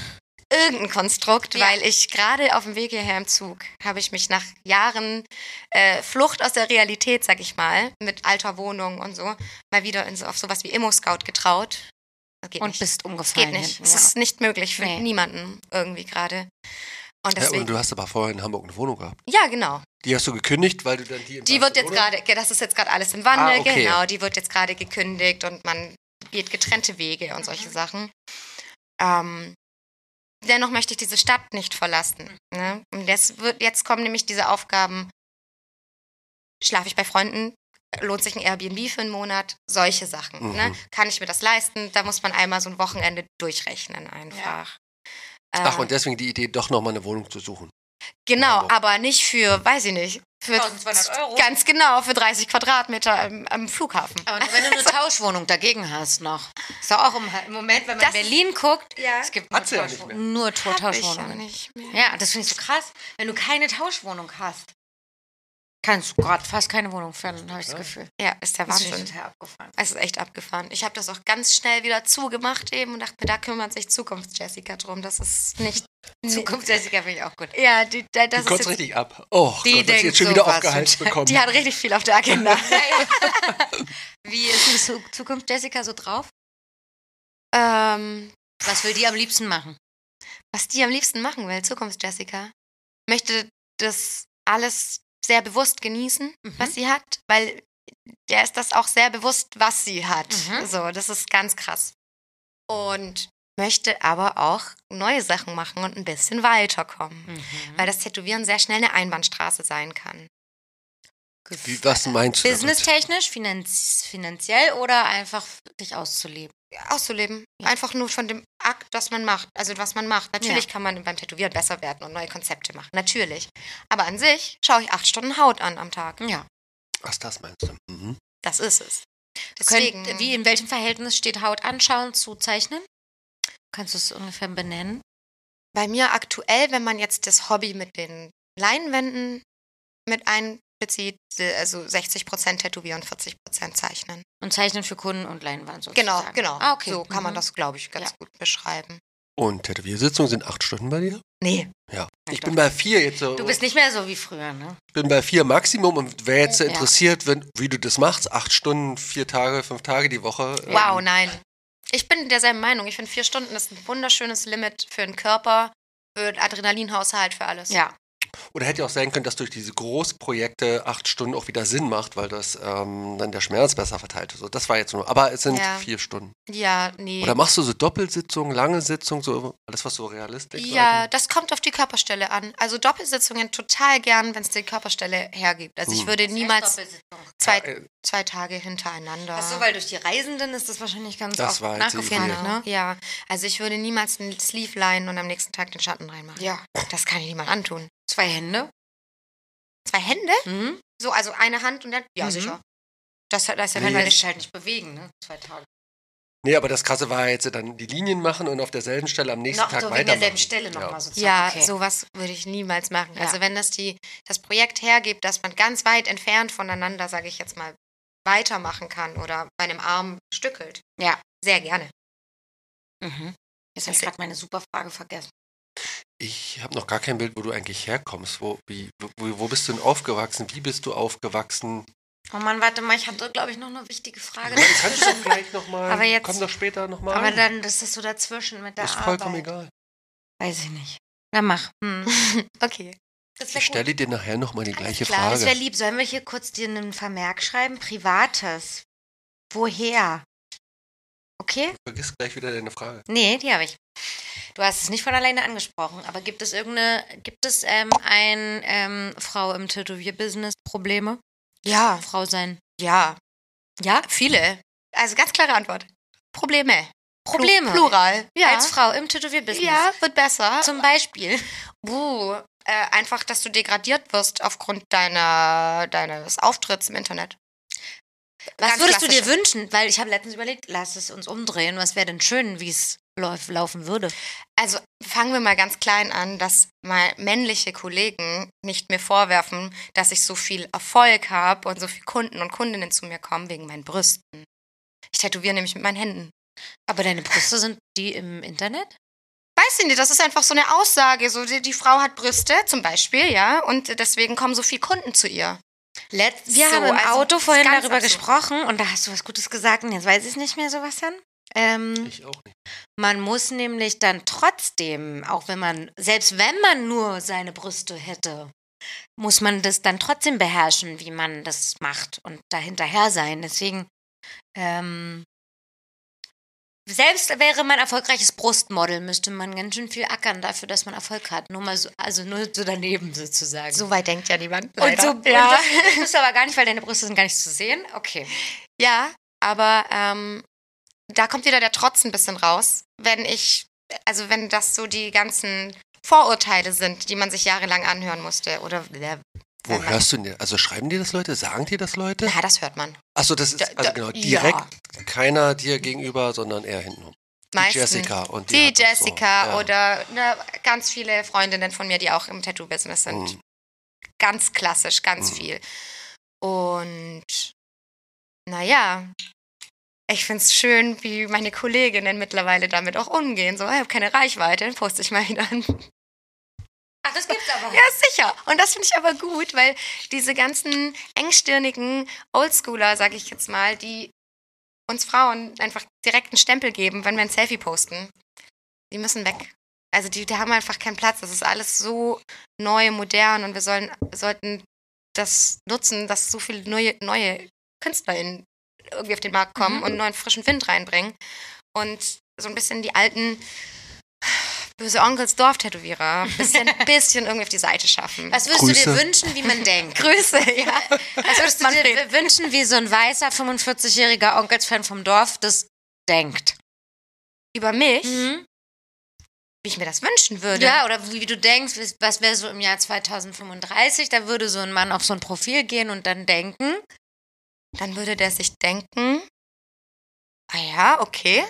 D: Irgendein Konstrukt,
A: Ja.
D: weil ich gerade auf dem Weg hierher im Zug habe ich mich nach Jahren äh, Flucht aus der Realität, sag ich mal, mit alter Wohnung und so, mal wieder in so, auf sowas wie Immo-Scout getraut. Das Geht
A: Und
D: nicht.
A: bist umgefallen.
D: Geht nicht.
A: hinten,
D: Es ist nicht möglich für
A: Nee.
D: niemanden irgendwie gerade. Und
C: Ja, und
D: deswegen.
C: du hast aber vorher in Hamburg eine Wohnung gehabt.
D: Ja, genau.
C: Die hast du gekündigt, weil du dann die in
D: Die wird jetzt
C: Barcelona-
D: gerade, das ist jetzt gerade alles im Wandel,
C: Ah, okay.
D: genau. Die wird jetzt gerade gekündigt und man geht getrennte Wege und solche Sachen. Ähm, dennoch möchte ich diese Stadt nicht verlassen. Ne? Und das wird, jetzt kommen nämlich diese Aufgaben: Schlafe ich bei Freunden? Lohnt sich ein Airbnb für einen Monat? Solche Sachen.
C: Mhm.
D: Ne? Kann ich mir das leisten? Da muss man einmal so ein Wochenende durchrechnen, einfach.
C: Ach,
D: Ähm,
C: und deswegen die Idee, doch nochmal eine Wohnung zu suchen.
D: Genau,
C: Hamburg.
D: aber nicht für, weiß ich nicht, für
A: 1200 Euro.
D: Ganz genau, für 30 Quadratmeter am, am Flughafen.
A: Aber wenn du
D: Also-
A: eine Tauschwohnung dagegen hast noch. Ist doch auch im, im Moment, wenn man
D: Das-
A: Berlin guckt,
D: Ja.
A: es gibt
C: Hat sie
A: nur,
C: ja nicht
A: Tauschwohn-
C: mehr.
A: nur Tor-
D: Hab ich ja
A: Tauschwohnungen.
D: nicht mehr.
A: Ja, das finde ich so krass. Wenn du keine Tauschwohnung hast, kannst du gerade fast keine Wohnung finden, habe ich das Gefühl.
D: Ja, ist der
A: Das finde ich
D: Wahnsinn.
A: total abgefahren.
D: Es ist echt abgefahren. Ich habe das auch ganz schnell wieder zugemacht eben und dachte mir, da kümmert sich Zukunfts-Jessica drum. Das ist nicht...
A: Zukunft Jessica finde ich auch gut.
D: Ja, die, da-
C: Die
D: das
C: kotzt
D: ist jetzt,
C: richtig ab. Oh,
A: Die
C: Gott, das ist
A: denkt
C: jetzt schon wieder
A: sowas
C: aufgeheizt
A: und-
C: bekommen.
D: die hat richtig viel auf der
A: Genau.
D: Agenda.
A: Wie ist denn Zu- Zukunft Jessica so drauf?
D: ähm,
A: Was will die am liebsten machen?
D: was die am liebsten machen will, Zukunfts-Jessica, möchte das alles sehr bewusst genießen,
A: Mhm.
D: was sie hat, weil der ist das auch sehr bewusst, was sie hat.
A: Mhm.
D: So, das ist ganz krass. Und möchte aber auch neue Sachen machen und ein bisschen weiterkommen,
A: Mhm.
D: weil das Tätowieren sehr schnell eine Einbahnstraße sein kann.
C: Wie, was meinst du? damit?
A: Businesstechnisch, finanz finanziell oder einfach dich auszuleben?
D: Auszuleben. Einfach nur von dem Akt, was man macht. Also, was man macht. Natürlich kann man beim Tätowieren besser werden und neue Konzepte machen. Natürlich. Aber an sich schaue ich acht Stunden Haut an am Tag.
A: Ja.
C: Ach, das meinst du. Mhm.
D: Das ist es.
A: Deswegen.
D: Deswegen.
A: wie, in welchem Verhältnis steht Haut anschauen zu zeichnen? Kannst du es ungefähr benennen?
D: Bei mir aktuell, wenn man jetzt das Hobby mit den Leinwänden mit einbezieht, also 60% tätowieren, 40% zeichnen.
A: Und zeichnen für Kunden und Leinwand
D: Genau,
A: sozusagen.
D: genau.
A: Ah, okay.
D: So kann man
A: Mhm.
D: das, glaube ich, ganz
A: Ja.
D: gut beschreiben.
C: Und Tätowiersitzungen sind acht Stunden bei dir?
D: Nee.
C: Ja. Ich
A: doch.
C: bin bei vier jetzt so.
A: Du bist nicht mehr so wie früher, ne?
C: bin bei vier Maximum und wäre jetzt so
A: Ja.
C: interessiert, wenn, wie du das machst, acht Stunden, vier Tage, fünf Tage die Woche. ähm,
D: Wow, ne? nein. Ich bin derselben Meinung. Ich finde, vier Stunden ist ein wunderschönes Limit für den Körper, für den Adrenalinhaushalt, für alles.
A: Ja.
C: Oder hätte ja auch sein können, dass durch diese Großprojekte acht Stunden auch wieder Sinn macht, weil das ähm, dann der Schmerz besser verteilt ist. So, das war jetzt nur. Aber es sind
D: Ja.
C: vier Stunden.
D: Ja, nee.
C: Oder machst du so Doppelsitzungen, lange Sitzungen, so alles, was so realistisch ist?
D: Ja, das kommt auf die Körperstelle an. Also Doppelsitzungen total gern, wenn es die Körperstelle hergibt. Also ich
C: Hm.
D: würde niemals zwei,
C: äh,
D: zwei Tage hintereinander.
A: Achso, weil durch die Reisenden ist das wahrscheinlich ganz
C: Das
A: oft
C: war jetzt die
A: nachgefragt,
C: Idee.
D: genau.
A: ne?
D: Ja, also ich würde niemals einen Sleeve leihen und am nächsten Tag den Schatten reinmachen.
A: Ja.
D: Das kann ich niemand antun.
A: Zwei Hände.
D: Zwei Hände?
A: Mhm.
D: So, also eine Hand und dann. Ja,
A: Mhm.
D: sicher. Das, das ist ja
C: Nee.
A: Weil
D: keine
A: die sich halt nicht bewegen, ne? Zwei Tage.
C: Nee, aber das Krasse war jetzt dann die Linien machen und auf derselben Stelle am nächsten
A: Noch
C: Tag
A: so wegen
C: weitermachen.
A: derselben Stelle
C: Ja.
A: nochmal sozusagen.
D: Ja,
A: okay.
D: sowas würde ich niemals machen.
A: Ja.
D: Also wenn das die, das Projekt hergibt, dass man ganz weit entfernt voneinander, sage ich jetzt mal, weitermachen kann oder bei einem Arm stückelt.
A: Ja.
D: Sehr gerne.
A: Mhm. Jetzt habe ich gerade meine super Frage vergessen.
C: Ich habe noch gar kein Bild, wo du eigentlich herkommst. Wo, wie, wo, wo bist du denn aufgewachsen? Wie bist du aufgewachsen?
A: Oh Mann, warte mal, ich hatte, glaube ich, noch eine wichtige Frage.
C: Kannst du doch gleich nochmal.
A: Aber jetzt-
C: Komm doch später nochmal.
A: Aber dann, das ist so dazwischen mit der
C: Ist
A: Arbeit.
C: vollkommen egal.
A: Weiß ich nicht. Na mach. Hm.
D: Okay.
A: Das wär
C: Ich
A: gut.
C: stelle dir nachher nochmal die
A: Alles
C: gleiche
A: klar, Das wäre
C: Frage.
A: lieb. Sollen wir hier kurz dir einen Vermerk schreiben? Privates. Woher? Okay?
C: Vergiss gleich wieder deine Frage.
A: Nee, die habe ich. Du hast es nicht von alleine angesprochen, aber gibt es irgendeine, gibt es ähm, ein ähm, Frau im Tätowierbusiness Probleme?
D: Ja,
A: Frau sein.
D: ja. Ja, viele. Also ganz klare Antwort. Probleme. Plu-
A: Probleme.
D: Plural. Ja.
A: Als Frau im Tätowierbusiness.
D: ja, wird besser.
A: Zum Beispiel.
D: Buh, äh, einfach, dass du degradiert wirst aufgrund deiner, deines Auftritts im Internet.
A: Was
D: Ganz
A: würdest du
D: klassisch.
A: dir wünschen? Weil ich habe letztens überlegt, lass es uns umdrehen. Was wäre denn schön, wie es läuf, laufen würde?
D: Also fangen wir mal ganz klein an, dass mal männliche Kollegen nicht mir vorwerfen, dass ich so viel Erfolg habe und so viele Kunden und Kundinnen zu mir kommen wegen meinen Brüsten. Ich tätowiere nämlich mit meinen Händen.
A: Aber deine Brüste sind die im Internet?
D: Weiß ich nicht, das ist einfach so eine Aussage. So, die, die Frau hat Brüste zum Beispiel, ja, und deswegen kommen so viele Kunden zu ihr.
A: Letzt, wir
D: So,
A: haben im
D: also,
A: Auto
D: das ist
A: vorhin
D: ganz
A: darüber
D: absurd.
A: gesprochen und da hast du was Gutes gesagt und jetzt weiß ich es nicht mehr, Sebastian. Ähm,
C: Ich auch nicht.
A: man muss nämlich dann trotzdem, auch wenn man, selbst wenn man nur seine Brüste hätte, muss man das dann trotzdem beherrschen, wie man das macht und dahinterher sein. Deswegen, ähm, selbst wäre man erfolgreiches Brustmodel, müsste man ganz schön viel ackern dafür, dass man Erfolg hat. Nur mal so, also nur so daneben sozusagen.
D: So weit denkt ja niemand.
A: Und so,
D: Leider.
A: und
D: ja.
A: das das bist du aber gar nicht, weil deine Brüste sind gar nicht zu sehen. Okay.
D: Ja, aber ähm, da kommt wieder der Trotz ein bisschen raus, wenn ich, also wenn das so die ganzen Vorurteile sind, die man sich jahrelang anhören musste. Oder ja,
C: Wo hörst du denn? die- Also schreiben dir das Leute? Sagen dir das Leute?
D: na, das hört man.
C: Achso, das
D: Da-
C: ist also
D: da-
C: genau
D: ja.
C: direkt keiner dir gegenüber, sondern eher hintenrum. Die
D: Meistens.
C: Jessica und die,
D: Die
C: hat das
D: Jessica
C: so. ja.
D: oder ne, ganz viele Freundinnen von mir, die auch im Tattoo-Business sind.
C: Mhm.
D: Ganz klassisch, ganz
C: Mhm.
D: viel. Und naja, ich finde es schön, wie meine Kolleginnen mittlerweile damit auch umgehen. So, ich habe keine Reichweite, dann poste ich mal wieder ein
A: Ach, das gibt's aber.
D: Ja, sicher. Und das finde ich aber gut, weil diese ganzen engstirnigen Oldschooler, sage ich jetzt mal, die uns Frauen einfach direkt einen Stempel geben, wenn wir ein Selfie posten, die müssen weg. Also die, die haben einfach keinen Platz. Das ist alles so neu, modern und wir sollen, sollten das nutzen, dass so viele neue, neue KünstlerInnen irgendwie auf den Markt kommen
A: Mhm.
D: und neuen frischen Wind reinbringen. Und so ein bisschen die alten böse Onkels Dorftätowierer ein bisschen, bisschen irgendwie auf die Seite schaffen.
A: Was würdest du dir
B: Grüße.
A: wünschen, wie man denkt?
D: Grüße, ja.
A: Was würdest du dir w- wünschen, wie so ein weißer 45-jähriger Onkelsfan vom Dorf das denkt?
D: Über mich, wie ich mir das wünschen würde.
A: Mhm. Ja, oder wie, wie du denkst, was- was wäre so im Jahr 2035? Da würde so ein Mann auf so ein Profil gehen und dann denken.
D: Dann würde der sich denken, ah ja, okay.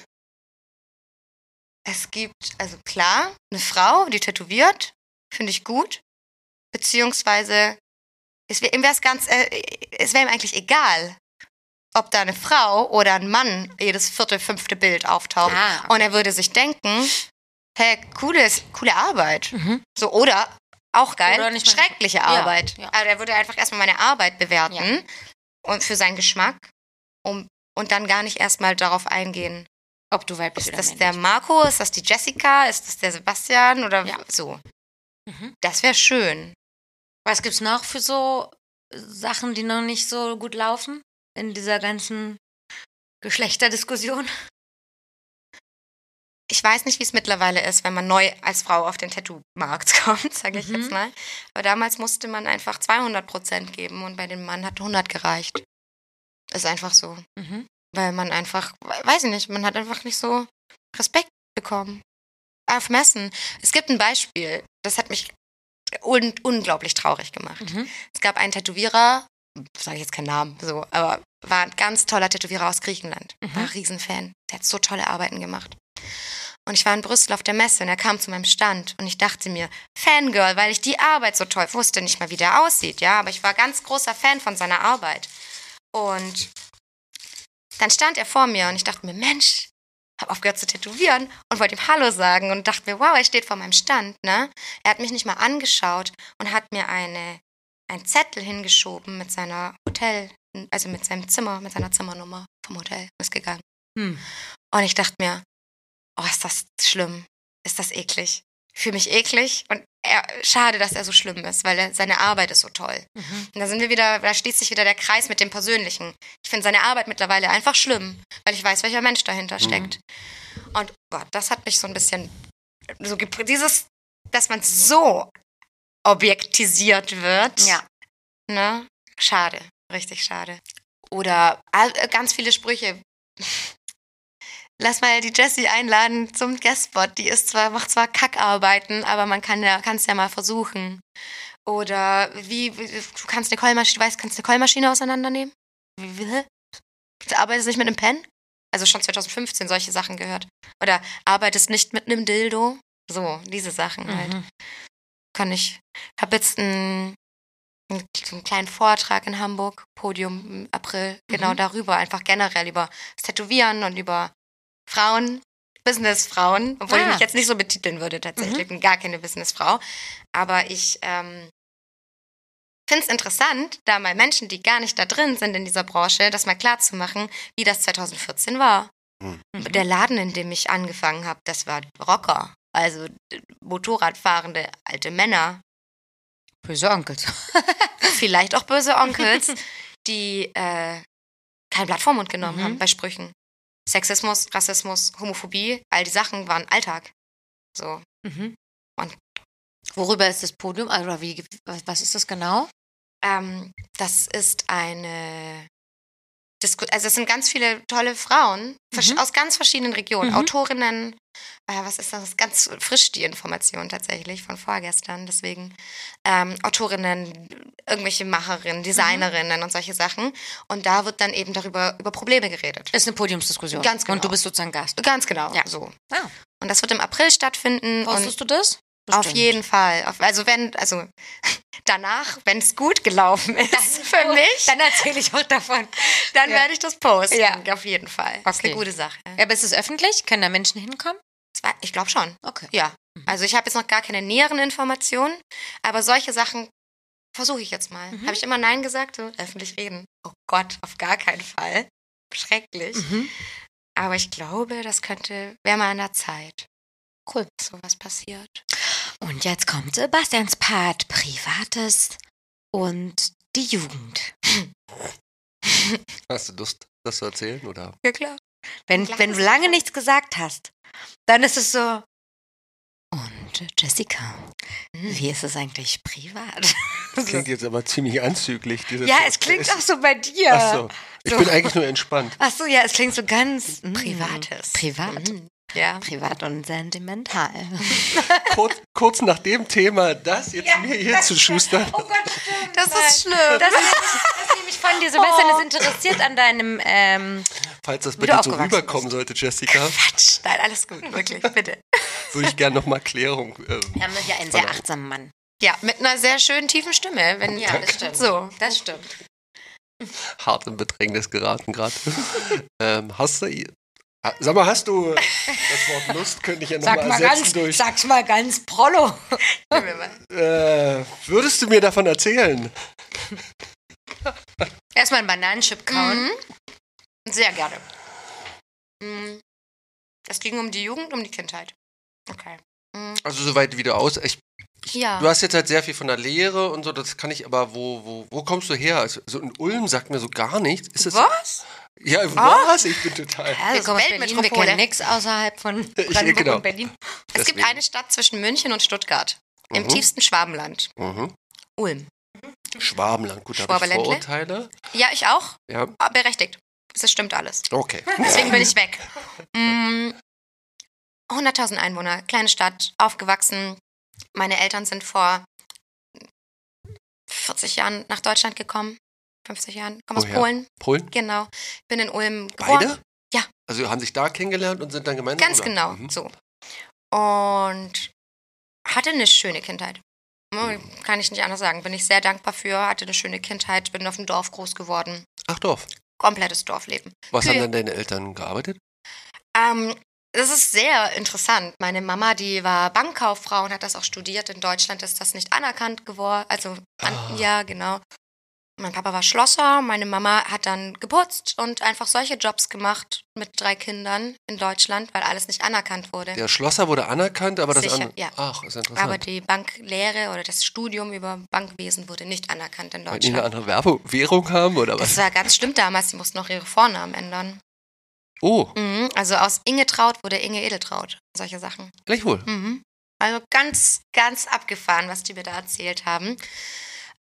D: Es gibt, also klar, eine Frau, die tätowiert, finde ich gut. Beziehungsweise, es wär, ihm wär's ganz, äh, es wäre ihm eigentlich egal, ob da eine Frau oder ein Mann jedes vierte, fünfte Bild auftaucht.
A: Ah.
D: Und er würde sich denken, hey, cooles, coole Arbeit.
A: Mhm.
D: So, oder auch geil,
A: Oder nicht mal-
D: schreckliche
A: Ja,
D: Arbeit.
A: ja.
D: Also er würde einfach erstmal meine Arbeit bewerten und für seinen Geschmack um, und dann gar nicht erstmal darauf eingehen.
A: Ob du weiblich
D: Ist
A: oder
D: das
A: männlich
D: der Marco? Ist das die Jessica? Ist das der Sebastian? Oder
A: Ja.
D: so.
A: Mhm.
D: Das wäre schön.
A: Was gibt's noch für so Sachen, die noch nicht so gut laufen in dieser ganzen Geschlechterdiskussion?
D: Ich weiß nicht, wie es mittlerweile ist, wenn man neu als Frau auf den Tattoo-Markt kommt, sage ich
A: Mhm.
D: jetzt mal. Aber damals musste man einfach 200 Prozent geben und bei dem Mann hat 100 gereicht. Ist einfach so.
A: Mhm.
D: Weil man einfach, weiß ich nicht, man hat einfach nicht so Respekt bekommen. Auf Messen. Es gibt ein Beispiel, das hat mich un unglaublich traurig gemacht.
A: Mhm.
D: Es gab einen Tätowierer, sage ich jetzt keinen Namen, so, aber war ein ganz toller Tätowierer aus Griechenland.
A: Mhm.
D: War ein Riesenfan. Der hat so tolle Arbeiten gemacht. Und ich war in Brüssel auf der Messe und er kam zu meinem Stand und ich dachte mir, Fangirl, weil ich die Arbeit so toll wusste, nicht mal wie der aussieht, ja, aber ich war ganz großer Fan von seiner Arbeit. Und dann stand er vor mir und ich dachte mir, Mensch, hab aufgehört zu tätowieren und wollte ihm Hallo sagen und dachte mir, wow, er steht vor meinem Stand, ne? Er hat mich nicht mal angeschaut und hat mir eine einen Zettel hingeschoben mit seiner Hotel, also mit seinem Zimmer, mit seiner Zimmernummer vom Hotel, ist gegangen.
A: Hm.
D: Und ich dachte mir, oh, ist das schlimm, ist das eklig. Ich fühle mich eklig und er, schade, dass er so schlimm ist, weil er, seine Arbeit ist so toll.
A: Mhm.
D: Und da sind wir wieder, da schließt sich wieder der Kreis mit dem Persönlichen. Ich finde seine Arbeit mittlerweile einfach schlimm, weil ich weiß, welcher Mensch dahinter steckt. Und boah, das hat mich so ein bisschen so gepr- dieses, dass man so objektisiert wird.
A: Ja.
D: Ne? Schade, richtig schade. Oder äh, ganz viele Sprüche. Lass mal die Jessie einladen zum Guestspot. Die ist zwar, macht zwar Kackarbeiten, aber man kann ja, kann es ja mal versuchen. Oder wie, wie- du kannst eine Keulmaschine, du weißt, kannst eine Keulmaschine auseinandernehmen? Wie, wie, hä? du arbeitest nicht mit einem Pen? Also schon 2015 solche Sachen gehört. Oder arbeitest nicht mit einem Dildo? So, diese Sachen halt
A: Mhm.
D: kann ich. habe jetzt einen, einen so einen kleinen Vortrag in Hamburg, Podium im April, genau
A: Mhm.
D: darüber, einfach generell über das Tätowieren und über Frauen, Businessfrauen, obwohl ich
A: Ah. Mhm.
D: mich jetzt nicht so betiteln würde tatsächlich, ich bin gar keine Businessfrau, aber ich ähm, finde es interessant, da mal Menschen, die gar nicht da drin sind in dieser Branche, das mal klar zu machen, wie das 2014 war.
A: Mhm.
D: Der Laden, in dem ich angefangen habe, das war Rocker. Also äh, Motorradfahrende alte Männer,
A: Böse Onkels.
D: vielleicht auch böse Onkels, die äh, kein Blatt vorm Mund genommen
A: Mhm.
D: haben bei Sprüchen. Sexismus, Rassismus, Homophobie, all die Sachen waren Alltag. So.
A: Mhm.
D: Und-
A: worüber ist das Podium? Also wie, was was ist das genau?
D: Ähm, das ist eine. Disku also, es sind ganz viele tolle Frauen versch-
A: Mhm.
D: aus ganz verschiedenen Regionen.
A: Mhm.
D: Autorinnen. Äh, was ist das? Ganz frisch die Information tatsächlich von vorgestern. Deswegen ähm, Autorinnen, irgendwelche Macherinnen,
A: Mhm.
D: Designerinnen und solche Sachen. Und da wird dann eben darüber über Probleme geredet.
A: Ist eine Podiumsdiskussion.
D: Ganz genau.
A: Und du bist sozusagen Gast.
D: Ganz genau.
A: Ja.
D: So.
A: Ah.
D: Und das wird im April stattfinden. und
A: Postest du das?
D: auf jeden Fall. Auf, also wenn, also danach, wenn es gut gelaufen ist für mich,
A: Oh, Dann erzähle ich auch davon.
D: dann
A: Ja.
D: werde ich das posten.
A: Ja.
D: Auf jeden Fall. Das ist eine
A: Okay.
D: gute Sache.
A: Ja, aber ist es öffentlich? Können da Menschen hinkommen?
D: Das war- Ich glaube schon.
A: Okay.
D: Ja. Also ich habe jetzt noch gar keine näheren Informationen, aber solche Sachen versuche ich jetzt mal.
A: Mhm.
D: Habe ich immer Nein gesagt? So, öffentlich reden. Oh Gott, auf gar keinen Fall. Schrecklich.
A: Mhm.
D: Aber ich glaube, das könnte, wäre mal an der Zeit.
A: Cool.
D: So was passiert.
A: Und jetzt kommt Sebastians Part, Privates und die Jugend.
C: Hast du Lust, das zu erzählen? Oder?
D: Ja, klar.
A: Wenn,
D: Lass
A: wenn du
D: es
A: lange
D: einfach.
A: nichts gesagt hast, dann ist es so. Und Jessica, wie ist es eigentlich privat?
C: Das klingt jetzt aber ziemlich anzüglich. Dieses
A: Ja, es klingt auch so bei dir.
C: Ach so. Ich
A: So.
C: bin eigentlich nur entspannt.
A: Ach so, ja, es klingt so ganz mm,
D: Privates.
A: Privat.
D: Mhm. Ja.
A: Privat und sentimental.
C: Kurz, kurz nach dem Thema, das jetzt
A: Ja,
C: mir hier
A: das-
C: zu schustern.
A: Gott, stimmt.
D: Das ist schlimm.
A: Das nehme ich, das nehme ich von dir, Sebastian, ist interessiert an deinem. Ähm,
C: Falls das
A: Wie
C: bei dir
A: du
C: so
A: aufgewachsen
C: rüberkommen sollte, Jessica,
D: Quatsch. Nein, alles gut, wirklich, bitte.
C: würde ich gerne nochmal Klärung. Ähm,
A: wir haben ja einen sehr achtsamen Mann.
D: Ja, mit einer sehr schönen tiefen Stimme. Wenn
A: Ja, das stimmt.
D: So.
A: Das stimmt.
C: hart im Bedrängnis geraten gerade. ähm, hast du. Ah, Sag mal, hast du das Wort Lust? Könnte ich ja nochmal ersetzen durch.
A: sag's mal ganz prollo.
D: nehmen wir mal.
C: Äh, würdest du mir davon erzählen?
A: Erstmal ein Bananenchip kauen.
D: Sehr gerne. Mhm. Mm. Es ging um die Jugend, um die Kindheit. Okay. Mhm.
C: Also soweit wieder aus. Ich,
D: Ja.
C: du hast jetzt halt sehr viel von der Lehre und so, das kann ich aber, wo, wo, wo kommst du her? Also, so in Ulm sagt mir so gar nichts. Ist das,
D: Was?
C: Ja, was? Ich bin total.
A: Ja, wir
D: Jetzt
A: kommen aus Berlin, wir
D: Weltmetropole.
A: kennen nichts außerhalb von Brandenburg
C: genau.
A: und Berlin.
D: Es gibt
C: Deswegen.
D: eine Stadt zwischen München und Stuttgart. Im
C: Mhm.
D: tiefsten Schwabenland.
C: Mhm.
D: Ulm.
C: Schwabenland, gut, da habe ich
D: Schwaberländle?
C: Vorurteile.
D: Ja, ich auch.
C: Ja,
D: Ah, Berechtigt. Das stimmt alles.
C: okay.
D: Deswegen bin ich weg. Mm, 100.000 Einwohner, kleine Stadt, aufgewachsen. Meine Eltern sind vor 40 Jahren nach Deutschland gekommen. 50 Jahren. Kommen aus
C: Woher?
D: Polen.
C: Polen?
D: Genau. Bin in Ulm geboren.
C: Beide?
D: Ja.
C: Also haben sich da kennengelernt und sind dann gemeinsam.
D: Ganz genau,
C: rüber. Mhm.
D: so. Und hatte eine schöne Kindheit. Hm, Kann ich nicht anders sagen. Bin ich sehr dankbar für. Hatte eine schöne Kindheit. Bin auf dem Dorf groß geworden.
C: Ach doch.
D: Komplettes Dorfleben.
C: Was haben
D: Kühe.
C: dann deine Eltern gearbeitet?
D: Ähm, das ist sehr interessant. Meine Mama, die war Bankkauffrau und hat das auch studiert. In Deutschland ist das nicht anerkannt geworden. Also, an,
C: Ah.
D: ja, genau. Mein Papa war Schlosser, meine Mama hat dann geputzt und einfach solche Jobs gemacht mit drei Kindern in Deutschland, weil alles nicht anerkannt wurde.
C: Der Schlosser wurde anerkannt, aber das
D: Sicher,
C: andere.
D: ja.
C: Ach, ist interessant.
D: Aber die Banklehre oder das Studium über Bankwesen wurde nicht anerkannt in
C: Weil die eine
D: Deutschland.
C: andere Werbung, Währung haben oder was?
D: Das war ganz schlimm damals, die mussten auch ihre Vornamen ändern.
C: Oh,
D: Mhm, also aus Inge Traut wurde Inge Edeltraut, solche Sachen.
C: gleich wohl.
D: Mhm. Also ganz, ganz abgefahren, was die mir da erzählt haben.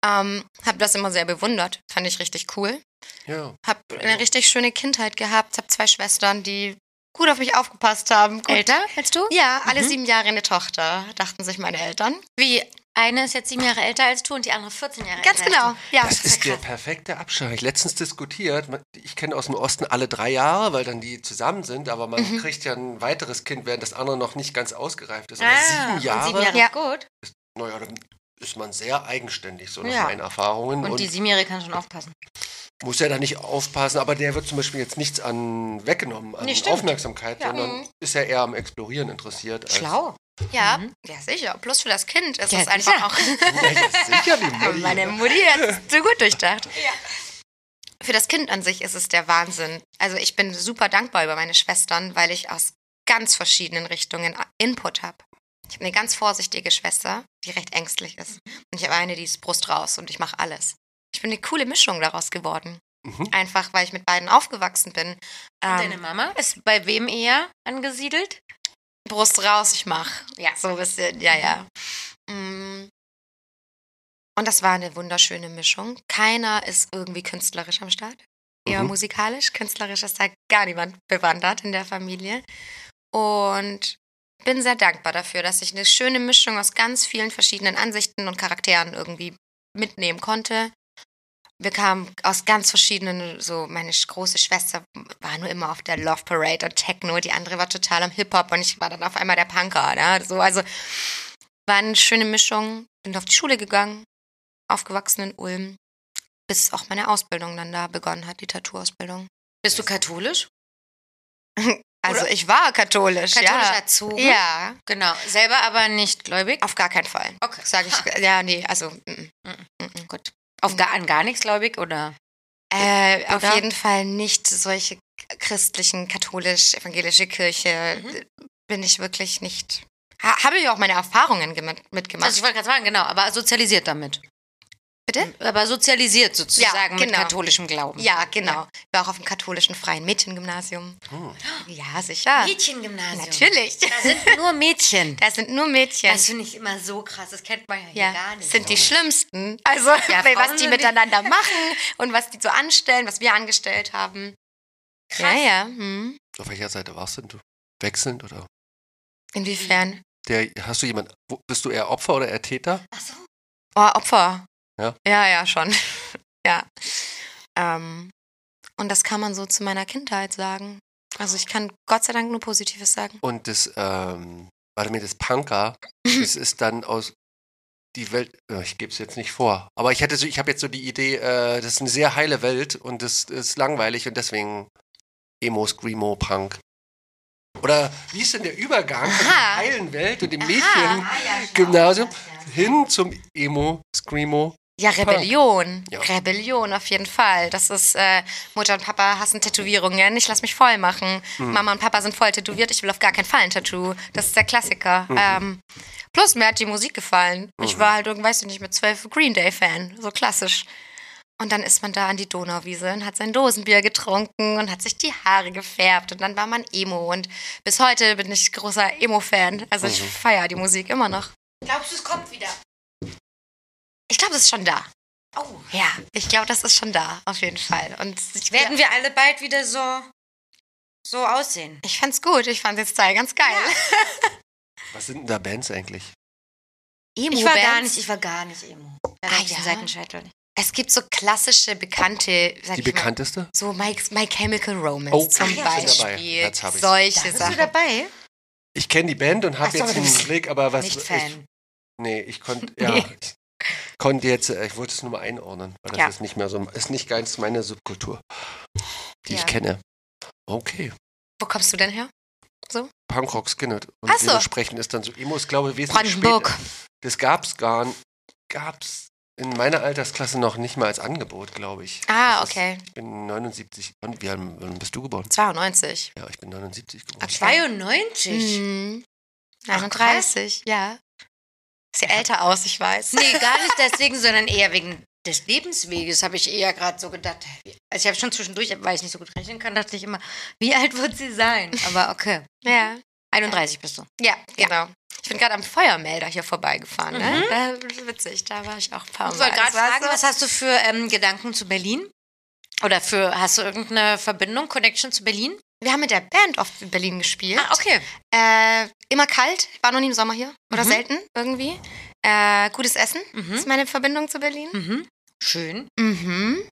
D: Ähm, hab das immer sehr bewundert, fand ich richtig cool.
C: Ja.
D: Hab eine richtig schöne Kindheit gehabt, hab zwei Schwestern, die gut auf mich aufgepasst haben. Gut.
A: Älter als du?
D: Ja, alle sieben Jahre eine Tochter, dachten sich meine Eltern.
A: Wie? Eine ist jetzt sieben Jahre älter als du und die andere 14 Jahre
D: Ganz
A: älter.
D: genau, ja.
C: Das ist der perfekte Abschlag. Ich letztens diskutiert. man- Ich kenne aus dem Osten alle drei Jahre, weil dann die zusammen sind, aber man
A: Mhm.
C: kriegt ja ein weiteres Kind, während das andere noch nicht ganz ausgereift ist. Aber
A: Als du. Ah,
C: sieben Jahre,
A: Und sieben Jahre
D: Ja.
A: ist gut.
C: naja, dann ist man sehr eigenständig, so nach
A: Ja.
C: meinen Erfahrungen.
A: Und,
C: Und,
A: die Siebenjährige kann schon aufpassen.
C: muss ja da nicht aufpassen, aber der wird zum Beispiel jetzt nichts an weggenommen, an
A: Nee, stimmt. mhm.
C: Aufmerksamkeit, sondern ist ja eher am Explorieren interessiert. Als,
A: Schlau.
D: Ja, ja sicher. Plus für das Kind ist
A: Ja,
D: das einfach
A: sicher.
D: auch.
C: Ja, ja, sicher, die Molly.
D: Meine Mutti hat es so gut durchdacht. Für das Kind an sich ist es der Wahnsinn. Also ich bin super dankbar über meine Schwestern, weil ich aus ganz verschiedenen Richtungen Input habe. Ich habe eine ganz vorsichtige Schwester, die recht ängstlich ist. Und ich habe eine, die ist Brust raus und ich mache alles. Ich bin eine coole Mischung daraus geworden.
C: Mhm.
D: Einfach, weil ich mit beiden aufgewachsen bin. Ähm,
A: Und deine Mama ist bei wem eher angesiedelt?
D: Brust raus, ich mach.
A: Ja.
D: So ein bisschen, ja, ja. Mm. Und das war eine wunderschöne Mischung. Keiner ist irgendwie künstlerisch am Start. Eher
C: Mhm.
D: musikalisch. Künstlerisch ist da gar niemand bewandert in der Familie. Und bin sehr dankbar dafür, dass ich eine schöne Mischung aus ganz vielen verschiedenen Ansichten und Charakteren irgendwie mitnehmen konnte. Wir kamen aus ganz verschiedenen, so meine sch- große Schwester war nur immer auf der Love Parade und Techno, die andere war total am Hip-Hop und ich war dann auf einmal der Punker, ne? So, also war eine schöne Mischung. Bin auf die Schule gegangen, aufgewachsen in Ulm, bis auch meine Ausbildung dann da begonnen hat, die Tattoo-Ausbildung.
A: Bist du katholisch?
D: Also
A: Oder-
D: ich war katholisch,
A: Katholisch
D: ja.
A: erzogen?
D: Ja,
A: Genau. Selber aber nicht gläubig?
D: auf gar keinen Fall.
A: Okay.
D: Sag ich, ja, nee, also mm,
A: Mhm.
D: mm, mm, gut.
A: Auf gar, an gar nichts gläubig oder?
D: Äh, auf
A: Oder?
D: jeden Fall nicht solche christlichen, katholisch-evangelische Kirche
A: Mhm.
D: äh, bin ich wirklich nicht. Ha, habe ich auch meine Erfahrungen gemi- mitgemacht.
A: Also ich wollte gerade sagen, genau, aber sozialisiert damit.
D: Bitte?
A: Aber sozialisiert sozusagen mit
D: genau.
A: katholischem Glauben.
D: ja, genau. Ich war auch auf dem katholischen freien Mädchengymnasium.
C: Hm.
D: Ja,
A: Ah.
D: sicher.
A: Mädchengymnasium.
D: Natürlich.
A: Da sind nur Mädchen.
D: Das sind nur Mädchen.
A: Das finde ich immer so krass. Das kennt man ja hier
D: Also, ja,
A: gar nicht.
D: sind die schlimmsten. Also, weil
A: Frauen
D: was die
A: sind
D: miteinander machen und was die so anstellen, was wir angestellt haben. Ja,
A: krass.
D: ja. Hm.
C: Auf welcher Seite warst du denn? du? Wechselnd oder?
D: Inwiefern?
C: Der, hast du jemanden, wo- bist du eher Opfer oder eher Täter?
A: Ach so.
D: Oh, Opfer.
C: Ja.
D: Ja, ja, schon. ja. Ähm, und das kann man so zu meiner Kindheit sagen. Also ich kann Gott sei Dank nur Positives sagen.
C: Und das, ähm, warte mir, das Punker,
D: Mhm.
C: das ist dann aus die Welt, äh, ich gebe es jetzt nicht vor, aber ich hatte so, ich habe jetzt so die Idee, äh, das ist eine sehr heile Welt und das ist langweilig und deswegen Emo, Screamo, Punk. Oder wie ist denn der Übergang von der
D: Aha.
C: heilen Welt und dem
D: Aha.
C: Mädchen
A: Ah, ja, schau.
C: Gymnasium
A: Ja.
C: hin zum Emo, Screamo,
D: Ja, Rebellion.
C: Ja.
D: Rebellion auf jeden Fall. Das ist, äh, Mutter und Papa hassen Tätowierungen. Ich lass mich voll machen. Mama und Papa sind voll tätowiert. Ich will auf gar keinen Fall ein Tattoo. Das ist der Klassiker. Ähm, plus, mir hat die Musik gefallen. Ich war halt, irgend- weiß ich nicht, mit zwölf Green Day-Fan. So klassisch. Und dann ist man da an die Donauwiese und hat sein Dosenbier getrunken und hat sich die Haare gefärbt und dann war man Emo. Und bis heute bin ich großer Emo-Fan. Also ich feiere die Musik immer noch.
A: Glaubst du, es kommt wieder?
D: Ich glaube, das ist schon da.
A: Oh.
D: Ja, ich glaube, das ist schon da, auf jeden Fall. Und ich,
A: Werden wir alle bald wieder so, so aussehen?
D: ich fand's gut, ich fand den Style ganz geil.
C: Was sind denn da Bands eigentlich?
D: Emo
A: Ich war gar
D: Bands.
A: nicht, ich war gar nicht emo. Da
D: Ah,
A: hab ich
D: ja?
A: den Seitenscheitel nicht.
D: Es gibt so klassische, bekannte, sag
C: Die
D: ich mal,
C: bekannteste?
D: so My, My Chemical Romance
C: Oh,
D: zum
C: ich bin dabei.
D: Beispiel.
C: Jetzt hab ich's.
A: Da
D: Solche
A: bist du
D: Sachen.
A: dabei?
C: Ich kenne die Band und
A: Ach
C: habe
A: so,
C: jetzt
A: du bist
C: einen Blick, aber was.
A: nicht
C: ich,
A: Fan.
C: nee, ich konnte. Ja,
D: Nee.
C: ich konnte jetzt. äh, Ich wollte es nur mal einordnen. Weil das
D: Ja.
C: ist nicht mehr so. Ist nicht ganz meine Subkultur, die
D: Ja.
C: ich kenne. Okay.
D: Wo kommst du denn her?
C: Punkrock Skinnet. Und
D: Ach so.
C: dementsprechend ist dann so Emo, ist glaube ich wesentlich
D: Brandenburg.
C: später. Das gab's gar gab's in meiner Altersklasse noch nicht mal als Angebot, glaube ich.
D: Ah,
C: Das ist-
D: okay.
C: Ich bin 79. Und wie alt wann bist du geboren?
D: 92.
C: Ja, ich bin 79 geboren.
D: Okay.
A: 92?
D: Mhm.
A: Ach,
D: 39, ja. Sieht älter aus, ich weiß.
A: Nee, gar nicht deswegen, sondern eher wegen des Lebensweges, habe ich eher gerade so gedacht. Also ich habe schon zwischendurch, weil ich nicht so gut rechnen kann, dachte ich immer, wie alt wird sie sein? Aber okay.
D: Ja.
A: 31 bist du.
D: Ja, genau. Ich bin gerade am Feuermelder hier vorbeigefahren. Ne? Da, witzig, da war ich auch ein paar Mal.
A: Mhm. Ich wollte gerade
D: Das war
A: fragen,
D: so-
A: was hast du für ähm, Gedanken zu Berlin? Oder für, hast du irgendeine Verbindung, Connection zu Berlin? Ah,
D: Wir haben mit der Band oft in Berlin gespielt.
A: okay.
D: äh, immer kalt, Ich war noch nie im Sommer hier. Oder
A: Mhm.
D: selten irgendwie. Äh, gutes Essen ist meine Verbindung zu Berlin.
A: Mhm. Schön.
D: Mhm.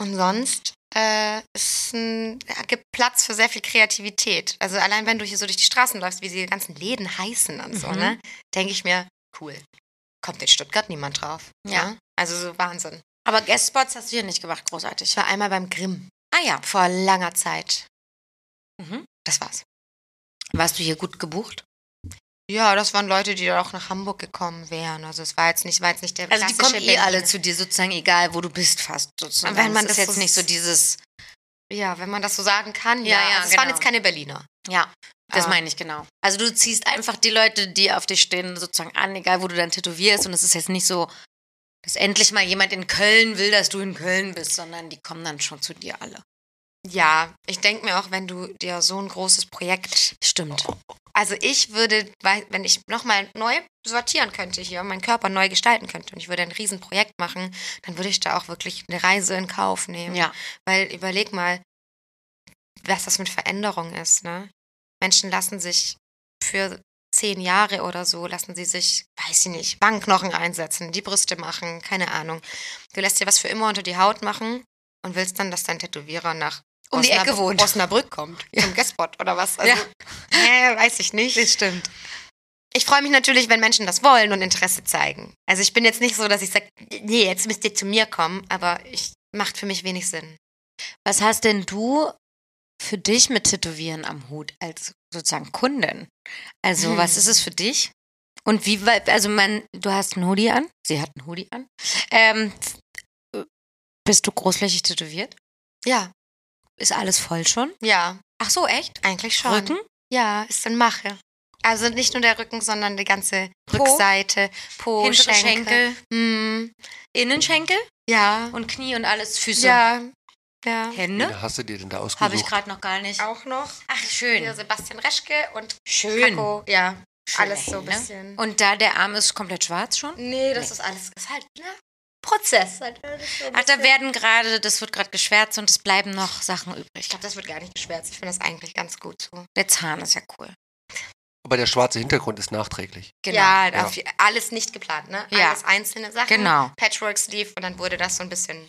D: Und sonst äh, es ein, ja, gibt Platz für sehr viel Kreativität. Also allein wenn du hier so durch die Straßen läufst, wie die ganzen Läden heißen und so,
A: Mhm.
D: ne, denke ich mir, cool. Kommt in Stuttgart niemand drauf.
A: Ja.
D: Ne? Also so Wahnsinn.
A: Aber Guestspots hast du hier nicht gemacht,
D: Ich
A: großartig.
D: war einmal beim Grimm
A: Ah ja.
D: vor langer Zeit.
A: Mhm.
D: Das war's.
A: Warst du hier gut gebucht?
D: Ja, das waren Leute, die da auch nach Hamburg gekommen wären. Also es war jetzt nicht, war jetzt nicht der
A: Also die kommen eh
D: Berliner.
A: alle zu dir sozusagen, egal wo du bist fast sozusagen.
D: Wenn man
A: Es ist
D: das
A: jetzt
D: so-
A: nicht so dieses,
D: Ja, wenn man das so sagen kann.
A: Ja,
D: Ja,
A: ja,
D: also es waren
A: genau.
D: jetzt keine Berliner.
A: ja, das
D: Ah.
A: meine ich genau. Also du ziehst einfach die Leute, die auf dich stehen, sozusagen an, egal wo du dann tätowierst. Und es ist jetzt nicht so, dass endlich mal jemand in Köln will, dass du in Köln bist, sondern die kommen dann schon zu dir alle.
D: Ja, ich denke mir auch, wenn du dir so ein großes Projekt.
A: Stimmt.
D: Also ich würde, wei- wenn ich nochmal neu sortieren könnte hier, meinen Körper neu gestalten könnte und ich würde ein Riesenprojekt machen, dann würde ich da auch wirklich eine Reise in Kauf nehmen.
A: Ja.
D: Weil überleg mal, was das mit Veränderung ist, ne? Menschen lassen sich für zehn Jahre oder so, lassen sie sich, weiß ich nicht, Wangenknochen einsetzen, die Brüste machen, keine Ahnung. Du lässt dir was für immer unter die Haut machen und willst dann, dass dein Tätowierer nach
A: Um die Ecke
D: Osnabr-
A: wohnt.
D: Osnabrück kommt, zum Guestspot oder was. Also,
A: Ja.
D: hä, weiß ich nicht.
A: Das stimmt.
D: Ich freue mich natürlich, wenn Menschen das wollen und Interesse zeigen. Also ich bin jetzt nicht so, dass ich sage, nee, jetzt müsst ihr zu mir kommen, aber ich macht für mich wenig Sinn.
A: Was hast denn du für dich mit Tätowieren am Hut als sozusagen Kundin? Also,
D: Hm.
A: was ist es für dich? Und wie weit, also man, du hast einen Hoodie an, sie hat einen Hoodie an. Ähm, f- bist du großflächig tätowiert?
D: Ja,
A: Ist alles voll schon?
D: ja,
A: Ach so, echt?
D: eigentlich schon.
A: Rücken?
D: Ja, ist in Mache. Also nicht nur der Rücken, sondern die ganze
A: Po?
D: Rückseite, Po,
A: Hintere
D: Schenkel.
A: Schenkel,
D: Hm,
A: Innenschenkel
D: ja,
A: und Knie und alles, Füße.
D: ja, ja.
A: Hände?
C: Wen hast du dir denn da ausgesucht?
A: Habe ich gerade noch gar nicht.
D: Auch noch
A: Ach, schön.
D: hier Sebastian Reschke und
A: Schön.
D: Paco. Ja,
A: Schöne
D: alles so ein
A: Hände.
D: bisschen.
A: Und da der Arm ist komplett schwarz schon?
D: nee, das ist alles, ist halt ne? Prozess. Halt alles so ein
A: Ach, da
D: bisschen-
A: werden gerade, das wird gerade geschwärzt und es bleiben noch Sachen
D: Ich
A: übrig.
D: glaube, das wird gar nicht geschwärzt. Ich finde das eigentlich ganz gut so.
A: Der Zahn ist ja cool.
C: Aber der schwarze Hintergrund ist nachträglich.
A: Genau.
D: Ja,
C: Ja.
D: auf- alles nicht geplant, ne?
A: Ja.
D: Alles einzelne Sachen.
A: Genau.
D: Patchwork Sleeve und dann wurde das so ein bisschen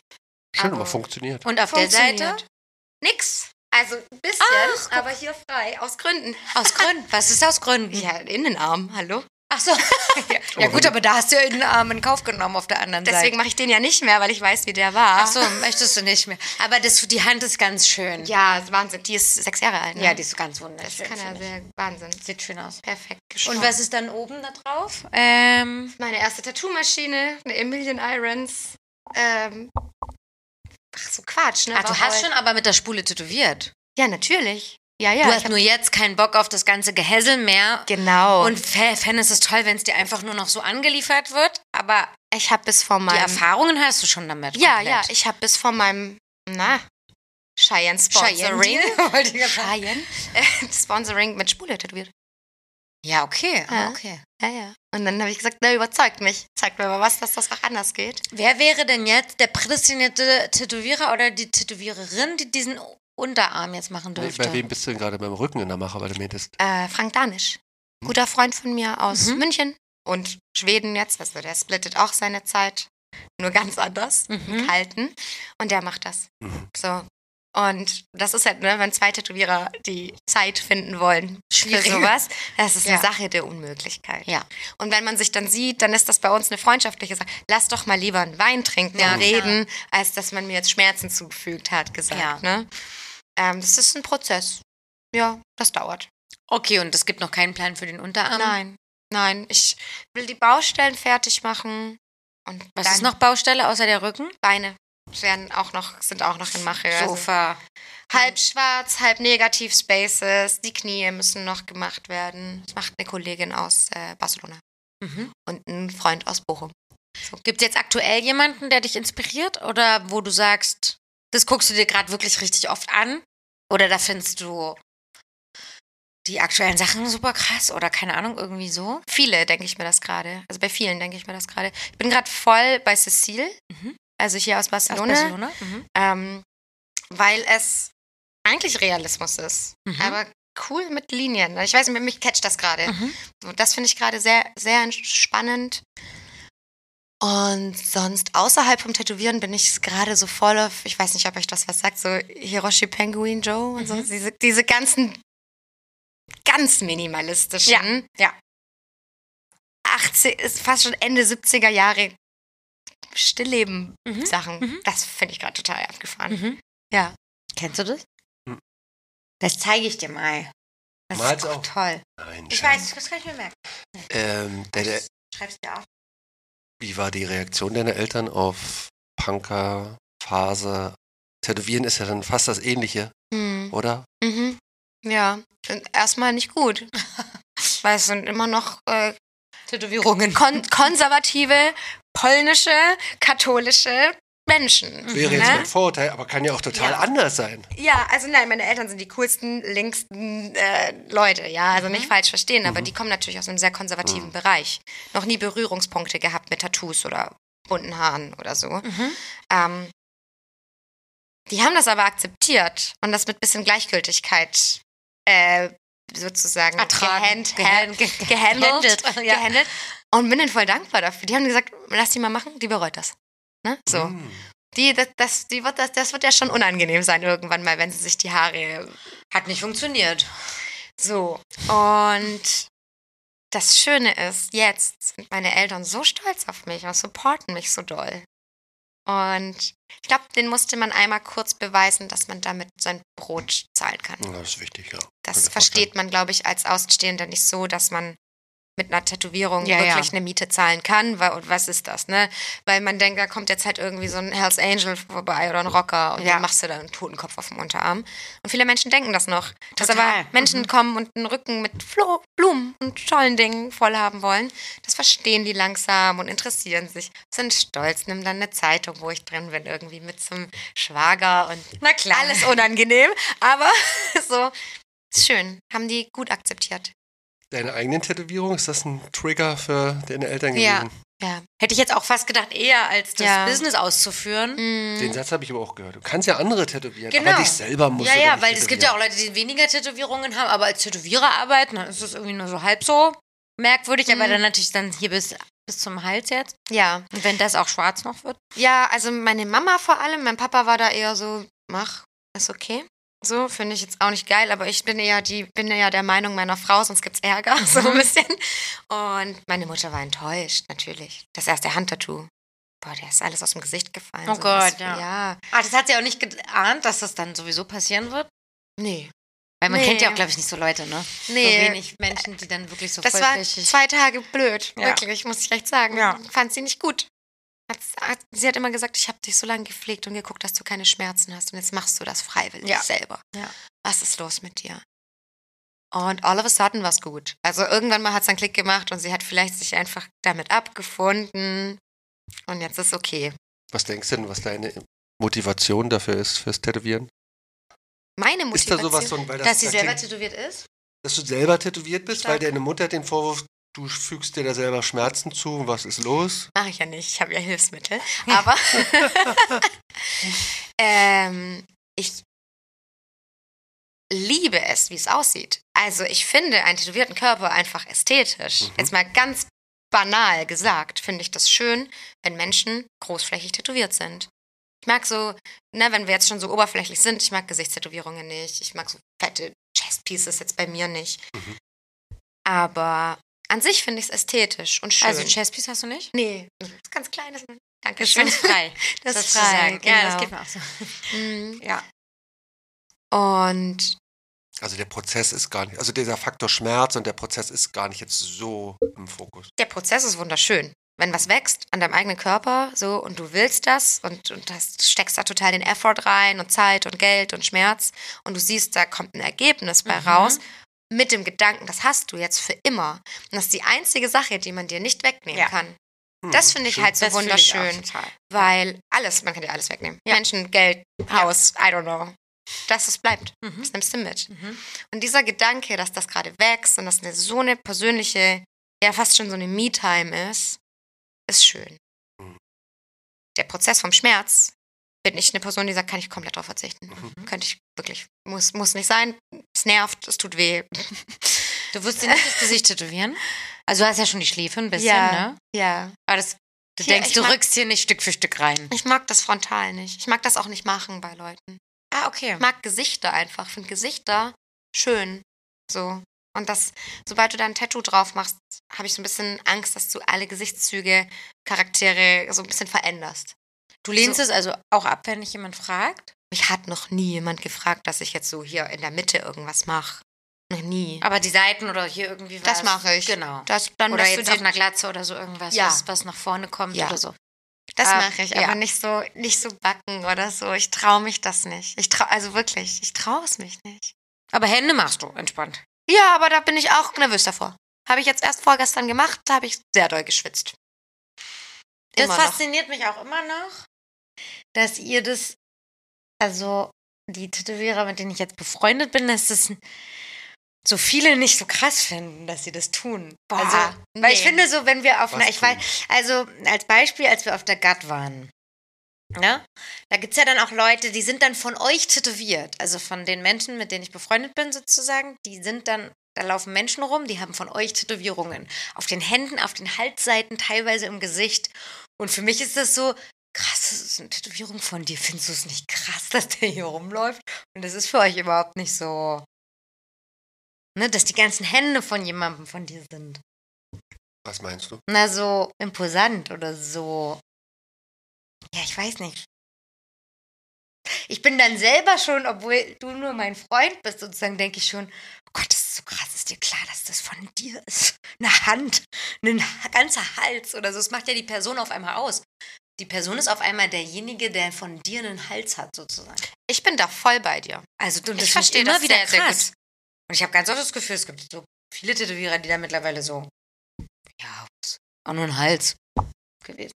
C: Schön,
D: Aber-
C: aber funktioniert.
A: Und auf der Seite?
D: Funktioniert. Nix. Also ein bisschen,
A: Ach, guck.
D: aber hier frei aus Gründen.
A: Aus Gründen. Was ist aus Gründen?
D: Ja, Innenarm, hallo.
A: Ach so. ja, ja gut, aber da hast du ja den Arm in Kauf genommen auf der anderen
D: Deswegen
A: Seite.
D: mache ich den ja nicht mehr, weil ich weiß, wie der war.
A: Ach so, möchtest du nicht mehr. Aber das, die Hand ist ganz schön.
D: Ja, ist Wahnsinn. Die ist sechs Jahre alt. Ne?
A: Ja, die ist ganz
D: das
A: wunderschön.
D: kann ja
A: finde ich.
D: sehr Wahnsinn.
A: Sieht schön aus.
D: Perfekt.
A: Und
D: geschnurrt.
A: was ist dann oben da drauf? Ähm,
D: Meine erste Tattoo-Maschine, eine Emilian Irons. Ähm, ach so Quatsch, ne?
A: ah, du
D: Aber
A: hast
D: voll-
A: schon aber mit der Spule tätowiert.
D: Ja, natürlich. Ja, ja.
A: du
D: ich
A: hast
D: hab-
A: nur jetzt keinen Bock auf das ganze Gehässel mehr.
D: genau.
A: Und
D: Und
A: fä- fändest es toll, wenn es dir einfach nur noch so angeliefert wird. Aber
D: ich habe bis vor
A: die
D: meinem.
A: Erfahrungen hast du schon damit.
D: ja,
A: komplett.
D: ja. Ich habe bis vor meinem. Na. Cheyenne Sponsoring.
A: Sponsoring. Wollte ich gerade sagen.
D: Cheyenne? Äh, Sponsoring mit Spule tätowiert.
A: ja, okay. ah,
D: Ja.
A: okay.
D: Ja, ja. Und dann habe ich gesagt, na, überzeugt mich. Zeigt mir mal was, dass das auch anders geht.
A: Wer wäre denn jetzt der prädestinierte Tätowierer oder die Tätowiererin, die diesen Unterarm jetzt machen dürfte?
C: Bei wem bist du denn gerade beim Rücken in der Mache, weil du meintest?
D: Äh, Frank Danisch. Guter Freund von mir aus
A: Hm. Mhm.
D: München und Schweden jetzt. Also der splittet auch seine Zeit. Nur ganz anders.
A: Mhm.
D: halten und der macht das.
C: Mhm.
D: So. Und das ist halt, ne, wenn zwei Tätowierer die Zeit finden wollen für
A: Schwierig.
D: sowas, das ist
A: Ja.
D: eine Sache der Unmöglichkeit.
A: Ja.
D: Und wenn man sich dann sieht, dann ist das bei uns eine freundschaftliche Sache. Lass doch mal lieber einen Wein trinken
A: Ja,
D: und
A: klar.
D: reden, als dass man mir jetzt Schmerzen zugefügt hat, gesagt.
A: Ja.
D: Ne? Ähm, das ist ein Prozess. Ja, das dauert.
A: Okay, und es gibt noch keinen Plan für den Unterarm.
D: Nein, nein. Ich will die Baustellen fertig machen. Und
A: Was
D: dann
A: ist noch Baustelle außer der Rücken?
D: Beine? Werden auch noch, sind auch noch in Mache. also-
A: Sofa.
D: Halb schwarz, halb negativ Spaces. Die Knie müssen noch gemacht werden. Das macht eine Kollegin aus äh, Barcelona
A: Mhm.
D: und ein Freund aus Bochum.
A: Gibt es jetzt aktuell jemanden, der dich inspiriert oder wo du sagst, das guckst du dir gerade wirklich richtig oft an? Oder da findest du die aktuellen Sachen super krass oder keine Ahnung, irgendwie so?
D: Viele denke ich mir das gerade. Also bei vielen denke ich mir das gerade. Ich bin gerade voll bei Cecile,
A: Mhm.
D: also hier aus
A: Aus
D: Barcelona,
A: Barcelona? Mhm.
D: Ähm, weil es eigentlich Realismus ist,
A: Mhm.
D: aber cool mit Linien. Ich weiß nicht, mich catcht das gerade.
A: Mhm.
D: So, Das finde ich gerade sehr, sehr spannend. Und sonst außerhalb vom Tätowieren bin ich gerade so voll auf, ich weiß nicht, ob euch das was sagt, so Hiroshi Penguin Joe und so,
A: Mhm.
D: diese, diese ganzen ganz minimalistischen.
A: ja.
D: 80, ist fast schon Ende 70er Jahre Stillleben-Sachen.
A: Mhm. Mhm.
D: Das finde ich gerade total abgefahren.
A: Mhm.
D: Ja.
A: Kennst du das?
C: Mhm.
A: Das zeige ich dir mal. Das
C: Mal's
A: ist auch
C: auch.
A: toll.
C: Nein,
A: Ich
C: Schatz.
A: weiß, das kann ich mir merken.
C: Ähm, deine,
A: Schreib's dir auf.
C: wie war die Reaktion deiner Eltern auf Punker, Phase? Tätowieren ist ja dann fast das Ähnliche,
D: Mhm.
C: oder?
D: Mhm. Ja. Erstmal nicht gut. Weil es sind immer noch äh,
A: Tätowierungen.
D: kon konservative, polnische, katholische Menschen.
A: Mhm.
C: Wäre jetzt
D: Ne?
C: mein Vorurteil, aber kann ja auch total
D: Ja.
C: anders sein.
D: Ja, also nein, meine Eltern sind die coolsten, linksten äh, Leute, ja. Also
A: Mhm.
D: nicht falsch verstehen, aber die kommen natürlich aus einem sehr konservativen Bereich. Noch nie Berührungspunkte gehabt mit Tattoos oder bunten Haaren oder so.
A: Mhm.
D: Ähm, die haben das aber akzeptiert und das mit bisschen Gleichgültigkeit äh, sozusagen
A: Ertragen.
D: gehand-
A: Gehand- ge-
D: ge- gehandelt,
A: gehandelt, ja.
D: gehandelt und bin denen voll dankbar dafür. Die haben gesagt, lass die mal machen, die bereut das. Ne?
A: Mhm.
D: So.
C: Hm.
D: Die, das, das, die wird, das, das wird ja schon unangenehm sein irgendwann mal, wenn sie sich die Haare
A: Hat nicht funktioniert.
D: so. Und das Schöne ist, jetzt sind meine Eltern so stolz auf mich und supporten mich so doll. Und ich glaube, den musste man einmal kurz beweisen, dass man damit sein Brot zahlen kann.
C: Ja, das ist wichtig, ja. Kann
D: Das
C: ich
D: versteht man, glaube ich, als Außenstehender nicht so, dass man mit einer Tätowierung
A: Ja,
D: wirklich
A: ja.
D: eine Miete zahlen kann. Weil, und was ist das, ne? Weil man denkt, da kommt jetzt halt irgendwie so ein Hells Angel vorbei oder ein Rocker und
A: Ja.
D: dann machst du da einen Totenkopf auf dem Unterarm. Und viele Menschen denken das noch. Dass
A: Total.
D: aber
A: Mhm.
D: Menschen kommen und einen Rücken mit Flo Blumen und tollen Dingen voll haben wollen. Das verstehen die langsam und interessieren sich, sind stolz, nehmen dann eine Zeitung, wo ich drin bin, irgendwie mit zum Schwager und
A: Na klar.
D: alles unangenehm, aber so ist schön. Haben die gut akzeptiert.
C: Deine eigenen Tätowierungen, ist das ein Trigger für deine Eltern
A: Ja.
C: gewesen?
D: Ja.
A: Hätte ich jetzt auch fast gedacht, eher als das
D: Ja.
A: Business auszuführen.
C: Den Satz habe ich aber auch gehört. Du kannst ja andere tätowieren,
A: mhm. Genau.
C: aber dich selber musst
A: Ja,
C: du
A: ja,
C: nicht
A: weil es gibt ja auch Leute, die weniger Tätowierungen haben, aber als Tätowierer arbeiten, dann ist das irgendwie nur so halb so merkwürdig, aber
D: Mhm.
A: dann natürlich dann hier bis, bis zum Hals jetzt.
D: Ja.
A: Und wenn das auch schwarz noch wird.
D: Ja, also meine Mama vor allem, mein Papa war da eher so, mach, ist okay. So finde ich jetzt auch nicht geil, aber ich bin eher die, bin eher der Meinung meiner Frau, sonst gibt's Ärger, so
A: Mhm.
D: ein bisschen. Und meine Mutter war enttäuscht, natürlich. Das erste Handtattoo. Boah, der ist alles aus dem Gesicht gefallen.
A: Oh
D: so was-
A: Gott, ja.
D: Ja,
A: Ah, das hat sie auch nicht geahnt, dass das dann sowieso passieren wird?
D: nee.
A: Weil man
D: Nee.
A: kennt ja auch, glaube ich, nicht so Leute, ne?
D: Nee.
A: So wenig Menschen, die dann wirklich so
D: Das war
A: vollflächig...
D: zwei Tage blöd,
A: Ja.
D: wirklich, muss ich echt sagen.
A: Ja.
D: Fand sie nicht gut. Hat, hat, sie hat immer gesagt, ich habe dich so lange gepflegt und geguckt, dass du keine Schmerzen hast und jetzt machst du das freiwillig
A: Ja.
D: selber.
A: Ja.
D: Was ist los mit dir? Und all of a sudden war es gut. Also irgendwann mal hat es einen Klick gemacht und sie hat vielleicht sich einfach damit abgefunden und jetzt ist okay.
C: Was denkst du denn, was deine Motivation dafür ist, fürs Tätowieren?
D: Meine
C: Ist da
D: Motivation...
C: sowas so ein, weil das,
A: Dass sie
C: das
A: selber
C: klingt-
A: tätowiert ist?
C: dass du selber tätowiert bist,
A: Stark.
C: weil deine Mutter hat den Vorwurf, du fügst dir da selber Schmerzen zu, was ist los?
D: Mache ich ja nicht, ich habe ja Hilfsmittel. Aber ähm, ich liebe es, wie es aussieht. Also ich finde einen tätowierten Körper einfach ästhetisch. Jetzt mal ganz banal gesagt, finde ich das schön, wenn Menschen großflächig tätowiert sind. Ich mag so, ne, wenn wir jetzt schon so oberflächlich sind, ich mag Gesichtstätowierungen nicht, ich mag so fette Chestpieces jetzt bei mir nicht. Aber an sich finde ich es ästhetisch und schön.
A: Also Chesspiece hast du nicht?
D: Nee, das ist ganz klein. Das danke
A: Ist schon frei.
D: Das ist frei.
A: sozusagen.
D: Genau.
A: Ja, das geht mir auch so.
D: Mhm.
A: Ja.
D: Und
C: Also der Prozess ist gar nicht, also dieser Faktor Schmerz und der Prozess ist gar nicht jetzt so im Fokus.
D: der Prozess ist wunderschön. Wenn was wächst an deinem eigenen Körper, so und du willst das und, und hast, steckst da total den Effort rein und Zeit und Geld und Schmerz und du siehst, da kommt ein Ergebnis bei
A: Mhm.
D: raus mit dem Gedanken, das hast du jetzt für immer. Und das ist die einzige Sache, die man dir nicht wegnehmen
A: Ja.
D: kann.
C: Hm,
D: Das finde ich
C: schön.
D: halt so
A: Das fühle ich auch
D: wunderschön,
A: total.
D: weil alles, man kann dir alles wegnehmen.
A: Ja.
D: Menschen, Geld, Haus, I don't know. Das, das bleibt. Das nimmst du mit.
A: Mhm.
D: Und dieser Gedanke, dass das gerade wächst und dass eine, so eine persönliche, ja fast schon so eine Me-Time ist, ist schön.
C: Mhm.
D: Der Prozess vom Schmerz bin ich eine Person, die sagt, kann ich komplett drauf verzichten.
A: Mhm.
D: Könnte ich wirklich, muss, muss nicht sein. Es nervt, es tut weh.
A: Du wusstest nicht das Gesicht tätowieren? Also du hast ja schon die Schläfe ein bisschen, ne?
D: Ja.
A: Aber das, du
D: Hier,
A: denkst,
D: ich
A: du
D: mag-
A: rückst hier nicht Stück für Stück rein.
D: Ich mag das frontal nicht. Ich mag das auch nicht machen bei Leuten.
A: Ah, okay.
D: Ich mag Gesichter einfach. Ich finde Gesichter schön. So. Und das, sobald du da ein Tattoo drauf machst, habe ich so ein bisschen Angst, dass du alle Gesichtszüge, Charaktere so ein bisschen veränderst.
A: Du lehnst es also auch ab, wenn dich jemand fragt.
D: Mich hat noch nie jemand gefragt, dass ich jetzt so hier in der Mitte irgendwas mache. Noch nie.
A: Aber die Seiten oder hier irgendwie was.
D: Das mache ich.
A: Genau.
D: Das, dann
A: oder
D: lässt du
A: jetzt
D: dir-
A: auf einer Glatze oder so irgendwas,
D: Ja.
A: was, was nach vorne kommt
D: Ja.
A: oder so.
D: Das
A: Ah,
D: mache ich,
A: ja.
D: aber nicht so, nicht so backen oder so. Ich traue mich das nicht. Ich trau, also wirklich, ich traue es mich nicht.
A: Aber Hände machst du entspannt.
D: Ja, aber da bin ich auch nervös davor. Habe ich jetzt erst vorgestern gemacht, da habe ich sehr doll geschwitzt.
A: Das
D: Immer noch.
A: fasziniert mich auch immer noch, dass ihr das, also die Tätowierer, mit denen ich jetzt befreundet bin, dass das so viele nicht so krass finden, dass sie das tun.
D: Boah,
A: also, weil ich
D: nee.
A: finde so, wenn wir auf
C: Was
A: einer, ich
C: tun?
A: weiß, also als Beispiel, als wir auf der GATT waren, ne? Da gibt es ja dann auch Leute, die sind dann von euch tätowiert. Also von den Menschen, mit denen ich befreundet bin, sozusagen, die sind dann, da laufen Menschen rum, die haben von euch Tätowierungen. Auf den Händen, auf den Halsseiten, teilweise im Gesicht. Und für mich ist das so, krass, das ist eine Tätowierung von dir. Findest du es nicht krass, dass der hier rumläuft? Und das ist für euch überhaupt nicht so. Ne, dass die ganzen Hände von jemandem von dir sind.
C: Was meinst du?
A: Na, so imposant oder so. Ja, ich weiß nicht. Ich bin dann selber schon, obwohl du nur mein Freund bist, sozusagen, denke ich schon, oh Gott, das ist so krass, ist dir klar, dass das von dir ist? Eine Hand, ein ganzer Hals oder so. Das macht ja die Person auf einmal aus. Die Person ist auf einmal derjenige, der von dir einen Hals hat, sozusagen.
D: Ich bin da voll bei dir.
A: Also, du, das
D: Ich
A: finde
D: verstehe
A: immer
D: das
A: wieder
D: sehr, sehr
A: krass. Und ich habe ganz oft das Gefühl, es gibt so viele Tätowierer, die da mittlerweile so, ja, ups, auch nur ein Hals gewesen.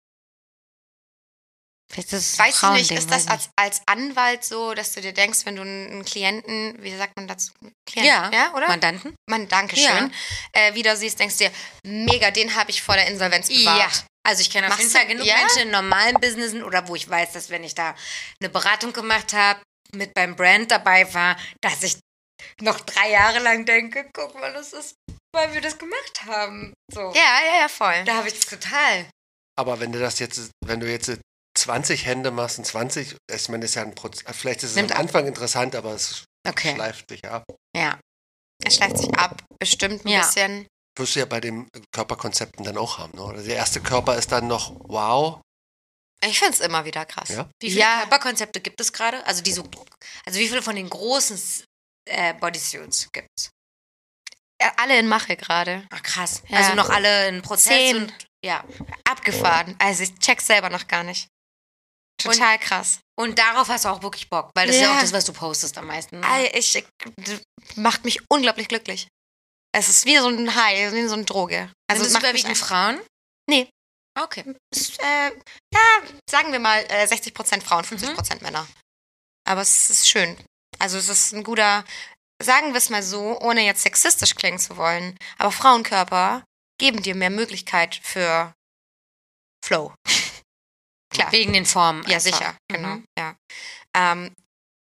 A: Vielleicht ist es ein
D: Weiß ich nicht,
A: Frauending,
D: ist das
A: weiß ich
D: als, als Anwalt so, dass du dir denkst, wenn du einen Klienten, wie sagt man dazu? Klient,
A: Ja.
D: ja, oder?
A: nicht. Mandanten?
D: Man, danke schön.
A: Ja.
D: Äh, wieder siehst, denkst dir, mega, den habe ich vor der Insolvenz bewahrt.
A: Ja. Also ich kenne auf
D: Machst
A: jeden
D: du-
A: Fall genug
D: ja?
A: Menschen in normalen Businessen oder wo ich weiß, dass wenn ich da eine Beratung gemacht habe, mit beim Brand dabei war, dass ich noch drei Jahre lang denke, guck mal, das ist, weil wir das gemacht haben. So.
D: Ja, ja, ja, voll.
A: Da habe ich das total.
C: Aber wenn du das jetzt, wenn du jetzt 20 Hände machst und 20, ich meine, das ist ja ein Prozess, vielleicht ist es
A: Nimmt
C: am
A: ab.
C: Anfang interessant, aber es
A: Okay.
C: schleift sich ab.
A: Ja.
D: Er schleift sich ab, bestimmt ein
A: Ja.
D: bisschen.
C: Wirst du ja bei den Körperkonzepten dann auch haben, ne? Oder der erste Körper ist dann noch wow.
D: Ich finde es immer wieder krass.
C: Ja.
A: Wie viele
D: Ja.
A: Körperkonzepte gibt es gerade? Also die so, also wie viele von den großen äh, Bodysuits gibt es?
D: Ja, Alle in Mache gerade.
A: Ach krass.
D: Ja.
A: Also noch alle in Prozess
D: Zehn.
A: und ja.
D: Abgefahren. Also ich check's selber noch gar nicht. Total krass.
A: Und darauf hast du auch wirklich Bock, weil das ist ja
D: Ja.
A: auch das, was du postest am meisten. ne?
D: Ey, Ich, d- macht mich unglaublich glücklich. Es ist wie so ein High, wie so eine Droge.
A: also
D: Also es
A: Sind das
D: macht mich
A: überwiegend Frauen?
D: Nee.
A: Okay.
D: ist, äh, ja, sagen wir mal äh, 60 Prozent Frauen, 50
A: Mhm.
D: Prozent Männer. Aber es ist schön. Also es ist ein guter, sagen wir es mal so, ohne jetzt sexistisch klingen zu wollen, aber Frauenkörper geben dir mehr Möglichkeit für Flow. Klar.
A: Wegen den Formen.
D: Ja,
A: einfach.
D: sicher, genau.
A: Mhm.
D: Ja. Ähm,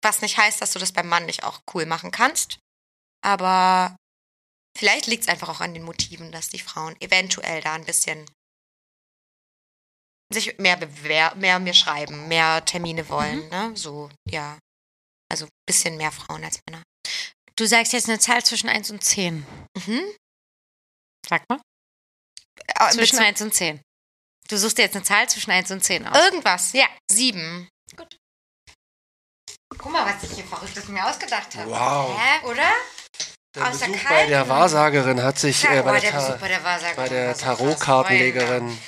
D: was nicht heißt, dass du das beim Mann nicht auch cool machen kannst. Aber vielleicht liegt es einfach auch an den Motiven, dass die Frauen eventuell da ein bisschen sich mehr bewer mehr mir schreiben, mehr Termine
A: Mhm.
D: wollen, ne? So, ja. Also ein bisschen mehr Frauen als Männer.
A: Du sagst jetzt eine Zahl zwischen 1 und 10.
D: Mhm.
A: Sag mal.
D: Äh,
A: Zwischen
D: bezu-
A: 1 und 10. Du suchst dir jetzt eine Zahl zwischen 1 und 10 aus.
D: irgendwas, ja. Sieben.
A: Guck mal, was ich hier Verrücktes mir ausgedacht habe.
C: Wow.
A: Hä, oder?
C: Der
A: Aus der
C: Besuch bei der
A: kalten-
C: Wahrsagerin hat sich äh, bei der,
A: Besuch
C: Ta
A: bei Oh, der Wahrsagerin
C: bei
A: war
C: der
A: so krass.
C: Tarotkartenlegerin.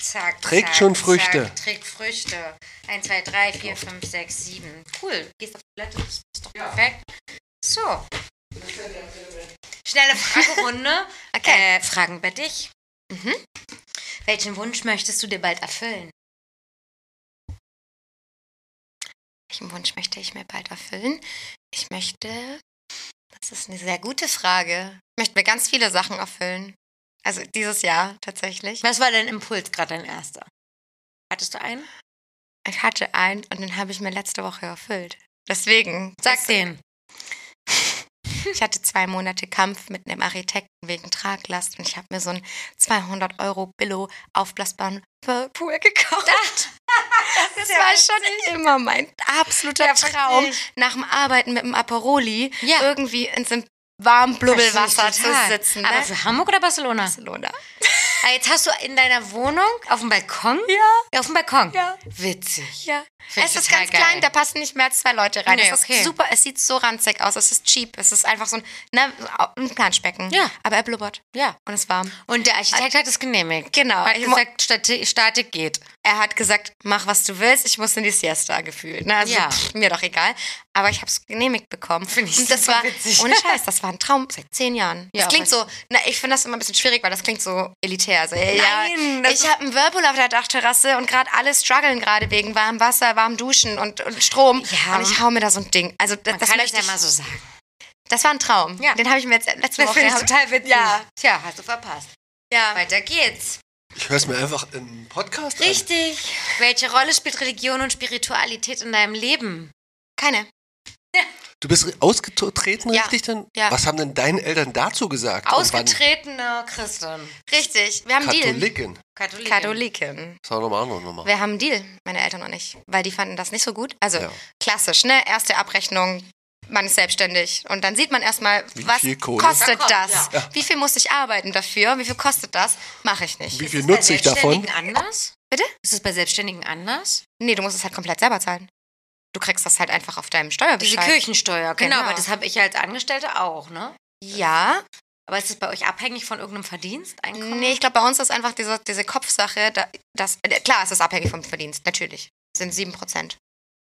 A: Zack,
C: Trägt
A: zack,
C: schon Früchte. Genau.
A: Zack, trägt Früchte. 1, 2, 3, 4, 5, 6, 7. Cool. Gehst auf die Toilette, das ist doch perfekt. So. Schnelle Fragerunde.
D: Okay.
A: äh, Fragen bei dich.
D: Mhm.
A: Welchen Wunsch möchtest du dir bald erfüllen?
D: Welchen Wunsch möchte ich mir bald erfüllen? Ich möchte, das ist eine sehr gute Frage. Ich möchte mir ganz viele Sachen erfüllen. Also dieses Jahr tatsächlich.
A: Was war dein Impuls, gerade dein erster? Hattest du einen?
D: Ich hatte einen und den habe ich mir letzte Woche erfüllt. Deswegen,
A: Sag
D: sag dir,
A: den.
D: ich hatte zwei Monate Kampf mit einem Architekten wegen Traglast und ich habe mir so einen 200 Euro Billo aufblasbaren Whirlpool gekauft. Das,
A: ist ja
D: war schon immer mein absoluter Traum, nach dem Arbeiten mit dem Aperoli
A: Ja.
D: irgendwie in so einem warmen Blubbelwasser zu
A: Verstehe ich total.
D: sitzen.
A: Aber
D: ne?
A: für Hamburg oder Barcelona?
D: Barcelona.
A: Ah, Jetzt hast du in deiner Wohnung auf dem Balkon?
D: Ja,
A: Auf dem Balkon?
D: ja,
A: Witzig.
D: ja.
A: Find
D: es
A: ich
D: ist
A: total
D: ganz
A: geil.
D: klein, da passen nicht mehr als zwei Leute rein.
A: Nee,
D: es ist
A: okay.
D: super, es sieht so ranzig aus, es ist cheap, es ist einfach so ein, ne, ein Planschbecken.
A: Ja.
D: Aber er blubbert.
A: Ja.
D: Und es warm.
A: Und der
D: Ah.
A: Architekt hat es genehmigt.
D: Genau.
A: Hat
D: Ich mo-
A: gesagt, Stati Statik geht.
D: er hat gesagt, mach was du willst, ich muss in die Siesta gefühlt. Ne? Also,
A: Ja.
D: pff, mir doch egal. Aber ich habe es genehmigt bekommen.
A: Finde ich
D: Und das
A: super
D: war,
A: witzig.
D: Ohne Scheiß, das war ein Traum seit zehn Jahren.
A: Ja,
D: das klingt
A: aber-
D: so, na, ich finde das immer ein bisschen schwierig, weil das klingt so elitär. So, Nein,
A: Nein,
D: ja,
A: das
D: ich habe einen Whirlpool auf der Dachterrasse und gerade alle strugglen gerade wegen warmem Wasser, warmem Duschen und, und Strom.
A: Ja.
D: Und ich hau mir da so ein Ding. Also das,
A: Man
D: das
A: kann das
D: möchte
A: ja
D: ich.
A: mal so sagen.
D: Das war ein Traum.
A: Ja.
D: Den habe ich mir jetzt letzte Woche.
A: total witzig.
D: Ja.
A: Tja, hast du verpasst.
D: ja.
A: Weiter geht's.
C: Ich höre es mir einfach im Podcast an.
A: Richtig. Welche Rolle spielt Religion und Spiritualität in deinem Leben?
D: Keine.
C: Du bist re- ausgetreten,
D: Ja.
C: richtig? Denn?
D: Ja.
C: Was haben denn deine Eltern dazu gesagt? Und waren
A: Ausgetretene Christin.
D: Richtig. Wir haben einen Deal.
C: Katholikin.
A: Katholikin.
D: Katholiken.
C: Das war nochmal eine andere Nummer.
D: Wir haben einen Deal, meine Eltern und ich, weil die fanden das nicht so gut. Also
C: Ja.
D: klassisch, ne? Erste Abrechnung, man ist selbstständig und dann sieht man erstmal,
C: Wie
D: was
C: viel Kohle?
D: kostet
A: Da kommt,
D: das?
C: ja.
D: Wie viel muss ich arbeiten dafür? Wie viel kostet das? Mache ich nicht.
C: Wie viel nutze ich davon?
A: Selbstständigen anders?
D: Bitte?
A: Ist es bei Selbstständigen anders?
D: Nee, du musst es halt komplett selber zahlen. Du kriegst das halt einfach auf deinem
A: Diese
D: Steuerbescheid.
A: Kirchensteuer, genau,
D: Genau.
A: aber das habe ich ja als Angestellte auch, ne?
D: Ja.
A: Aber ist es bei euch abhängig von irgendeinem Verdienst? Einkommen?
D: Nee, ich glaube, bei uns ist einfach diese, diese Kopfsache, da, das, äh, klar, es ist abhängig vom Verdienst, natürlich. Es sind 7%.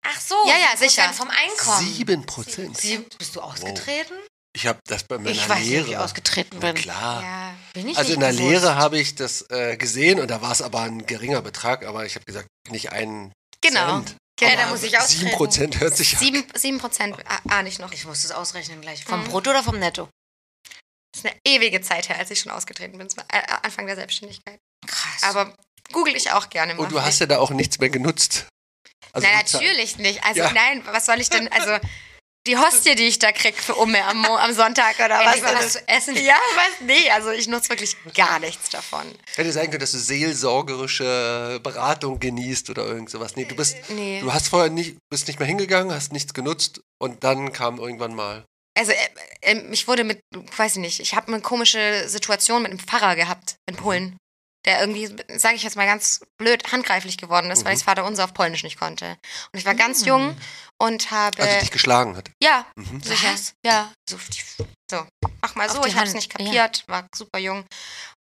A: Ach so,
D: Ja, ja,
A: 7%
D: sicher.
A: Vom Einkommen.
C: Sieben Prozent.
A: Sie, bist du ausgetreten?
C: Ich habe das bei meiner
A: Ich weiß nicht,
C: Lehre.
A: ob ich ausgetreten bin.
C: Klar.
D: Ja.
A: bin ich
C: Also
A: nicht
C: in der
A: bewusst.
C: Lehre habe ich das äh, gesehen und da war es aber ein geringer Betrag, aber ich habe gesagt, nicht einen
D: Genau.
C: Cent.
D: genau.
A: Ja, da muss ich
C: Sieben
A: austreten.
C: Prozent hört sich an.
D: 7%, 7% ah, ahne ich noch.
A: Ich muss das ausrechnen gleich. Vom
D: Mhm.
A: Brutto oder vom Netto?
D: Das ist eine ewige Zeit her, als ich schon ausgetreten bin. Das war äh, Anfang der Selbstständigkeit.
A: Krass. Aber
D: Aber google ich auch gerne mal.
C: Und du hast ja da auch nichts mehr genutzt. Also
D: Na,
C: die Zeit-
D: natürlich nicht. Also
C: Ja.
D: nein, was soll ich denn? Also die Hostie, die ich da krieg für Umme am, Mo- am Sonntag oder was.
A: Endlich mal was zu essen.
D: Ja, was? Nee, also ich nutze wirklich gar nichts davon.
C: Hätte sein können, dass du seelsorgerische Beratung genießt oder irgend sowas. Nee, du bist,
D: Nee.
C: du hast vorher nicht, bist nicht mehr hingegangen, hast nichts genutzt und dann kam irgendwann mal.
D: Also äh, ähm, ich wurde mit, weiß ich nicht, ich habe eine komische Situation mit einem Pfarrer gehabt in Polen, der irgendwie, sage ich jetzt mal ganz blöd, handgreiflich geworden ist, weil
C: Mhm.
D: ich das Vaterunser auf Polnisch nicht konnte. Und ich war ganz jung und habe...
C: Hm.
A: Äh.
C: Also dich geschlagen hat.
D: ja,
C: Mhm.
D: sicher.
A: Ja.
D: So, so, mach mal so,
A: Auf die
D: ich hab's
A: Hand,
D: nicht kapiert, war super jung.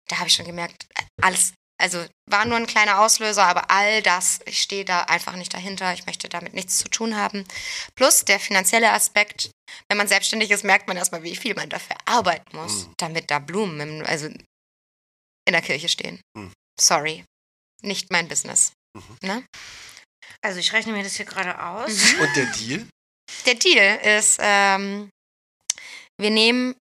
D: Da habe ich schon gemerkt, alles, also war nur ein kleiner Auslöser, aber all das, ich stehe da einfach nicht dahinter, ich möchte damit nichts zu tun haben. Plus der finanzielle Aspekt, wenn man selbstständig ist, merkt man erstmal, wie viel man dafür arbeiten
C: Mhm.
D: muss, damit da Blumen, im, also in der Kirche stehen.
C: Mhm.
D: Sorry, nicht mein Business.
A: Also ich rechne mir das hier gerade aus.
C: Und der Deal?
D: Der Deal ist, ähm, wir nehmen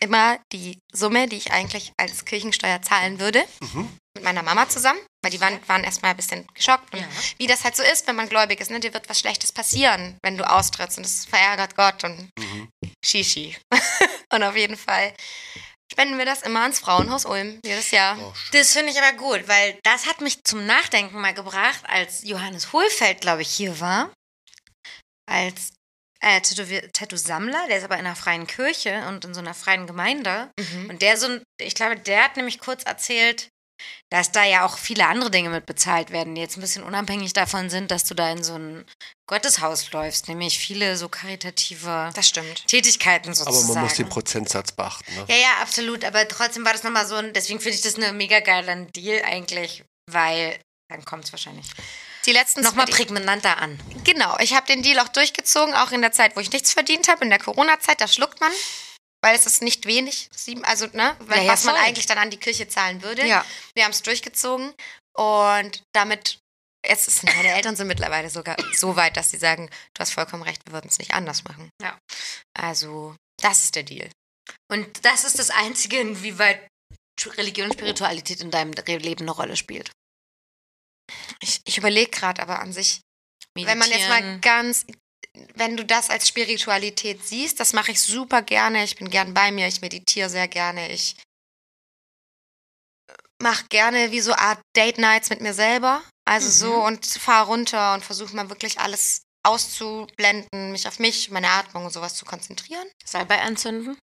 D: immer die Summe, die ich eigentlich als Kirchensteuer zahlen würde,
C: Mhm.
D: mit meiner Mama zusammen, weil die waren, waren erstmal ein bisschen geschockt. Und
A: Ja.
D: Wie das halt so ist, wenn man gläubig ist, ne? dir wird was Schlechtes passieren, wenn du austrittst und das verärgert Gott und
C: Mhm.
D: Shishi. und auf jeden Fall spenden wir das immer ans Frauenhaus Ulm jedes Jahr.
C: Oh, schön.
A: Das finde ich aber gut, weil das hat mich zum Nachdenken mal gebracht, als Johannes Hohlfeld, glaube ich, hier war. Als äh, Tätowier- Tattoo-Sammler, der ist aber in einer freien Kirche und in so einer freien Gemeinde.
D: Mhm.
A: Und der so, ein- ich glaube, der hat nämlich kurz erzählt, dass da ja auch viele andere Dinge mit bezahlt werden, die jetzt ein bisschen unabhängig davon sind, dass du da in so ein Gotteshaus läufst, nämlich viele so karitative
D: Das stimmt.
A: Tätigkeiten
C: Aber
A: sozusagen.
C: man muss den Prozentsatz beachten. Ne?
A: Ja, ja, absolut. Aber trotzdem war das nochmal so ein, deswegen finde ich das eine mega geilen Deal eigentlich, weil dann kommt es wahrscheinlich
D: Die letzten
A: nochmal
D: die-
A: prägnanter an.
D: Genau, ich habe den Deal auch durchgezogen, auch in der Zeit, wo ich nichts verdient habe, in der Corona-Zeit, da schluckt man, weil es ist nicht wenig, sieben, also ne,
A: Ja, ja,
D: was man
A: voll.
D: eigentlich dann an die Kirche zahlen würde.
A: Ja.
D: Wir haben es durchgezogen und damit, jetzt ist, meine Eltern sind mittlerweile sogar so weit, dass sie sagen, du hast vollkommen recht, wir würden es nicht anders machen.
A: Ja.
D: Also, das ist der Deal.
A: Und das ist das Einzige, inwieweit Religion und Spiritualität in deinem Re- Leben eine Rolle spielt.
D: Ich, ich überlege gerade aber an sich, wenn man jetzt mal ganz, wenn du das als Spiritualität siehst, das mache ich super gerne. Ich bin gern bei mir, ich meditiere sehr gerne, ich äh, mache gerne wie so Art Date Nights mit mir selber. Also
A: Mhm.
D: so und fahre runter und versuche mal wirklich alles auszublenden, mich auf mich, meine Atmung und sowas zu konzentrieren.
A: Salbei anzünden.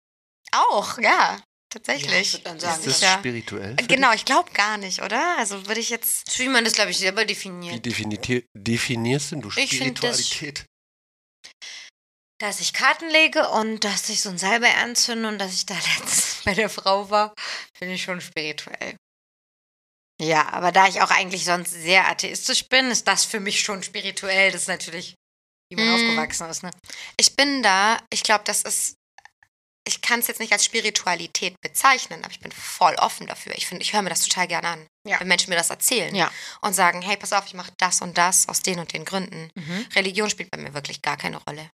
D: Auch, ja,
A: Ja, Äh,
D: tatsächlich.
A: ich würd dann
C: Ist
A: sagen,
C: das
D: ja.
C: spirituell?
D: Genau, ich glaube gar nicht, oder? Also würde ich jetzt
A: Das ist, wie man das, glaube ich, selber
C: Wie
A: definiert.
C: definiti- definierst denn du
A: Ich find das-
C: Spiritualität?
A: Dass ich Karten lege und dass ich so ein Salbei anzünde und dass ich da letztens bei der Frau war, finde ich schon spirituell. Ja, aber da ich auch eigentlich sonst sehr atheistisch bin, ist das für mich schon spirituell. Das ist natürlich, wie man
D: Mm.
A: aufgewachsen ist, ne?
D: Ich bin da, ich glaube, das ist, ich kann es jetzt nicht als Spiritualität bezeichnen, aber ich bin voll offen dafür. Ich finde, ich höre mir das total gerne an,
A: Ja.
D: wenn Menschen mir das erzählen
A: Ja.
D: und sagen, hey, pass auf, ich mache das und das aus den und den Gründen. Religion spielt bei mir wirklich gar keine Rolle.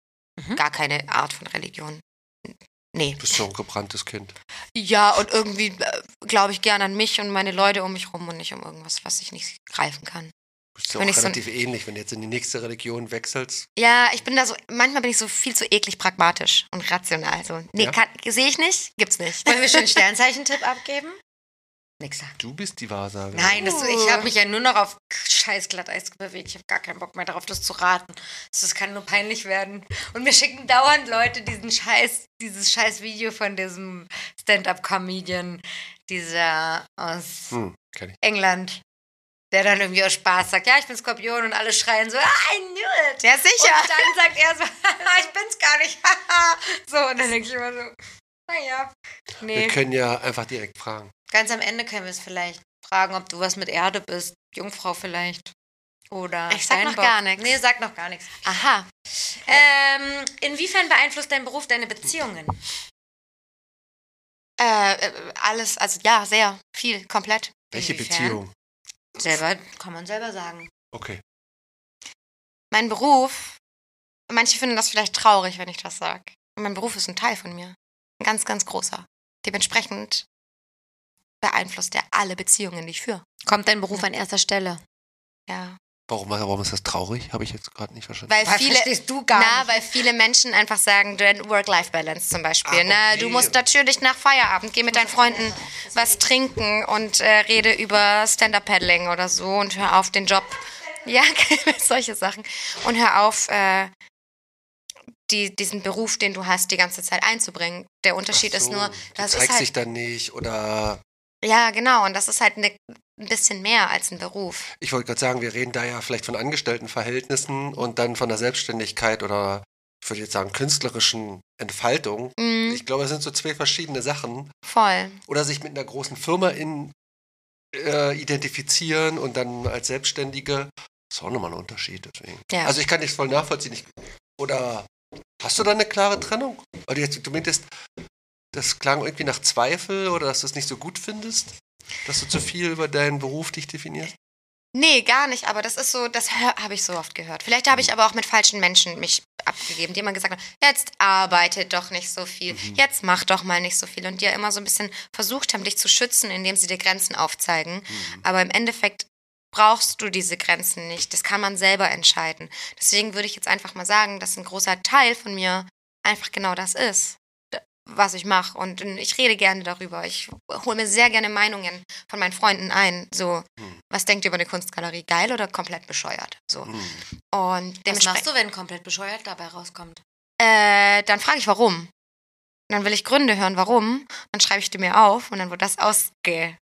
A: Mhm.
D: Gar keine Art von Religion. Nee.
C: Du bist so ein gebranntes Kind.
D: Ja, und irgendwie glaube ich gerne an mich und meine Leute um mich rum und nicht um irgendwas, was ich nicht greifen kann.
C: Du bist ja auch
D: Wenn ich so ein-
C: relativ ähnlich, wenn du jetzt in die nächste Religion wechselst.
D: Ja, ich bin da so, manchmal bin ich so viel zu eklig pragmatisch und rational. So, nee,
C: Ja.
D: kann- sehe ich nicht, gibt's nicht.
A: Wollen wir schon einen Sternzeichentipp abgeben? Nix sagen.
C: Du bist die Wahrsagerin.
A: Nein, das, ich
D: Oh.
A: habe mich ja nur noch auf scheiß Glatteis bewegt. Ich habe gar keinen Bock mehr darauf, das zu raten. Das, das kann nur peinlich werden. Und mir schicken dauernd Leute diesen scheiß, dieses scheiß Video von diesem Stand-up-Comedian, dieser aus
C: Hm, kenn ich.
A: England, der dann irgendwie aus Spaß sagt, ja, ich bin Skorpion und alle schreien so, ah, I knew it.
D: Ja, sicher.
A: Und dann sagt er so, haha, ich bin's gar nicht. haha. so, und dann denke ich immer so, naja.
C: Wir
A: Nee.
C: können ja einfach direkt fragen.
A: Ganz am Ende können wir es vielleicht fragen, ob du was mit Erde bist. Jungfrau vielleicht. Oder
D: Ich sag noch
A: Steinbock.
D: gar nichts.
A: Nee, sag noch gar nichts.
D: Aha.
A: Ähm, inwiefern beeinflusst dein Beruf deine Beziehungen?
D: Äh, äh, alles, also ja, sehr viel, komplett.
C: Welche
A: Inwiefern?
C: Beziehung?
A: Selber, kann man selber sagen.
C: Okay.
D: Mein Beruf, manche finden das vielleicht traurig, wenn ich das sage. Mein Beruf ist ein Teil von mir. Ein ganz, ganz großer. Dementsprechend beeinflusst er alle Beziehungen, die ich führe.
A: Kommt dein Beruf an erster Stelle?
D: Ja.
C: Warum, warum ist das traurig? Habe ich jetzt gerade nicht verstanden.
D: Weil
E: Weil
D: viele,
E: verstehst du gar
D: na,
E: nicht.
D: weil viele Menschen einfach sagen, du- Work-Life-Balance zum Beispiel.
C: Ah,
D: ne?
C: okay.
D: Du musst natürlich nach Feierabend gehen mit deinen Freunden was trinken und äh, rede über Stand-Up-Paddling oder so und hör auf den Job. Ja, solche Sachen. Und hör auf, äh, die, diesen Beruf, den du hast, die ganze Zeit einzubringen. Der Unterschied ist nur, das
C: das
D: ist
C: zeigt
D: halt,
C: sich dann nicht oder
D: ja genau, und das ist halt ne, ein bisschen mehr als ein Beruf.
C: Ich wollte gerade sagen, wir reden da ja vielleicht von Angestelltenverhältnissen und dann von der Selbstständigkeit oder ich würde jetzt sagen künstlerischen Entfaltung.
D: Mhm,
C: Ich glaube, es sind so zwei verschiedene Sachen.
D: voll.
C: Oder sich mit einer großen Firma in, äh, identifizieren und dann als Selbstständige. Das ist auch nochmal ein Unterschied. Deswegen.
D: Ja.
C: Also ich kann dich voll nachvollziehen. Ich, oder hast du da eine klare Trennung? Oder jetzt zumindest, das klang irgendwie nach Zweifel oder dass du es nicht so gut findest, dass du zu viel über deinen Beruf dich definierst.
D: Nee, gar nicht, aber das ist so, das hör- habe ich so oft gehört. Vielleicht habe ich aber auch mit falschen Menschen mich abgegeben, die immer gesagt haben, jetzt arbeite doch nicht so viel, jetzt mach doch mal nicht so viel und die ja immer so ein bisschen versucht haben, dich zu schützen, indem sie dir Grenzen aufzeigen. Aber im Endeffekt brauchst du diese Grenzen nicht, das kann man selber entscheiden. Deswegen würde ich jetzt einfach mal sagen, dass ein großer Teil von mir einfach genau das ist, d- was ich mache und ich rede gerne darüber. Ich hole mir sehr gerne Meinungen von meinen Freunden ein, so was denkt ihr über eine Kunstgalerie? Geil oder komplett bescheuert? So.
C: Mhm. Hm.
D: Und
A: Was machst
D: dementsprechend.
A: du, wenn komplett bescheuert dabei rauskommt?
D: Äh, dann frage ich, warum. Dann will ich Gründe hören, warum. Dann schreibe ich die mir auf und dann wird das ausge.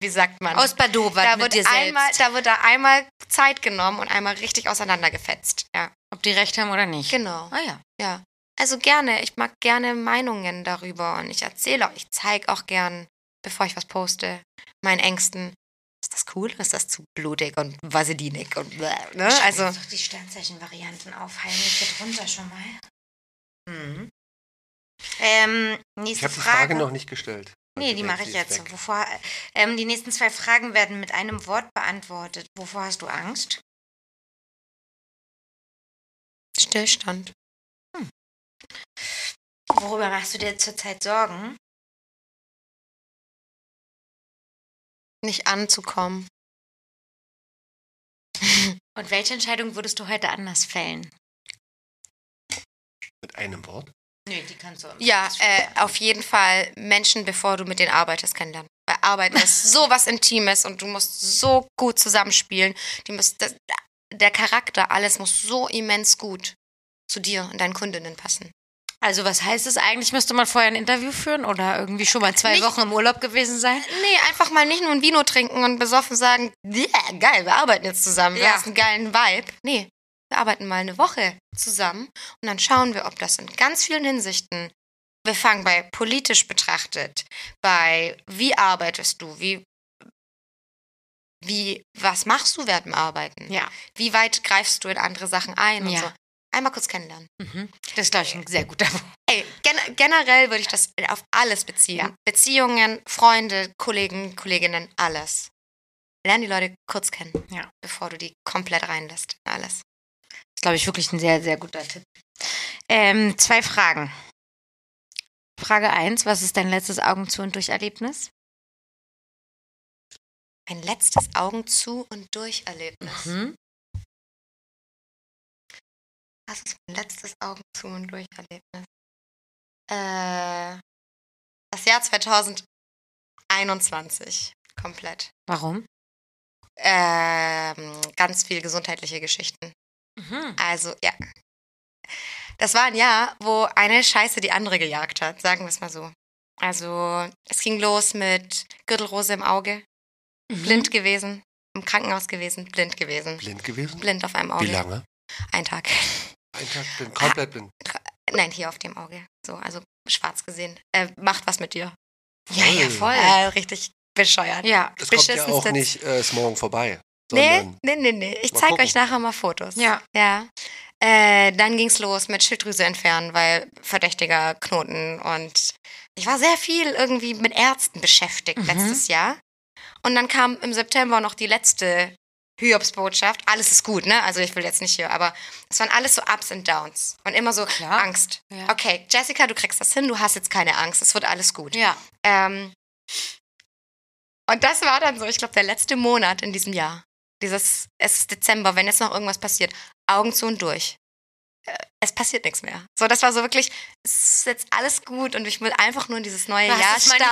D: Wie sagt man?
A: Aus Badova
D: da,
A: mit
D: wird
A: dir
D: einmal,
A: selbst.
D: da wird da einmal Zeit genommen und einmal richtig auseinandergefetzt. Ja,
A: Ob die recht haben oder nicht.
D: genau.
A: Ah ja.
D: Ja. Also gerne, ich mag gerne Meinungen darüber und ich erzähle auch, ich zeige auch gern, bevor ich was poste, meinen Ängsten. Ist das cool? Ist das zu blutig und vaselinig und bläh, ne? Also,
A: doch die Sternzeichen-Varianten aufheilen. Ich gehe drunter schon mal. Mhm. Ähm,
C: Ich
A: nächste
C: habe die Frage noch nicht gestellt. Also
A: Nee, die mache ich jetzt. Wovor, ähm, die nächsten zwei Fragen werden mit einem Wort beantwortet. Wovor hast du Angst?
D: Stillstand.
A: Worüber machst du dir zurzeit Sorgen?
D: Nicht anzukommen.
A: Und welche Entscheidung würdest du heute anders fällen?
C: Mit einem Wort.
A: Nö, die kannst du.
D: Ja, äh, auf jeden Fall Menschen, bevor du mit denen arbeitest, kennenlernen. Weil Arbeiten ist sowas Intimes und du musst so gut zusammenspielen. Die müssen, das, der Charakter, alles muss so immens gut zu dir und deinen Kundinnen passen.
A: Also was heißt es eigentlich? Müsste man vorher ein Interview führen oder irgendwie schon mal zwei
D: Nicht-
A: Wochen im Urlaub gewesen sein?
D: Nee, einfach mal nicht nur ein Vino trinken und besoffen sagen, yeah, geil, wir arbeiten jetzt zusammen, wir
A: Ja.
D: haben einen geilen Vibe. Nee, wir arbeiten mal eine Woche zusammen und dann schauen wir, ob das in ganz vielen Hinsichten, wir fangen bei politisch betrachtet, bei wie arbeitest du, wie, wie, was machst du während dem Arbeiten?
A: Ja.
D: Wie weit greifst du in andere Sachen ein und
A: Ja.
D: so. Einmal kurz kennenlernen.
A: Mhm. Das ist, glaube ich, ein sehr guter Punkt.
D: Ey, gen generell würde ich das auf alles beziehen.
A: Ja.
D: Beziehungen, Freunde, Kollegen, Kolleginnen, alles. Lern die Leute kurz kennen,
A: Ja.
D: bevor du die komplett reinlässt. Alles.
A: Das ist, glaube ich, wirklich ein sehr, sehr guter Tipp. Ähm, zwei Fragen. Frage 1, was ist dein letztes Augen zu und durch Erlebnis?
D: Ein letztes Augen zu und durch Erlebnis.
A: Mhm.
D: Was ist mein letztes Augen zu und durch Erlebnis? Äh, das Jahr 2021. Komplett.
A: Warum?
D: Ähm, ganz viel gesundheitliche Geschichten.
A: Mhm.
D: Also, ja. Das war ein Jahr, wo eine Scheiße die andere gejagt hat, sagen wir es mal so. Also, es ging los mit Gürtelrose im Auge,
C: Mhm.
D: blind gewesen, im Krankenhaus gewesen, blind gewesen.
C: Blind gewesen?
D: Blind auf einem
C: Wie
D: Auge.
C: lange?
D: Ein Tag.
C: Ein Tag blind, komplett blind.
D: Nein, hier auf dem Auge. So, also schwarz gesehen. Äh, macht was mit dir.
A: Ja, ja,
C: Voll.
A: voll.
D: Äh, richtig bescheuert.
A: ja.
C: Es kommt ja
D: beschissenste-
C: auch nicht, äh, ist morgen vorbei.
D: Nee,
C: Sondern
D: nee, nee, nee. Ich
C: Mal
D: zeige
C: gucken.
D: euch nachher mal Fotos.
A: Ja.
D: Ja. Äh, dann ging's los mit Schilddrüse entfernen, weil verdächtiger Knoten und ich war sehr viel irgendwie mit Ärzten beschäftigt
A: Mhm.
D: letztes Jahr. Und dann kam im September noch die letzte Hyobsbotschaft. Alles ist gut, ne? Also ich will jetzt nicht hier, aber es waren alles so Ups und Downs und immer so
A: Klar.
D: Angst.
A: Ja.
D: Okay, Jessica, du kriegst das hin, du hast jetzt keine Angst, es wird alles gut.
A: Ja.
D: Ähm, und das war dann so, ich glaube, der letzte Monat in diesem Jahr. Dieses, es ist Dezember, wenn jetzt noch irgendwas passiert, Augen zu und durch. Äh, Es passiert nichts mehr. So, das war so wirklich, es ist jetzt alles gut und ich will einfach nur in dieses neue
A: Du hast
D: Jahr
A: es
D: starten.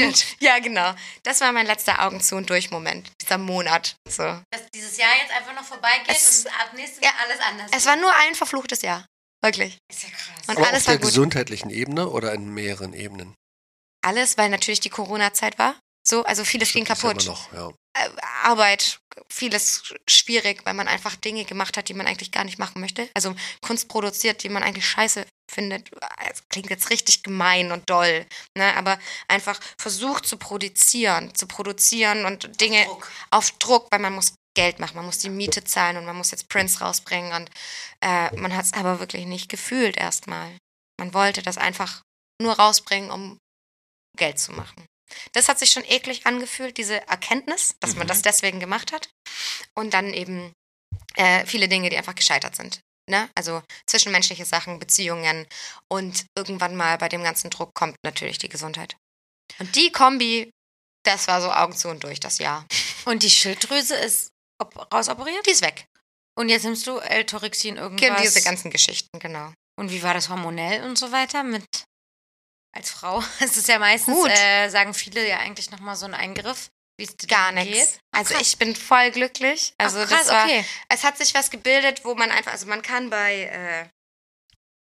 A: manifestiert.
D: Ja, genau. Das war mein letzter Augen zu und durch Moment, dieser Monat. So.
A: Dass dieses Jahr jetzt einfach noch vorbeigeht
D: Es-
A: und ab nächstes
D: ja,
A: Jahr alles anders
D: Es war nur ein verfluchtes Jahr. Wirklich.
A: ist ja krass.
D: Und
C: Aber
D: alles
C: auf
D: war
C: der
D: gut.
C: gesundheitlichen Ebene oder in mehreren Ebenen?
D: Alles, weil natürlich die Corona-Zeit war. So, also vieles ging
C: Das ist ja
D: kaputt.
C: Immer noch, ja.
D: Äh, Arbeit, vieles sch- schwierig, weil man einfach Dinge gemacht hat, die man eigentlich gar nicht machen möchte. Also Kunst produziert, die man eigentlich scheiße findet. Es klingt jetzt richtig gemein und doll, ne? aber einfach versucht zu produzieren, zu produzieren und Dinge
A: Druck.
D: auf Druck, weil man muss Geld machen, man muss die Miete zahlen und man muss jetzt Prints rausbringen und äh, man hat es aber wirklich nicht gefühlt erstmal. Man wollte das einfach nur rausbringen, um Geld zu machen. Das hat sich schon eklig angefühlt, diese Erkenntnis, dass man
B: Mhm.
D: das deswegen gemacht hat. Und dann eben äh, viele Dinge, die einfach gescheitert sind. Ne? Also zwischenmenschliche Sachen, Beziehungen und irgendwann mal bei dem ganzen Druck kommt natürlich die Gesundheit. Und die Kombi, das war so Augen zu und durch das Jahr.
A: Und die Schilddrüse ist op rausoperiert?
D: Die ist weg.
A: Und jetzt nimmst du L-Torexin
D: Genau,
A: irgendwas.
D: diese ganzen Geschichten, genau.
A: und wie war das hormonell und so weiter mit als Frau? Es ist ja meistens,
D: Gut.
A: äh, sagen viele ja eigentlich nochmal so ein Eingriff, wie es dir
D: Gar
A: dann
D: nichts.
A: geht.
D: Also
A: krass.
D: ich bin voll glücklich. Also
A: Ach, krass,
D: das war,
A: okay.
D: es hat sich was gebildet, wo man einfach, also man kann bei äh,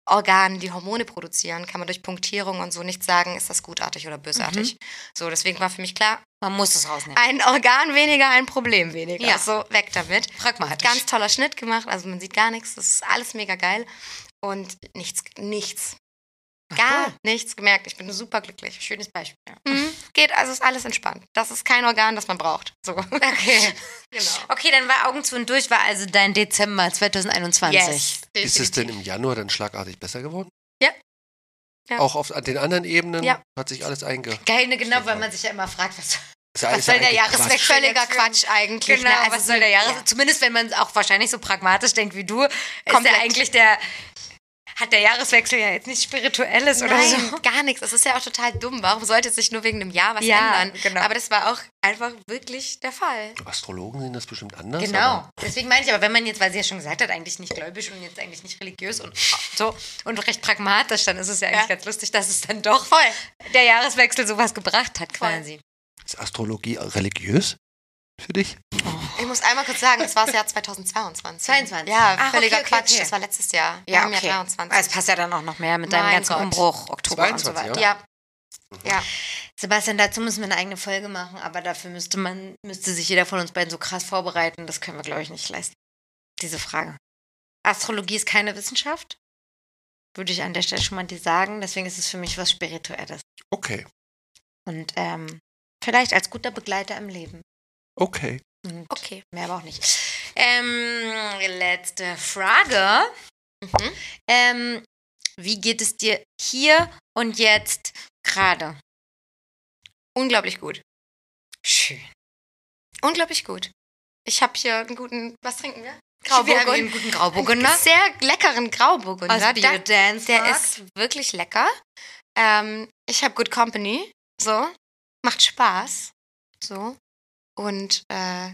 D: Organen, die Hormone produzieren, kann man durch Punktierung und so nicht sagen, ist das gutartig oder bösartig. So, deswegen war für mich klar,
A: Man muss es rausnehmen.
D: ein Organ weniger, ein Problem weniger.
A: Ja.
D: So, weg damit.
A: Pragmatisch.
D: Ganz toller Schnitt gemacht, also man sieht gar nichts, das ist alles mega geil. Und nichts, nichts. Gar nichts gemerkt. Ich bin super glücklich.
A: Schönes Beispiel. Ja.
D: Mhm. Geht, also ist alles entspannt. Das ist kein Organ, das man braucht. So. Okay. genau.
A: Okay, dann war Augen zu und durch, war also dein Dezember 2021.
D: Yes.
C: Ist es denn im Januar dann schlagartig besser geworden?
D: Ja. Ja.
C: Auch auf an den anderen Ebenen
D: Ja.
C: hat sich alles einge.
A: Geil, ne, genau, weil man sich ja immer fragt,
C: Ist
A: was,
C: ja
A: was
C: alles
A: soll der
C: eigentlich
A: Jahreswechsel?
C: Quatsch.
D: Völliger Quatsch eigentlich.
A: Genau,
D: ne? Also
A: was soll der Jahres...
D: ja.
A: Zumindest wenn man auch wahrscheinlich so pragmatisch denkt wie du, ist
D: Komplett.
A: ja eigentlich der... Hat der Jahreswechsel ja jetzt nichts Spirituelles oder so.
D: Nein, gar nichts. Es ist ja auch total dumm. Warum sollte sich nur wegen einem Jahr was
A: Ja,
D: ändern?
A: genau.
D: Aber das war auch einfach wirklich der Fall.
C: Astrologen sehen das bestimmt anders. aber-
A: Genau. Deswegen meine ich aber, wenn man jetzt, weil sie ja schon gesagt hat, eigentlich nicht gläubig und jetzt eigentlich nicht religiös und so und recht pragmatisch, dann ist es ja eigentlich
D: Ja.
A: ganz lustig, dass es dann doch voll der Jahreswechsel sowas gebracht hat
D: Voll.
A: quasi.
C: Ist Astrologie religiös für dich?
D: Ich muss einmal kurz sagen, es war das Jahr 2022.
A: 22.
D: Ja,
A: Ach,
D: völliger
A: okay, okay,
D: Quatsch.
A: okay.
D: Das war letztes Jahr. Wir haben Ja, 23.
A: Also es passt ja dann auch noch mehr mit deinem
D: Mein
A: ganzen
D: Gott.
A: Umbruch, Oktober und so
C: 22,
A: weiter.
C: ja.
D: ja. ja.
A: Sebastian, dazu müssen wir eine eigene Folge machen, aber dafür müsste man, müsste sich jeder von uns beiden so krass vorbereiten. Das können wir, glaube ich, nicht leisten. Diese Frage. Astrologie ist keine Wissenschaft. Würde ich an der Stelle schon mal dir sagen. Deswegen ist es für mich was Spirituelles.
C: Okay,
A: Und ähm, vielleicht als guter Begleiter im Leben.
C: okay.
A: Und
D: Okay.
A: mehr aber auch nicht. Ähm, letzte Frage.
D: Mhm.
A: Ähm, wie geht es dir hier und jetzt gerade?
D: Unglaublich gut.
A: Schön.
D: Unglaublich gut. Ich habe hier einen guten. Was trinken wir?
A: Wir haben hier einen guten Grauburgunder.
D: Einen Sehr leckeren Grauburgunder.
A: Aus
D: Da-
A: Biodance.
D: Der ist wirklich lecker. Ähm, ich habe Good Company. So. Macht Spaß. So. Und äh,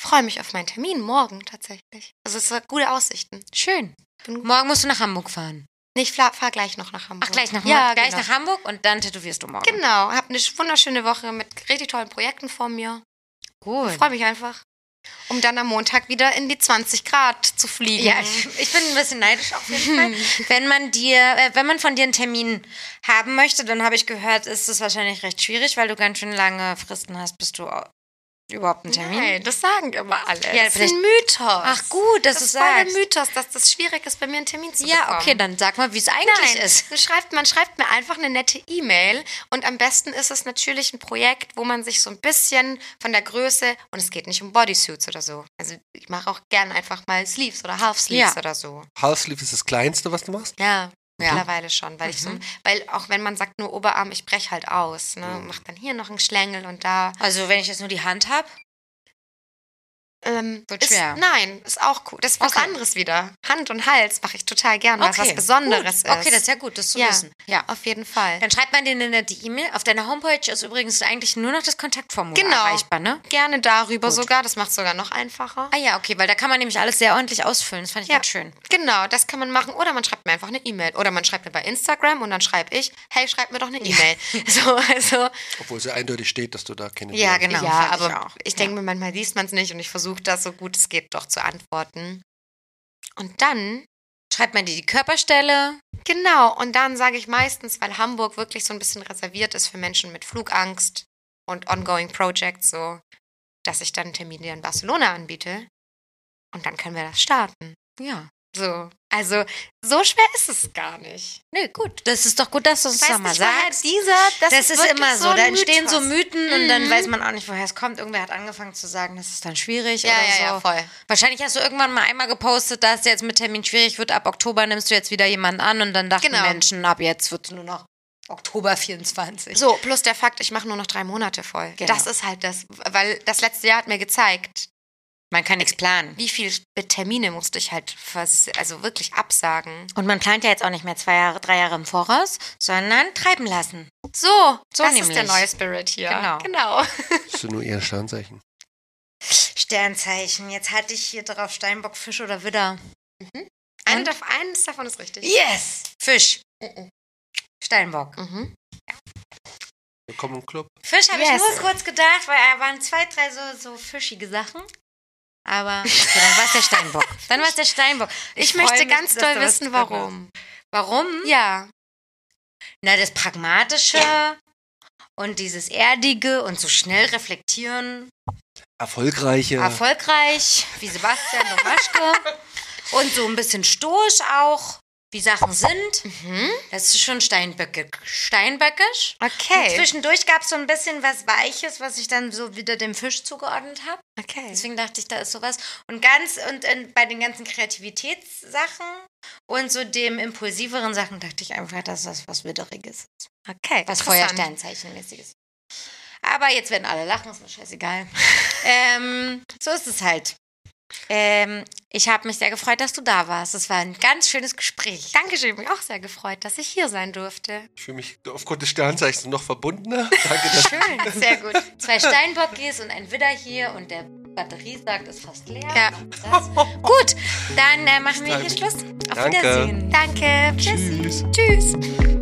D: freue mich auf meinen Termin morgen tatsächlich. Also es sind gute Aussichten.
A: schön.
D: Bin-
A: Morgen musst du nach Hamburg fahren.
D: Nee, ich fahre fahr gleich noch nach Hamburg.
A: Ach, gleich nach,
D: ja,
A: gleich
D: genau.
A: nach Hamburg und dann tätowierst du morgen.
D: Genau. Habe eine sch- wunderschöne Woche mit richtig tollen Projekten vor mir.
A: Gut.
D: Freue mich einfach. Um dann am Montag wieder in die 20 Grad zu fliegen.
A: Ja, ich, ich bin ein bisschen neidisch auf jeden Fall. Wenn man dir, äh, wenn man von dir einen Termin haben möchte, dann habe ich gehört, ist es wahrscheinlich recht schwierig, weil du ganz schön lange Fristen hast, bis du au- überhaupt einen Termin.
D: Nein, das sagen immer alle.
A: Ja,
D: das ist
A: vielleicht-
D: ein Mythos.
A: Ach gut, dass
D: Das
A: du
D: ist voll der
A: sagst.
D: Mythos, dass das schwierig ist, bei mir einen Termin zu bekommen.
A: Ja, okay, dann sag mal, wie es eigentlich
D: Nein,
A: ist.
D: Man schreibt, man schreibt mir einfach eine nette E-Mail und am besten ist es natürlich ein Projekt, wo man sich so ein bisschen von der Größe und es geht nicht um Bodysuits oder so. Also ich mache auch gern einfach mal Sleeves oder Half Sleeves
A: Ja.
D: oder so.
C: Halfsleeve ist das Kleinste, was du machst?
D: Ja. Mhm.
A: Ja.
D: Mittlerweile schon, weil ich so, weil auch wenn man sagt nur Oberarm, ich breche halt aus, ne,
C: Mhm.
D: mach dann hier noch einen Schlängel und da.
A: Also wenn ich jetzt nur die Hand habe,
D: Ähm,
A: Wird
D: ist,
A: schwer.
D: Nein, ist auch cool. Das ist was
A: Okay.
D: anderes wieder. Hand und Hals mache ich total gern, weil es was
A: gut.
D: Besonderes ist.
A: Okay, das ist ja gut, das zu
D: Ja.
A: wissen. Ja.
D: Auf jeden Fall.
A: Dann schreibt man denen in der die E-Mail. Auf deiner Homepage ist übrigens eigentlich nur noch das Kontaktformular
D: Genau.
A: erreichbar, ne?
D: Gerne darüber sogar. Das macht es sogar noch einfacher.
A: Ah ja, okay, weil da kann man nämlich alles sehr ordentlich ausfüllen. Das fand ich
D: Ja.
A: ganz schön.
D: Genau, das kann man machen. Oder man schreibt mir einfach eine E-Mail. Oder man schreibt mir bei Instagram und dann schreibe ich, hey, schreib mir doch eine E-Mail. So, also,
C: Obwohl es ja eindeutig steht, dass du da keine
D: ja,
C: Bilanz-
D: genau.
A: genau,
D: Ja,
A: fand ich
D: aber
A: auch.
D: ich, denke mir, manchmal liest man es nicht und ich versuche das so gut es geht doch zu antworten. Und dann
A: Schreibt man dir die Körperstelle.
D: Genau, und dann sage ich meistens, weil Hamburg wirklich so ein bisschen reserviert ist für Menschen mit Flugangst und ongoing Projects, so, dass ich dann Termine in Barcelona anbiete. Und dann können wir das starten.
A: Ja.
D: So. Also, so schwer ist es gar nicht.
A: Nö, gut. Das ist doch gut, dass du uns das
D: Weißt
A: mal
D: nicht, woher
A: sagst.
D: dieser, halt das,
A: Das, ist
D: wirklich
A: immer so. da entstehen so
D: Mythos.
A: Mythen und dann
D: Mhm.
A: weiß man auch nicht, woher es kommt. Irgendwer hat angefangen zu sagen, das ist dann schwierig
D: Ja,
A: oder
D: ja,
A: so.
D: ja, voll.
A: Wahrscheinlich hast du irgendwann mal einmal gepostet, dass jetzt mit Termin schwierig wird. Ab Oktober nimmst du jetzt wieder jemanden an und dann dachten
D: Genau.
A: Menschen, ab jetzt wird es nur noch Oktober 24.
D: So, plus der Fakt, ich mache nur noch drei Monate voll.
A: Genau.
D: Das ist halt das, weil das letzte Jahr hat mir gezeigt,
A: Man kann nichts planen.
D: wie viele Termine musste ich halt, vers also wirklich absagen.
A: Und man plant ja jetzt auch nicht mehr zwei Jahre, drei Jahre im Voraus, sondern treiben lassen.
D: So,
A: So
D: das ist
A: nämlich.
D: der neue Spirit hier.
A: Genau.
D: genau.
C: Das sind nur eher Sternzeichen.
A: Sternzeichen. Jetzt hatte ich hier drauf Steinbock, Fisch oder Widder.
D: Eine
A: Und?
D: dav eins davon ist richtig.
A: Yes! Fisch. Steinbock.
D: Mhm.
C: Willkommen im Club.
A: Fisch habe
D: Yes.
A: ich nur kurz gedacht, weil da waren zwei, drei so, so fischige Sachen. Aber okay, dann war es der Steinbock. Dann war es der Steinbock.
D: Ich,
A: freu
D: möchte
A: mich,
D: ganz
A: dass
D: doll
A: da was
D: wissen,
A: drin war.
D: warum.
A: Warum?
D: Ja.
A: Na, das Pragmatische und dieses Erdige und so schnell reflektieren.
C: Erfolgreiche.
A: Erfolgreich, wie Sebastian Domaschke. und so ein bisschen stoisch auch, wie Sachen sind.
D: Mhm.
A: Das ist schon steinböckisch. steinböckisch. Und
D: Okay.
A: zwischendurch gab es so ein bisschen was Weiches, was ich dann so wieder dem Fisch zugeordnet habe.
D: Okay.
A: Deswegen dachte ich, da ist sowas. Und ganz, und in, bei den ganzen Kreativitätssachen und so dem impulsiveren Sachen dachte ich einfach, dass das was Widderiges ist.
D: Okay.
A: Was
D: Interessant.
A: Feuersternzeichenmäßiges. Aber jetzt werden alle lachen, ist mir scheißegal. ähm, so ist es halt. Ähm, ich habe mich sehr gefreut, dass du da warst. Es war ein ganz schönes Gespräch.
D: Dankeschön. Ich bin auch sehr gefreut, dass ich hier sein durfte.
C: Ich fühle mich aufgrund des Sternzeichens noch verbundener. Danke, dass
D: Schön. Sehr gut.
A: Zwei Steinbockis und ein Widder hier und der Batteriesack ist fast leer.
D: Ja.
A: Das. Gut, dann äh, machen wir hier
C: Danke.
A: Schluss. Auf
C: Danke.
A: Wiedersehen.
D: Danke. Tschüss.
C: Tschüss.
D: Tschüss.